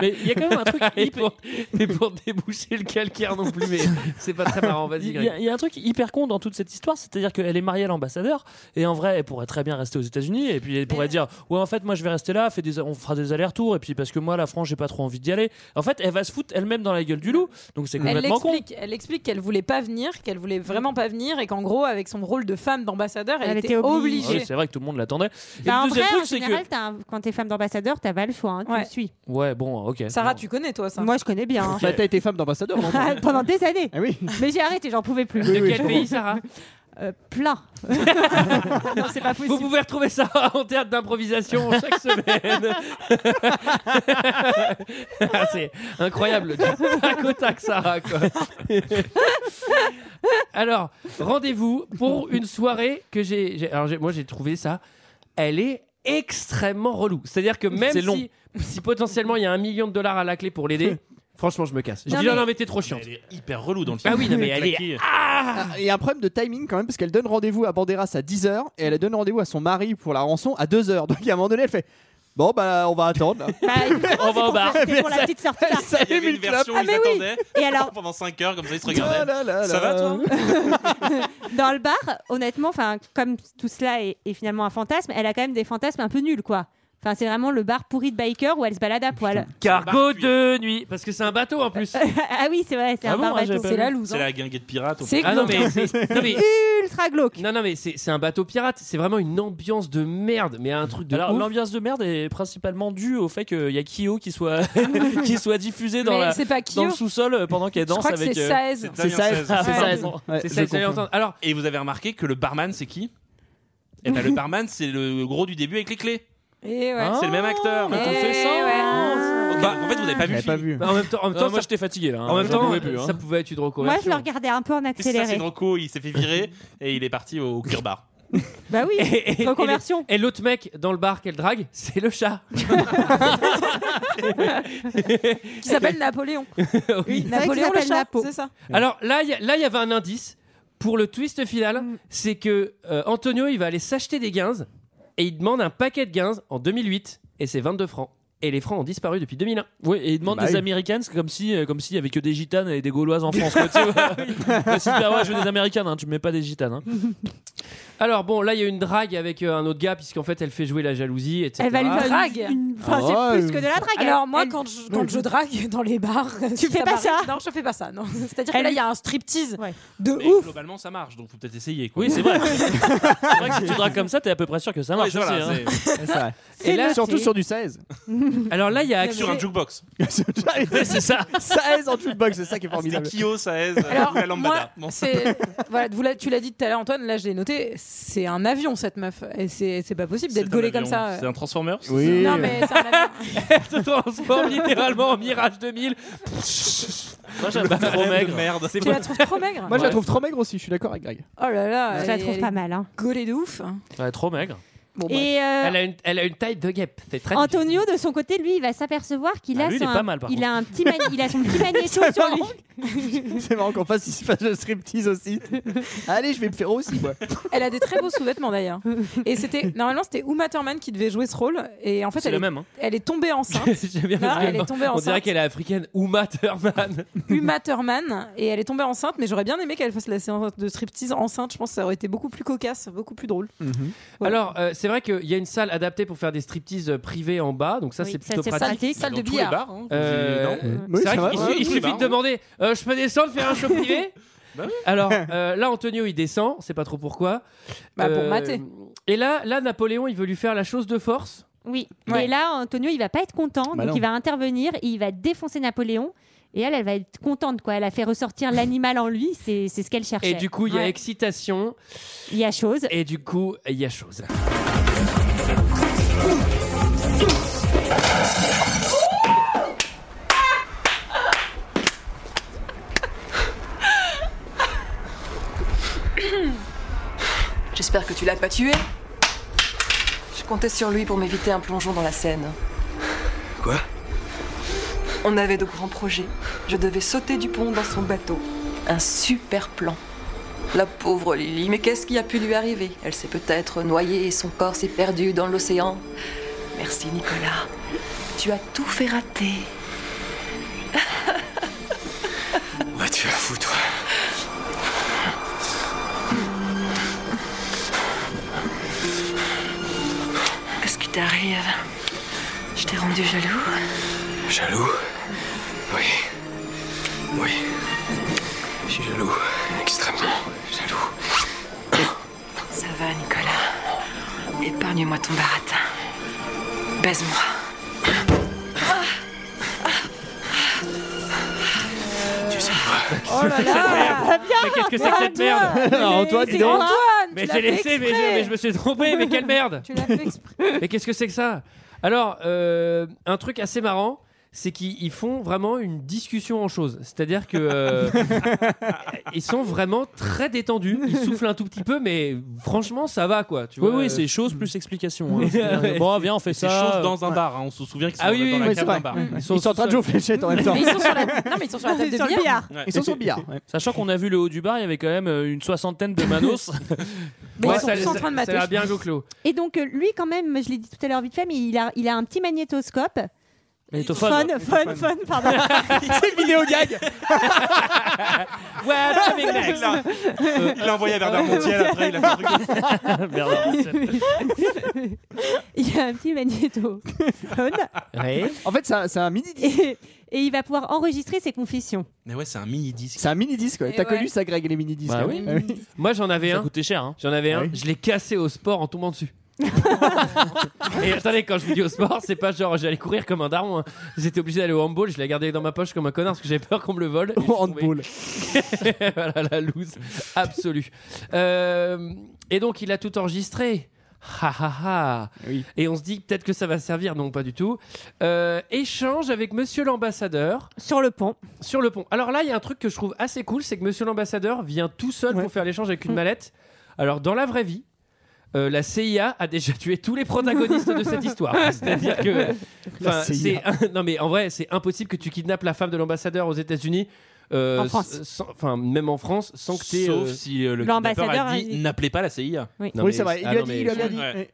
Mais il y a quand même un truc Et hyper. pour, et pour déboucher le calcaire non plus, mais c'est pas très marrant. Vas-y, Il y, a- Greg. il y a un truc hyper con dans toute cette histoire, c'est-à-dire qu'elle est mariée à l'ambassadeur, et en vrai, elle pourrait très bien rester aux États-Unis, et puis elle pourrait dire Ouais, en fait, moi je vais rester là, fait des, on fera des allers-retours, et puis parce que moi, la France, j'ai pas trop envie d'y aller. En fait, elle va se foutre elle-même dans la gueule du loup, donc c'est Elle complètement con. explique, elle explique qu'elle voulait pas venir, qu'elle voulait vraiment pas venir et qu'en gros, avec son rôle de femme d'ambassadeur, elle, était obligée. Ouais, Ah c'est vrai que tout le monde l'attendait. Et Bah, le en deuxième vrai, en truc, c'est général, t'as un- quand t'es femme d'ambassadeur, t'as pas le choix. hein, Tu Ouais. le suis. que. Ouais, bon, ok. Sarah, tu connais toi ça Moi, je connais bien. hein. Bah, t'as été femme d'ambassadeur non Pendant des années. Ah oui. Mais j'ai arrêté, j'en pouvais plus. De Oui, oui, quel je pays, comprends. Sarah Euh, Plein. non, c'est pas Vous possible. pouvez retrouver ça en théâtre d'improvisation chaque semaine. Ah, c'est incroyable, du tac au tac, Sarah. Quoi. Alors, rendez-vous pour une soirée que j'ai. j'ai- Alors, j'ai- moi, j'ai trouvé ça. Elle est extrêmement relou. C'est-à-dire que même C'est long. si, si potentiellement il y a un million de dollars à la clé pour l'aider, franchement, je me casse. Je Non, dis non, mais- non, mais t'es trop chiante. Elle est hyper relou dans le film. Ah oui, non, mais elle est Claquée. Ah, Il y a un problème de timing quand même parce qu'elle donne rendez-vous à Banderas à 10h et elle donne rendez-vous à son mari pour la rançon à 2h. Donc à un moment donné, elle fait Bon, bah on va attendre. là. Bah, évidemment, On va c'est au pour bar. faire- c'est pour Mais la ça- petite sortie. elle Il y s'allume avait une une clope. version où Ah, ils mais oui. attendaient Et alors, Oh pendant 5 heures, comme ça ils se Ah regardaient. là là Ça va là. toi dans le bar, honnêtement, enfin, comme tout cela est, est finalement un fantasme, elle a quand même des fantasmes un peu nuls, quoi. Enfin, c'est vraiment le bar pourri de biker où elle se balade à poil. Cargo de nuit, parce que c'est un bateau en plus. ah oui, c'est vrai, c'est Ah un bon, bar ah, j'avais bateau. pas C'est vu. la loose. hein. C'est la guinguette pirate. au C'est Ah non, glauque. mais c'est- non, mais- Ultra glauque. Non, non, mais c'est c'est un bateau pirate. C'est vraiment une ambiance de merde, mais un truc de Alors ouf. l'ambiance de merde est principalement due au fait qu'il y a Kyo qui soit qui soit diffusée dans, Mais la- c'est pas dans Kyo. le sous-sol pendant qu'elle Je danse crois que avec. c'est euh, Saez. C'est ça, Damien c'est Seize. ça, Ah, c'est bon. ça. Ouais, C'est je ça que j'allais confirme. entendre. Alors, Et vous avez remarqué que le barman, c'est qui Eh ben, le barman, c'est le gros du début avec les clés. Et Eh ouais. Ah, C'est le même acteur. Eh Ok, fait ça, ouais. donc Bah, en fait, vous n'avez pas vu le J'avais pas film. vu. bah, en même temps, en même Non, temps, moi ça, j'étais fatigué là. hein, en même j'en temps, pouvais plus, hein. ça pouvait être une Moi, je reconversion. le regardais un peu en C'est ça, c'est accéléré. Droko, il s'est fait virer et il est parti au cure bar. Bah oui, Et- et- reconversion. Et l'autre mec dans le bar qu'elle drague, c'est le chat. Qui s'appelle Napoléon. Oui, c'est vrai qu'il Napoléon le s'appelle chat. Napo. C'est ça. Alors là, il y a- là, il y avait un indice pour le twist final, Mm. c'est que euh, Antonio, il va aller s'acheter des guinzes et il demande un paquet de guinzes en 2008 et c'est 22 francs. Et les francs ont disparu depuis 2001. Oui, et ils demandent Bah des oui. américaines, c'est comme si, euh, comme s'il y avait que des gitanes et des gauloises en France. quoi, tu sais, ouais. Bah, si tu dis, ah ouais, je veux des américaines, hein, tu me mets pas des gitanes. hein. Alors bon, là, il y a une drague avec euh, un autre gars puisqu'en fait, elle fait jouer la jalousie, etc. Elle va lui faire une- drague. une- Enfin, Ah c'est ouais. plus que de la drague. Oh, Alors moi, Elle- quand je, quand je drague dans les bars, euh, si fais pas m'arrive- ça Non, je fais pas ça. Non. C'est-à-dire que Elle là, lui- il y a un striptease Ouais. de Mais ouf. globalement, ça marche, donc faut peut-être essayer. quoi. Oui, c'est vrai. c'est vrai que si tu dragues comme ça, t'es à peu près sûr que ça Ouais, marche. voilà, aussi, hein. c'est- Ouais, c'est vrai. Et là, Surtout sur du 16. Alors là, il y a Sur un jukebox. c'est ça. Saez en jukebox, c'est ça qui est formidable. Ah, C'était Kyo, Saez, Alors, la lambada. moi, Bon. c'est- voilà, vous l'avez- tu l'as dit tout à l'heure, Antoine. Là, je l'ai noté. C'est un avion, cette meuf. Et c'est c'est pas possible d'être gaulée comme ça. C'est un Transformer Oui. Non, mais c'est un avion. Elle se transforme littéralement en Mirage 2000. Moi, je la trouve trop maigre. Merde. Tu la trouves trop maigre Moi, je la trouve trop maigre aussi, je suis d'accord avec Greg. Oh là là. Je la elle- trouve elle pas est mal. hein. Gaulée de ouf. trop maigre. Bon, Et, euh, Elle, a une, elle a une taille de guêpe. C'est très Antonio, de son côté, lui, il va s'apercevoir qu'il Ah, a lui, il son- est pas mal, par il a contre. un petit mani- il a son petit magnéto C'est sur marrant. lui. C'est marrant qu'on fasse, il se fasse le striptease aussi. Allez, je vais me faire aussi, moi. Elle a des très beaux sous-vêtements d'ailleurs. Et c'était normalement c'était Uma Thurman qui devait jouer ce rôle et en fait C'est elle le est, même, hein. elle est tombée enceinte. J'aime bien Non, parce que Ah, elle est tombée On dirait enceinte. qu'elle est africaine ou Matterman. Uma Thurman et elle est tombée enceinte mais j'aurais bien aimé qu'elle fasse la séance de striptease enceinte, je pense que ça aurait été beaucoup plus cocasse, beaucoup plus drôle. Alors, euh, c'est vrai qu'il y a une salle adaptée pour faire des striptease euh, privés en bas, donc ça Oui, c'est ça, plutôt c'est pratique. pratique. Salle de Dans tous les billard. bars, hein, Euh, vous y- non c'est Oui, vrai ça qu'il va, su- ouais, il tous les suffit bars, de demander euh, Je peux descendre faire un show privé Alors euh, là, Antonio il descend, c'est pas trop pourquoi. Bah, pour Euh, mater. Et là, là, Napoléon il veut lui faire la chose de force. Oui. Ouais. Et là, Antonio, il va pas être content, Bah donc non. il va intervenir, et il va défoncer Napoléon. Et elle, elle va être contente, quoi. Elle a fait ressortir l'animal en lui, c'est c'est ce qu'elle cherchait. Et du coup, il y a Ouais. excitation. Il y a chose. Et du coup, il y a chose. J'espère que tu l'as pas tué. Je comptais sur lui pour m'éviter un plongeon dans la Seine. Quoi On avait de grands projets. Je devais sauter du pont dans son bateau. Un super plan. La pauvre Lily, mais qu'est-ce qui a pu lui arriver Elle s'est peut-être noyée et son corps s'est perdu dans l'océan. Merci Nicolas. Tu as tout fait rater. Va tu vas foutre. Qu'est-ce qui t'arrive Je t'ai rendu jaloux Jaloux Oui. Oui. Je suis jaloux. Extrêmement jaloux. Ça va Nicolas. Épargne-moi ton baratin. Baise-moi. Tu sais quoi Oh là là Mais qu'est-ce que c'est que cette Ah, merde Antoine, dis donc. Mais j'ai laissé, mais, mais je me suis trompé, mais quelle merde Tu l'as fait exprès. Mais qu'est-ce que c'est que ça Alors, euh, un truc assez marrant, c'est qu'ils ils font vraiment une discussion en choses. C'est-à-dire que euh, ils sont vraiment très détendus. Ils soufflent un tout petit peu, mais franchement, ça va quoi. Tu Oui, vois, oui, euh, c'est chose plus explication. hein. C'est-à-dire, bon, viens, on fait C'est ça. chose dans un bar, hein, on se souvient qu'ils sont Ah oui, dans oui, la cave oui, c'est d'un vrai. bar. Mm. Ils sont en train de jouer aux fléchettes en même temps. Mais ils sont sur la Non mais ils sont sur la table de billard. Ouais. Ils sont sur le billard. ouais. Sachant qu'on a vu le haut du bar, il y avait quand même euh, une soixantaine de manos. Mais ils sont tous en train de mater. Ça va bien go clos. Et donc, euh, lui, quand même, je l'ai dit tout à l'heure vite fait, mais il a, il a un petit magnétoscope. Fun, Magnétophone. fun, fun, pardon. C'est vidéo gag Ouais, attends, mais Il l'a- euh, il l'a envoyé à Bernard Montiel après, il a fait un truc. Bernard Montiel. il a un petit magnétophone. En fait, c'est un, c'est un mini disque. Et, et il va pouvoir enregistrer ses confessions. Mais ouais, c'est un mini disque. C'est un mini disque. Et T'as ouais. connu ça, Greg, les hein Ah mini disques Bah oui. Moi, j'en avais Ça un. coûtait cher. hein. J'en avais Ah un. Je l'ai cassé au sport en tombant dessus. Et attendez, quand je vous dis au sport, c'est pas genre j'allais courir comme un daron. hein. J'étais obligé d'aller au handball, je l'ai gardé dans ma poche comme un connard parce que j'avais peur qu'on me le vole. et je suis tombé. Handball. voilà la loose absolue. Euh, et donc il a tout enregistré. Ha ha ha. Et on se dit peut-être que ça va servir, non pas du tout. Euh, échange avec Monsieur l'ambassadeur Sur le pont. sur le pont. Alors là, il y a un truc que je trouve assez cool, c'est que Monsieur l'ambassadeur vient tout seul pour faire l'échange Mm. avec une mallette. Alors dans la vraie vie. euh, la CIA a déjà tué tous les protagonistes de cette histoire. C'est-à-dire que, La enfin, CIA. c'est- non mais en vrai, c'est impossible que tu kidnappes la femme de l'ambassadeur aux États-Unis, euh, En France. s- sans- enfin même en France, sans que t'aies, Sauf euh, si euh, le L'ambassadeur kidnappeur a a dit dit- n'appelez pas la CIA. Oui. Non, oui, mais- c'est vrai. Il ah, lui a non, dit. mais- il lui a bien dit. Ouais.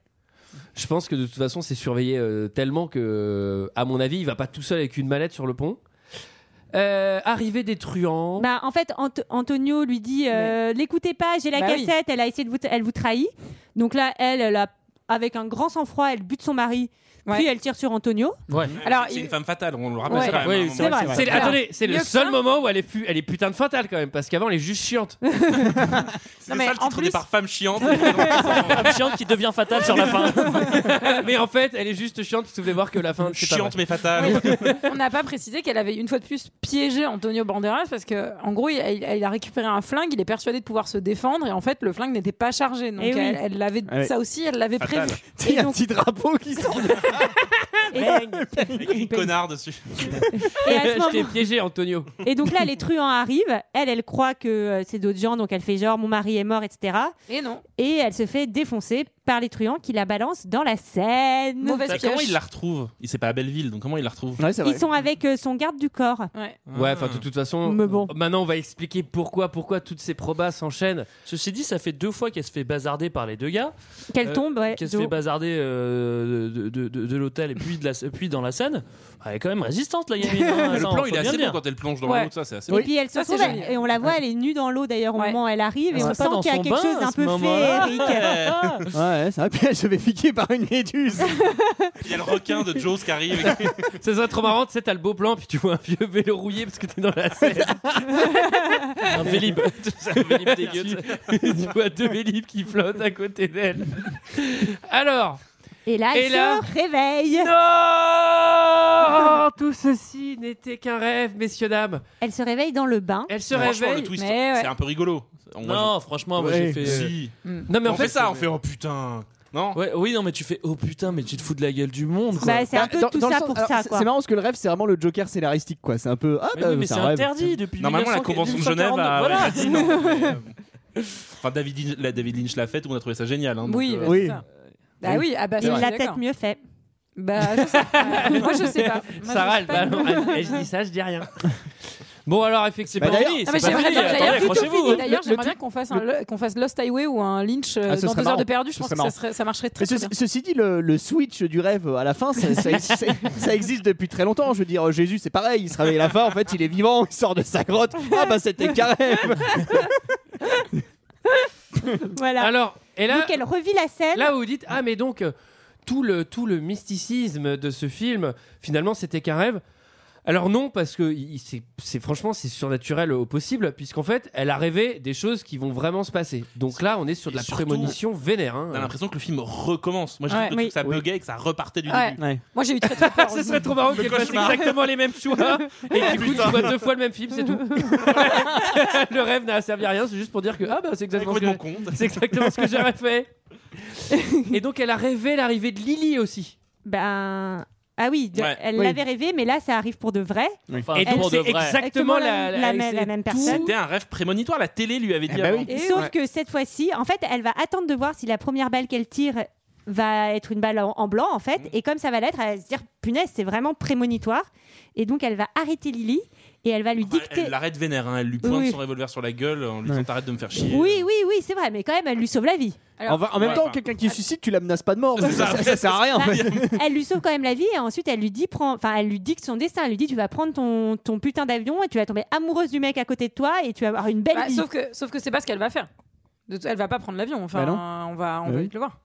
Je pense que de toute façon, c'est surveillé euh, tellement que, euh, à mon avis, il va pas tout seul avec une mallette sur le pont. Euh, arrivée des truands. Bah, en fait, Ant- Antonio lui dit euh, l'écoutez pas, j'ai la Bah oui. cassette, elle a essayé de vous, elle vous trahit. Donc là, elle, elle a- avec un grand sang-froid, elle bute son mari. Puis elle tire sur Antonio. Ouais. Alors, c'est une femme fatale, on le rappelle Ouais. quand même. Oui, hein, c'est on- vrai, c'est- Attendez, c'est le Mieux que seul moment où elle est, pu- elle est putain de fatale quand même, parce qu'avant elle est juste chiante. C'est ça le titre des par femme chiante. femme chiante qui devient fatale sur la fin. mais en fait, elle est juste chiante, parce que vous voulez voir que la fin. Chiante mais fatale. On n'a pas précisé qu'elle avait une fois de plus piégé Antonio Banderas parce que en gros, il, il- il a récupéré un flingue, il est persuadé de pouvoir se défendre et en fait, le flingue n'était pas chargé. Donc Eh oui. elle, elle l'avait Ah ouais. ça aussi, elle l'avait prévu. Fatale. Tu sais, il y a un petit drapeau qui sort de Une connard dessus. Et à ce Je t'ai piégé, Antonio. Et donc là, les truands arrivent. Elle, elle croit que euh, c'est d'autres gens, donc elle fait genre mon mari est mort, etc. Et non. Et elle se fait défoncer par les truands qui la balancent dans la Seine. Bah, Comment il la retrouve Il sait pas à Belleville, donc comment il la retrouve Ils sont avec euh, son garde du corps. Ouais, enfin de toute façon, maintenant on va expliquer pourquoi pourquoi toutes ces probas s'enchaînent. Ceci dit, ça fait deux fois qu'elle se fait bazarder par les deux gars. Euh, Qu'elle tombe, ouais, Qu'elle se de fait haut. bazarder euh, de, de- de- de l'hôtel et puis, de la, puis dans la scène. Ah, Elle est quand même résistante, la gamine. hein, Le ça, plan, faut il est bien assez le dire. bon quand elle plonge dans Ouais. l'eau, ça, c'est assez Et puis elle se Ça, c'est sauve, joli. et on la voit, elle est nue dans l'eau d'ailleurs au moment où elle arrive, Elle et on serait sent pas dans qu'il y a son quelque bain, chose d'un à ce peu moment. féerique. Ouais, ouais, ça va. Puis elle se fait piquer par une méduse. Il y a le requin de Jaws qui arrive. C'est ça trop marrant, tu sais, t'as le beau plan, puis tu vois un vieux vélo rouillé parce que t'es dans la scène. un vélib. C'est un vélib dégueu. tu- tu vois deux vélib qui flottent à côté d'elle. Alors, Et là, Et elle là- se réveille. Non tout ceci n'était qu'un rêve, messieurs, dames. Elle se réveille dans le bain. Elle se réveille. C'est un peu rigolo. Non, franchement, moi, j'ai fait, euh, Si. Non, mais en on fait, fait, ça, c'est- on fait oh putain. Non Ouais, oui, non, mais tu fais oh putain, mais tu te fous de la gueule du monde. quoi. Bah, c'est un peu tout le ça sens- pour alors, ça, c'est- quoi. C'est marrant parce que le rêve, c'est vraiment le Joker scénaristique, quoi. C'est un peu. Ah, Mais bah, oui, mais c'est un rêve. interdit depuis Normalement, la 1900 Convention de Genève a 1949, voilà. a dit non. mais, euh, Enfin, David Lynch, la David Lynch l'a faite, on a trouvé ça génial. hein, donc, Oui, euh, bah, c'est Oui. ça. Bah oui, ah bah, Il ça, je l'a suis peut-être d'accord. mieux fait. Bah, je sais pas. Moi, je sais pas. Moi, Sarah, je elle sais pas. balance. bah, Elle- elle- Je dis ça, je dis rien. Bon, alors, effectivement. Bah, d'ailleurs- Ah, c'est pas mais j'aimerais fini, bien- attendez, d'ailleurs, du tout accrochez-vous, fini, hein. D'ailleurs, Le- j'aimerais bien qu'on fasse, un lo- qu'on fasse Lost Highway ou un Lynch euh, Ah, ce dans serait deux heures marrant. de perdu. Je Ce pense serait que ça, marrant. serait- ça marcherait très, Mais très ceci, bien. ceci dit, le, le switch du rêve euh, à la fin, ça, ça existe, ça- ça existe depuis très longtemps. Je veux dire, euh, Jésus, c'est pareil, il se réveille à la fin, en fait, il est vivant, il sort de sa grotte. Ah bah c'était carré. Voilà. Alors, et là, Donc elle revit la scène. là où vous dites, ah, mais donc, euh, tout le, tout le mysticisme de ce film, finalement, c'était qu'un rêve. Alors non, parce que il- c'est c'est- franchement, c'est surnaturel au possible, puisqu'en fait, elle a rêvé des choses qui vont vraiment se passer. Donc là, on est sur de la surtout, prémonition vénère. hein. T'as l'impression que le film recommence. Moi, j'ai Ouais. cru que Oui. ça buguait et que ça repartait du Ouais. début. Moi, j'ai eu très, très peur. Ah, Ce serait trop marrant Le qu'elle fasse cauchemar. exactement les mêmes choix et du coup tu vois deux fois le même film, c'est tout. le rêve n'a servi à rien, c'est juste pour dire que ah bah c'est exactement ce que, Complètement con. c'est exactement ce que j'aurais fait. Et donc elle a rêvé l'arrivée de Lily aussi. Ben. Ah oui, de- Ouais. elle Oui. l'avait rêvé, mais là, ça arrive pour de vrai. Et Elle- donc c'est exactement la, la, la- la même personne. C'était un rêve prémonitoire. La télé lui avait dit. bah avant. oui. Et Sauf que cette fois-ci, en fait, elle va attendre de voir si la première balle qu'elle tire va être une balle en, en blanc, en Mm. fait. Et comme ça va l'être, elle va se dire punaise, c'est vraiment prémonitoire. Et donc, elle va arrêter Lily et elle va lui dicter. Elle l'arrête vénère. hein. Elle lui pointe Oui. son revolver sur la gueule en lui disant t'arrêtes de me faire chier. Oui, oui, oui, c'est vrai, mais quand même, elle lui sauve la vie. euh, en, va- en même Ouais, temps, enfin. quelqu'un qui se suicide, tu la menaces pas de mort. C'est Ça, ça. ça- ça sert à rien. Bah, elle lui sauve quand même la vie et ensuite elle lui dit prends enfin elle lui dicte son destin elle lui dit tu vas prendre ton, ton putain d'avion et tu vas tomber amoureuse du mec à côté de toi et tu vas avoir une belle Bah, vie sauf que sauf que c'est pas ce qu'elle va faire. De- Elle va pas prendre l'avion. Enfin, Bah on va on Bah va oui. vite le voir.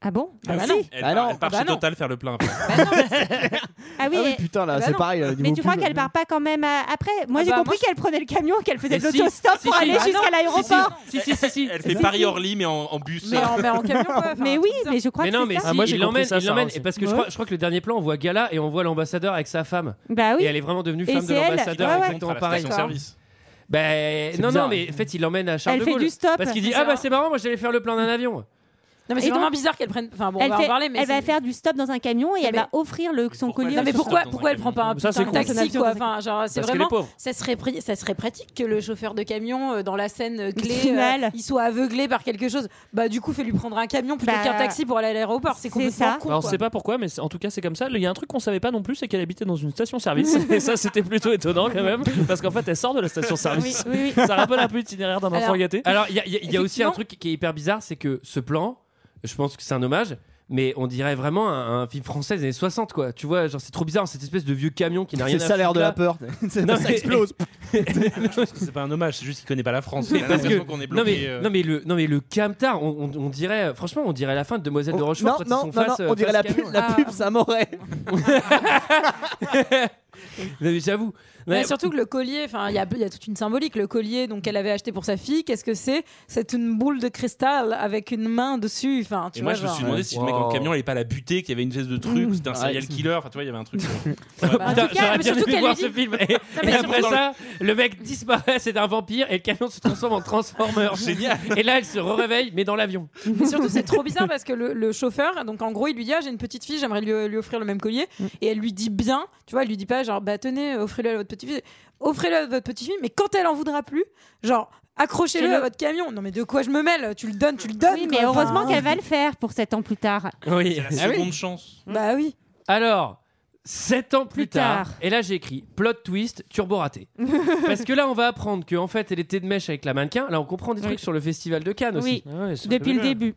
ah bon Ah ah, bah oui. non. Elle part, elle part Ah bah chez non. Total faire le plein après. ah oui, Ah oui, et- putain, là, Ah bah c'est non. pareil, là, niveau mais tu crois pub. qu'elle part pas quand même euh, après moi Ah j'ai bah, compris moi, qu'elle prenait le camion qu'elle faisait de Et si, l'autostop si, pour si, aller ah non, jusqu'à l'aéroport Si si si si. Elle fait Paris-Orly mais en, en bus. mais oui mais je crois Mais que non c'est mais ça. hein, si, il l'emmène, il l'emmène et parce que je Ouais. crois, je crois que le dernier plan on voit Gala et on voit l'ambassadeur avec sa femme. Bah oui. Et elle est vraiment devenue Et femme de c'est elle. l'ambassadeur Ouais, ouais. exactement À la pareil. station-service. Ben C'est non bizarre, non mais en fait il l'emmène à Charles Elle de fait Gaulle du stop. parce qu'il dit C'est ah bah marrant. c'est marrant moi j'allais faire le plan d'un avion. Non mais Et c'est vraiment donc- bizarre qu'elle prenne. Enfin bon, on elle, va fait- en parler. Mais elle va c'est- faire du stop dans un camion et elle va offrir le, son collier. Non, mais au- pourquoi, pourquoi elle prend pas un Ça, putain c'est de con. taxi quoi Enfin, genre, Parce c'est qu'elle est vraiment. pauvre. Ça serait, pri- ça serait pratique que le chauffeur de camion euh, dans la scène euh, clé, Finale. euh, il soit aveuglé par quelque chose. Bah du coup, fais lui prendre un camion plutôt Bah, qu'un taxi pour aller à l'aéroport. C'est complètement con. Alors, on quoi. sait pas pourquoi, mais c'est- en tout cas, c'est comme ça. Il y a un truc qu'on savait pas non plus, c'est qu'elle habitait dans une station-service. et ça, c'était plutôt étonnant quand même, parce qu'en fait, elle sort de la station-service. Oui, oui, Ça rappelle un peu l'itinéraire d'un enfant gâté. Alors, il y a, il y a- il y a aussi un truc qui est hyper bizarre, c'est que ce plan, je pense que c'est un hommage, mais on dirait vraiment un, un film français des années 60 quoi tu vois genre c'est trop bizarre cette espèce de vieux camion qui n'a rien C'est à ça l'air foutre de la là. peur. Ça- ça explose. Je pense que c'est pas un hommage, c'est juste qu'il connaît pas la France. Mais Il a parce l'impression que- qu'on est non, mais, bloqué, euh. non, mais le, non mais le camtar, on, on- on dirait, franchement, on dirait la fin de Demoiselle de On- Rochefort Oh, non, quand non, ils sont non, face. non, euh, on dirait face la pub, camion. la pub, ça m'aurait. Non, mais J'avoue. Mais Mais- surtout que le collier, enfin, il y a, il y a toute une symbolique. Le collier, donc, qu'elle avait acheté pour sa fille, qu'est-ce que c'est C'est une boule de cristal avec une main dessus. Enfin, tu Et moi, vois, je me suis genre- demandé si le mec Wow. en camion allait pas la buter, qu'il y avait une espèce de truc, c'était un Ouais, serial c'est- killer. Enfin, tu vois, il y avait un truc. Bah, Putain, Bah, En tout cas, j'aurais mais bien surtout aimé qu'elle voir lui ce dit- film. Et, mais et après surtout- ça, le mec disparaît, c'est un vampire, et le camion se transforme en Transformer. Génial. Et là, elle se réveille, mais dans l'avion. Mais surtout, c'est trop bizarre parce que le, le chauffeur, donc en gros, il lui dit ah, J'ai une petite fille, j'aimerais lui, lui offrir le même collier. Mm. Et elle lui dit bien, tu vois, elle lui dit pas genre Bah tenez, offrez-le à votre petite fille. Offrez-le à votre petite fille, mais quand elle en voudra plus, genre accrochez-le Chez-le. à votre camion. Non, mais de quoi je me mêle Tu le donnes, tu le donnes. Oui, mais quoi. heureusement Enfin, qu'elle va le faire pour 7 ans plus tard. Oui. C'est la Ah oui. seconde chance. Bah oui. Alors, 7 ans plus, Plus tard, tard. et là j'ai écrit plot twist, turbo raté. Parce que là on va apprendre qu'en fait elle était de mèche avec la mannequin. Là on comprend des trucs sur le festival de Cannes aussi. Ah Oui. Depuis le début.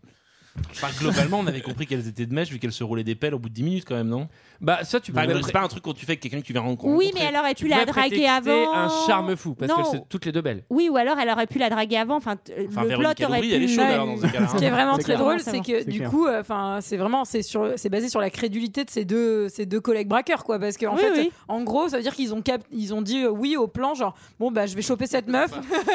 Enfin, globalement, on avait compris qu'elles étaient de mèche vu qu'elles se roulaient des pelles au bout de 10 minutes quand même, non Bah, ça, tu peux. peux- c'est pas un truc quand tu fais avec quelqu'un que tu viens rencontrer. Oui, mais elle aurait pu la draguer C'était avant. un charme fou parce Non. que c'est toutes les deux belles. Oui, ou alors elle aurait pu la draguer avant. Enfin, t- Enfin, le Véronique plot aurait Loubry, pu. elle est chaude, Ouais. alors, dans ce cas-là. hein. Ce hein. qui est vraiment C'est très clair. drôle, C'est c'est bon, que c'est du clair. coup, euh, enfin, c'est vraiment, c'est sur, c'est basé sur la crédulité de ces deux, ces deux collègues braqueurs, quoi. Parce qu'en Oui, fait, oui. en gros, ça veut dire qu'ils ont cap, ils ont dit euh, oui au plan, genre bon bah je vais choper cette meuf,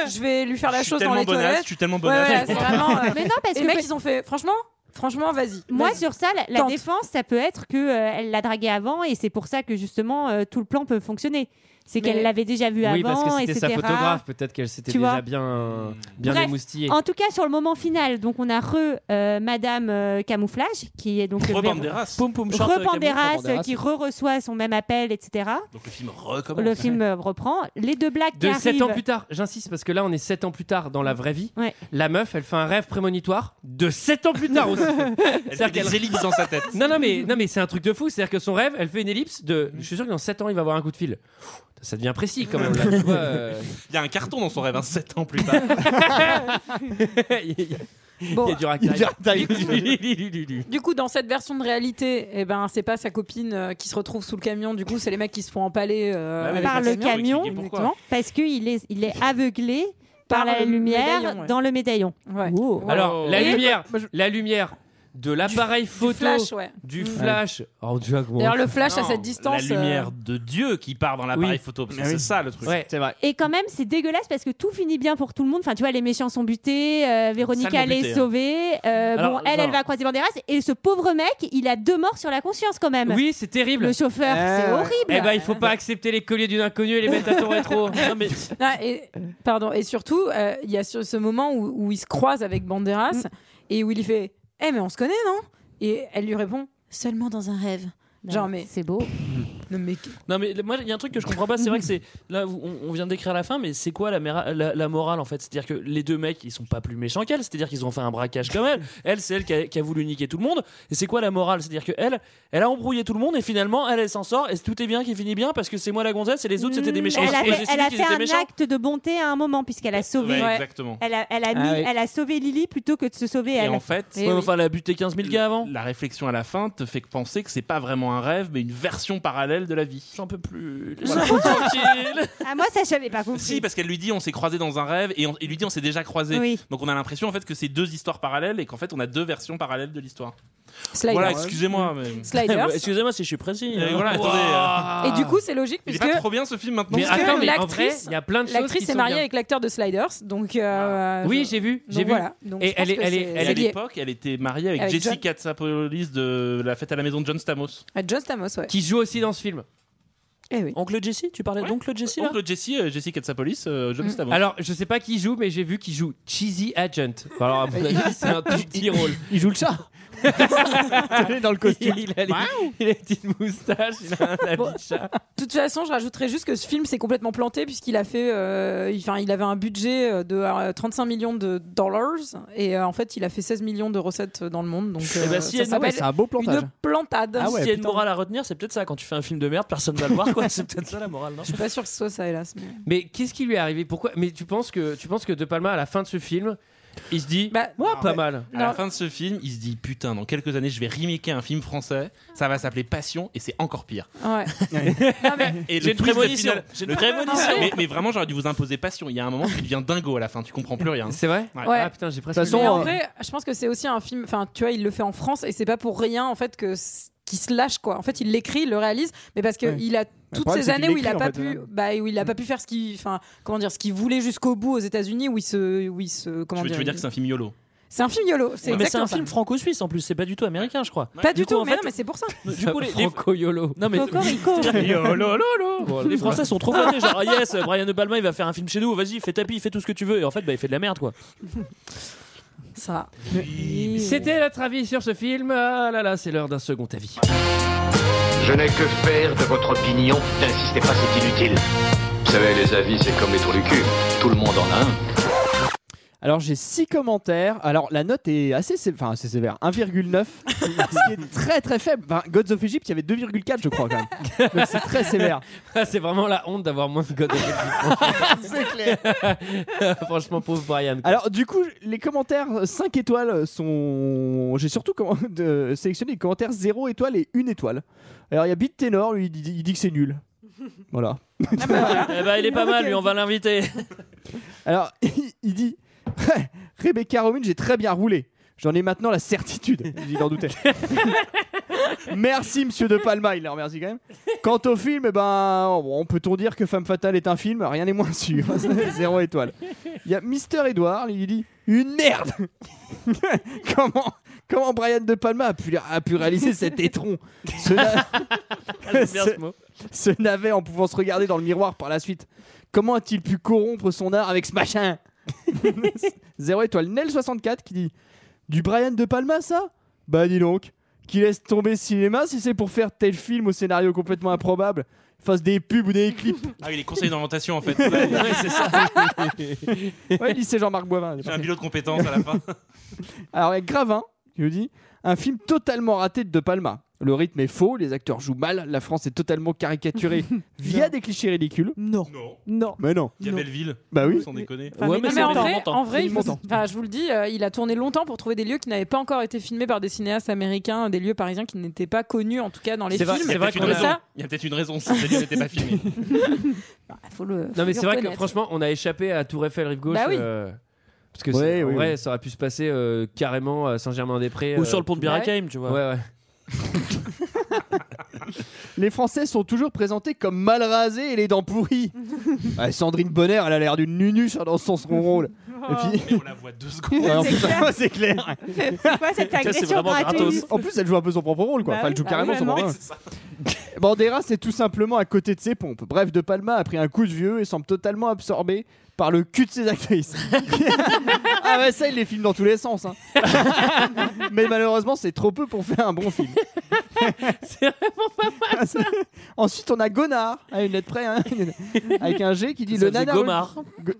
je vais lui faire la Je suis chose dans tellement les bonasse, toilettes. je suis tellement Ouais, bonasse, voilà, je c'est comprends vraiment. pas. euh, Mais non, parce que et les mecs, peut- ils ont fait, franchement, franchement, vas-y. Moi, vas-y. sur ça, la, la Tente. défense, ça peut être que euh, elle l'a dragué avant et c'est pour ça que justement euh, tout le plan peut fonctionner. C'est Mais- qu'elle l'avait déjà vu oui, avant, parce que c'était sa etc. photographe, peut-être qu'elle s'était Tu déjà vois bien, bien Bref, émoustillée. En tout cas, sur le moment final, donc on a re euh, Madame euh, Camouflage qui est donc euh, Rebanderas. Poum poum short, euh, Rebanderas Cameron, qui re-reçoit son même appel, etc. Donc le film recommence. le film euh, reprend. Les deux blagues De qui 7 ans arrivent- plus tard, j'insiste parce que là on est 7 ans plus tard dans la vraie vie. Ouais. La meuf, elle fait un rêve prémonitoire de 7 ans plus tard aussi. Elle C'est-à-dire fait des ellipses dans sa tête. Non, non, mais, non, mais c'est un truc de fou. C'est-à-dire que son rêve, elle fait une ellipse de. Je suis sûr que dans 7 ans, il va avoir un coup de fil. Pff, Ça devient précis quand même. là, tu vois, euh. Il y a un carton dans son rêve, hein, 7 ans plus tard. Bon. Il y a du racaille. Il y a Du coup, dans cette version de réalité, eh ben, c'est pas sa copine euh, qui se retrouve sous le camion. Du coup, c'est les mecs qui se font empaler Bah euh, oui, par le camion, Exactement. parce qu'il est, il est aveuglé par, Par la le lumière médaillon, ouais. dans le médaillon. Wow. Alors, la Et- lumière, la lumière de l'appareil photo, flash, ouais. du Mm. flash. Oh, déjà, comment- D'ailleurs, le flash à Non, cette distance. La lumière euh, de Dieu qui part dans l'appareil Oui. photo, parce que Mais c'est oui. ça le truc. Ouais. C'est vrai. Et quand même, c'est dégueulasse parce que tout finit bien pour tout le monde. Enfin, tu vois, les méchants sont butés, euh, Véronica, Salement elle est butée, hein. sauvée. Euh, Alors, bon, elle, genre- elle va croiser Banderas. Et ce pauvre mec, il a deux morts sur la conscience quand même. Oui, c'est terrible. Le chauffeur, c'est horrible. Eh ben, il faut pas accepter les colliers d'une inconnue et les mettre à ton rétro. Non, mais- Ah, et, Euh. pardon, et surtout, euh, il y a ce, ce moment où, où il se croise avec Mm. Banderas et où il lui fait Eh, mais on se connaît, non Et elle lui répond Seulement dans un rêve. Genre, mais. C'est beau. Non, mais. Non mais le- moi il y a un truc que je comprends pas, c'est vrai que c'est là où on, on vient de décrire la fin, mais c'est quoi la, méra- la, la morale en fait C'est-à-dire que les deux mecs ils sont pas plus méchants qu'elle, c'est-à-dire qu'ils ont fait un braquage comme elle. Elle c'est elle qui a, qui a voulu niquer tout le monde. Et c'est quoi la morale C'est-à-dire que elle, elle a embrouillé tout le monde et finalement elle elle s'en sort et tout est bien qui finit bien parce que c'est moi la gonzesse et les autres c'était des méchants. Mm, Elle a Et j'ai fait, su elle a qu'ils fait étaient un méchants. acte de bonté à un moment, puisqu'elle a sauvé. Ouais, exactement. Elle a, elle a Ah mis- oui. elle a sauvé Lily plutôt que de se sauver Et elle. en fait, Eh oui. elle a buté 15 000 gars avant. La réflexion à la fin te fait penser que c'est pas vraiment un rêve, mais une version parallèlle de la vie. J'en peux plus. Ah, moi, ça, j'avais pas compris. Si, parce qu'elle lui dit on s'est croisé dans un rêve et on- il lui dit on s'est déjà croisé. Oui. Donc on a l'impression en fait que c'est deux histoires parallèles et qu'en fait on a deux versions parallèles de l'histoire. Sliders. Voilà, excusez-moi. Mais... Sliders. Excusez-moi si je suis précis. hein. Et voilà, Wow. attendez, euh, Et du coup, c'est logique il est puisque. pas trop bien ce film maintenant. Ah. Mais Parce que attends, mais en l'actrice- vrai, il y a plein de choses qui L'actrice est sont mariée bien. avec l'acteur de Sliders, donc. euh, Oui, je- j'ai vu, j'ai donc vu. Voilà. Donc, Et je pense elle est- que elle est- c'est- Et elle c'est à lié. l'époque, elle était mariée avec, Avec Jessica John- Katsopoulos de La fête à la maison de John Stamos. Ah, John Stamos, ouais. Qui joue aussi dans ce film. Eh Oncle Jesse, tu parlais d'oncle Jesse là Oncle Jesse, euh, Jesse Katsopoulos, euh, John Stamos. Alors, je sais pas qui joue, mais j'ai vu qu'il joue Cheesy Agent. Alors, à mon avis, c'est un tout petit rôle. Il joue le chat. Il est dans le costume. Il a, les, il a les petites moustaches, il a un habit de chat. De toute façon, je rajouterais juste que ce film s'est complètement planté puisqu'il a fait, euh, il, 'fin, il avait un budget euh, de euh, 35 millions de dollars et euh, en fait, il a fait 16 millions de recettes euh, dans le monde. Donc, Eh ben, euh, si, eh, non, ça mais s'appelle c'est un beau plantage. Une plantade. Ah S'il y a une morale à retenir, c'est peut-être ça. Quand tu fais un film de merde, personne va le voir. quoi. C'est peut-être ça la morale. Non Je suis pas sûr que ce soit ça, hélas. mais- Mais qu'est-ce qui lui est arrivé Pourquoi Mais tu penses que tu penses que De Palma à la fin de ce film Il se dit, moi, Oh, pas mal. À la fin de ce film, il se dit, putain, dans quelques années, je vais remaker un film français. Ça va s'appeler Passion et c'est encore pire. Ouais. Et le J'ai une twist prémonition. final- J'ai une le- prémonition. Mais, mais vraiment, j'aurais dû vous imposer Passion. Il y a un moment, tu deviens dingo à la fin. Tu comprends plus rien. C'est vrai Ah, Ouais. Mais en euh, vrai, je pense que c'est aussi un film. Enfin, tu vois, il le fait en France et c'est pas pour rien en fait que c- qu'il se lâche quoi. En fait, il l'écrit, il le réalise, mais parce que Ouais. il a Le toutes problème, ces c'est qu'il années où il a l'écrit, en pas fait, pu, hein. bah où il a pas pu faire ce qu'il, enfin, comment dire, ce qu'il voulait jusqu'au bout aux États-Unis où il se, où il se, comment Tu veux, tu veux dire que c'est un film YOLO C'est un film yolo. mais C'est c'est exactement un ça. film franco-suisse en plus, c'est pas du tout américain, je crois. Pas du coup, tout, en mais fait, non, mais c'est pour ça. Du coup, les, les- Franco-yolo. Non, mais. Cocorico. Yolo, lolo, Bon, les Français sont trop flattés, genre, ah, yes, Brian De Palma, il va faire un film chez nous, vas-y, fais tapis, fais tout ce que tu veux. Et en fait, bah, il fait de la merde, quoi. Ça. C'était notre avis sur ce film. Ah là là, c'est l'heure d'un second avis. Je n'ai que faire de votre opinion. N'insistez pas, c'est inutile. Vous savez, les avis, c'est comme les trous du cul. Tout le monde en a un. Alors j'ai 6 commentaires. Alors la note est assez, sé- enfin, assez sévère, 1,9, ce qui est très très faible. Enfin, Gods of Egypt, il y avait 2,4 je crois quand même. Donc c'est très sévère. Ah, c'est vraiment la honte d'avoir moins de God of C'est clair. Franchement, pauvre Brian. quoi. Alors du coup, les commentaires 5 étoiles euh, sont... J'ai surtout comment- de- sélectionné les commentaires 0 étoile et 1 étoile. Alors il y a Beat Ténor, lui il dit, il dit que c'est nul. Voilà. Eh bah, il est pas mal, lui, on va l'inviter. Alors il, il dit Rebecca Romine, j'ai très bien roulé. J'en ai maintenant la certitude. Il en doutait. Merci, monsieur De Palma, il la remercie quand même. Quant au film, eh ben, on peut-on dire que Femme Fatale est un film Rien n'est moins sûr. Zéro étoile. Il y a Mister Edouard, il dit Une merde comment, comment Brian De Palma a pu, a pu réaliser cet étron Ce na- ce- ce navet en pouvant se regarder dans le miroir par la suite. Comment a-t-il pu corrompre son art avec ce machin Zéro étoile. Nel64 qui dit Du Brian De Palma, ça Bah dis donc. Qui laisse tomber le cinéma si c'est pour faire tel film au scénario complètement improbable Fasse des pubs ou des clips Ah, oui, les conseils d'orientation, en fait. c'est ça. Ah. Ouais, lycée Jean-Marc Boivin. J'ai un bilan de compétences à la fin. Alors, il y a Gravin qui nous dit un film totalement raté de De Palma. Le rythme est faux, les acteurs jouent mal, la France est totalement caricaturée via des clichés ridicules. Non. Non. Non. Mais non. Il y a Belleville. Bah oui. Sans déconner. Enfin, mais, non, mais en vrai, en vrai, il faut- enfin, je vous le dis, euh, il a tourné longtemps pour trouver des lieux qui n'avaient pas encore été filmés par des cinéastes américains, des lieux parisiens qui n'étaient pas connus en tout cas dans les C'est films. vrai- c'est vrai qu'on Et a- ça, Il y a peut-être une raison si celui n'était pas filmé. faut le. Non, mais c'est vrai que reconnaître. franchement, on a échappé à Tour Eiffel, rive gauche. Bah oui. euh, parce que Ouais, c'est- en oui, vrai, oui. ça aurait pu se passer euh, carrément à Saint-Germain-des-Prés. Ou euh, sur le pont de tout- Birakeim, tu vois. Ouais, ouais. Les Français sont toujours présentés comme mal rasés et les dents pourries. Ah, Sandrine Bonner, elle a l'air d'une nunuche hein, dans son second rôle. Oh. Et puis... On la voit deux Ouais, en plus, secondes. c'est clair. C'est quoi cette Ça, c'est agression vraiment gratuite gratos. En plus, elle joue un peu son propre rôle, quoi. Bah Enfin, elle oui, joue bah carrément oui, son vraiment. propre rôle. Oui, c'est ça. Bandera, c'est tout simplement à côté de ses pompes. Bref, De Palma a pris un coup de vieux et semble totalement absorbé par le cul de ses actrices. ah ouais, ça, il les filme dans tous les sens. hein. Mais malheureusement, c'est trop peu pour faire un bon film. Ensuite, on a Gonard, à une lettre près, hein, avec un G qui dit Ça le faisait nanar. Gomard. Go-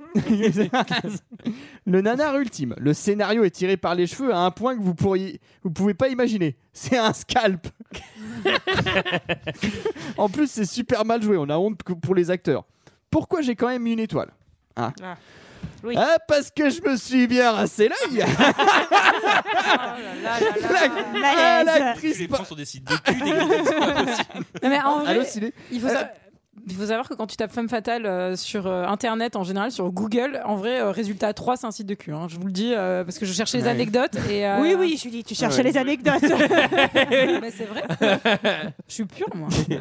le nanar ultime. Le scénario est tiré par les cheveux à un point que vous pourriez, vous pouvez pas imaginer. C'est un scalp. en plus, c'est super mal joué. On a honte que- pour les acteurs. Pourquoi j'ai quand même mis une étoile Hein Ah. Ah, parce que je me suis bien rincé l'œil Ah, l'actrice Les prends sur des sites de cul, des grilles, c'est pas possible. Non, mais en Allô, vrai, Ciné il faut, sa- Euh, il faut savoir que quand tu tapes femme fatale euh, sur euh, internet en général, sur Google, en vrai, euh, résultat 3, c'est un site de cul. hein. je vous le dis euh, parce que je cherchais les Ouais. anecdotes. Et, euh, Oui, oui, Julie, tu cherchais Ouais. les anecdotes. mais c'est vrai. Je suis pure, moi. Euh,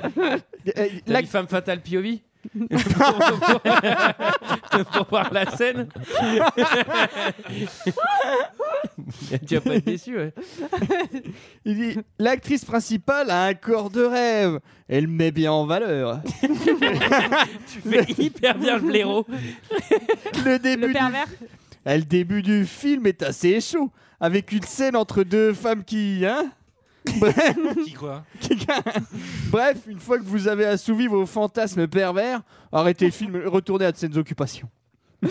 Euh, La femme fatale POV Pour- pour voir la scène. tu vas pas être déçu, ouais. Il dit L'actrice principale a un corps de rêve. Elle me met bien en valeur. Tu fais hyper bien le blaireau. Le début. du- Ah, le début du film est assez chaud. Avec une scène entre deux femmes qui. Hein Bref. Qui quoi Bref, une fois que vous avez assouvi vos fantasmes pervers, arrêtez le film et retournez à de saines occupations.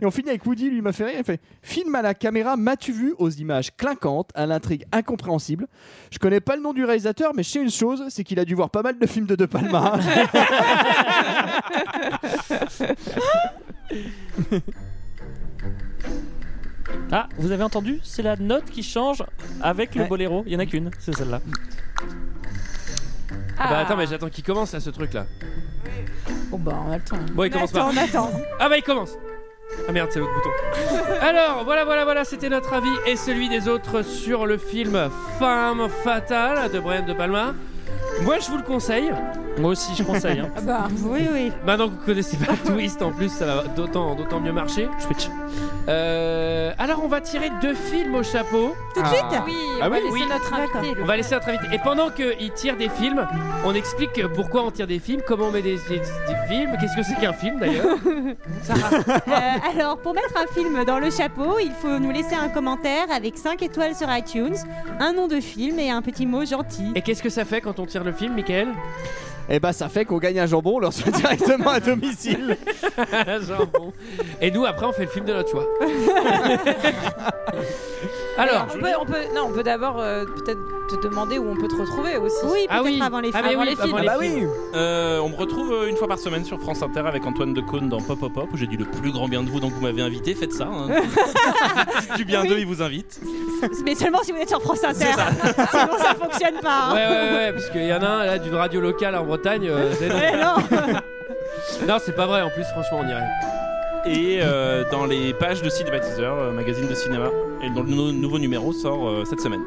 et on finit avec Woody, lui il m'a fait rire, il fait Film à la caméra, m'as-tu vu aux images clinquantes, à l'intrigue incompréhensible Je connais pas le nom du réalisateur, mais je sais une chose, c'est qu'il a dû voir pas mal de films de De Palma. Ah, vous avez entendu C'est la note qui change avec le boléro. Il y en a qu'une, c'est celle-là. Ah Bah attends, mais j'attends qu'il commence là ce truc là. Bon bah on a le temps. Bon, il commence pas. On attend. Ah bah il commence Ah merde, c'est l'autre bouton. Alors, voilà, voilà, voilà, c'était notre avis et celui des autres sur le film Femme Fatale de Brian De Palma. Moi, je vous le conseille. Moi aussi, je conseille. hein. Ah bah oui oui. Maintenant que vous connaissez pas le twist, en plus, ça va d'autant, d'autant mieux marcher. Euh, Switch. alors, on va tirer deux films au chapeau. Ah Tout de suite Ah. Oui, on va laisser notre invité le On va faire. laisser notre invité. Et pendant qu'il tire des films, on explique pourquoi on tire des films, comment on met des, des- des films, qu'est-ce que c'est qu'un film d'ailleurs. Euh, alors, pour mettre un film dans le chapeau, il faut nous laisser un commentaire avec 5 étoiles sur iTunes, un nom de film et un petit mot gentil. Et qu'est-ce que ça fait quand on tire le film, Michael Et bah ça fait qu'on gagne un jambon, on le reçoit directement à domicile. Jambon. Et nous, après, on fait le film de notre choix. Alors, on peut, on peut, non, on peut d'abord euh, peut-être te demander où on peut te retrouver aussi. Oui, Ah peut-être oui. avant les Ah films. mais oui, avant bah les films. Euh, on me retrouve euh, une fois par semaine sur France Inter avec Antoine Decaune dans Pop Pop Pop où j'ai dit le plus grand bien de vous donc vous m'avez invité, faites ça. hein. du bien d'eux, ils vous invitent. Mais seulement si vous êtes sur France Inter. Sinon, ça fonctionne pas. hein. Ah. Ouais, ouais, ouais, ouais, parce qu'il y en a un là d'une radio locale en Bretagne. euh, c'est non. Eh non. Non, c'est pas vrai, en plus, franchement, on irait. Et euh, dans les pages de Cinématiseur, euh, magazine de cinéma, et dont le nou- nouveau numéro sort euh, cette semaine.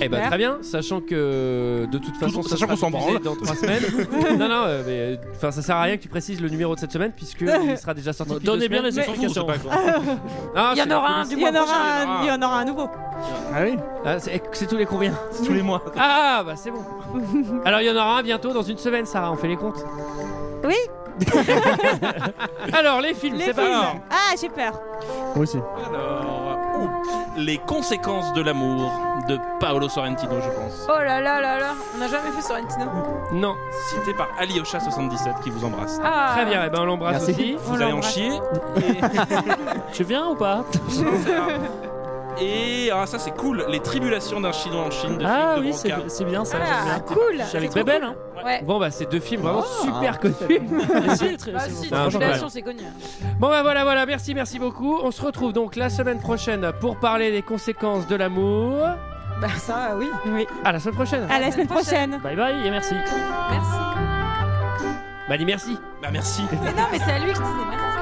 Eh ben très bien, sachant que de toute façon, ça Sachant sera qu'on s'en diffusé branle. dans 3 semaines. non, non, euh, mais euh, enfin, ça sert à rien que tu précises le numéro de cette semaine puisque il sera déjà sorti. Bon, depuis deux donnez bien semaines. les Mais- explications. Je sais pas quoi. Ah, Il y c'est en aura la un police. du Il y mois en aura prochain. un, il y en aura un nouveau. Ah oui c'est, c'est tous les combien C'est tous les mois. Ah bah c'est bon. Alors il y en aura un bientôt dans une semaine, Sarah, on fait les comptes. Oui Alors les films, Les c'est pas films. Ah, j'ai peur. Moi aussi. Alors, ouh, les conséquences de l'amour de Paolo Sorrentino, je pense. Oh là là là là, on n'a jamais fait Sorrentino. Non. Cité par Aliosha77 qui vous embrasse. Ah. Très bien, et ben on l'embrasse Merci. aussi. Vous allez en chier. Tu viens ou pas Et ah, ça c'est cool, les tribulations d'un chinois en Chine de Ah Philippe de oui, c'est Broca. c'est bien ça. Ah, j'aime bien. cool. Je suis avec C'est trop Bébel. cool. Hein. Ouais. Bon bah c'est deux films vraiment Ah. Ah, Oh. super connus. Mais si, très- Bah c'est si, bon. Ah, Tribulation, ouais. c'est connu. Bon bah voilà voilà, merci merci beaucoup. On se retrouve donc la semaine prochaine pour parler des conséquences de l'amour. Bah ça oui. Oui. À la semaine prochaine. À la semaine prochaine. Bye bye et merci. Merci. Bah dis merci. Bah merci. Mais non, mais c'est à lui que tu dis merci.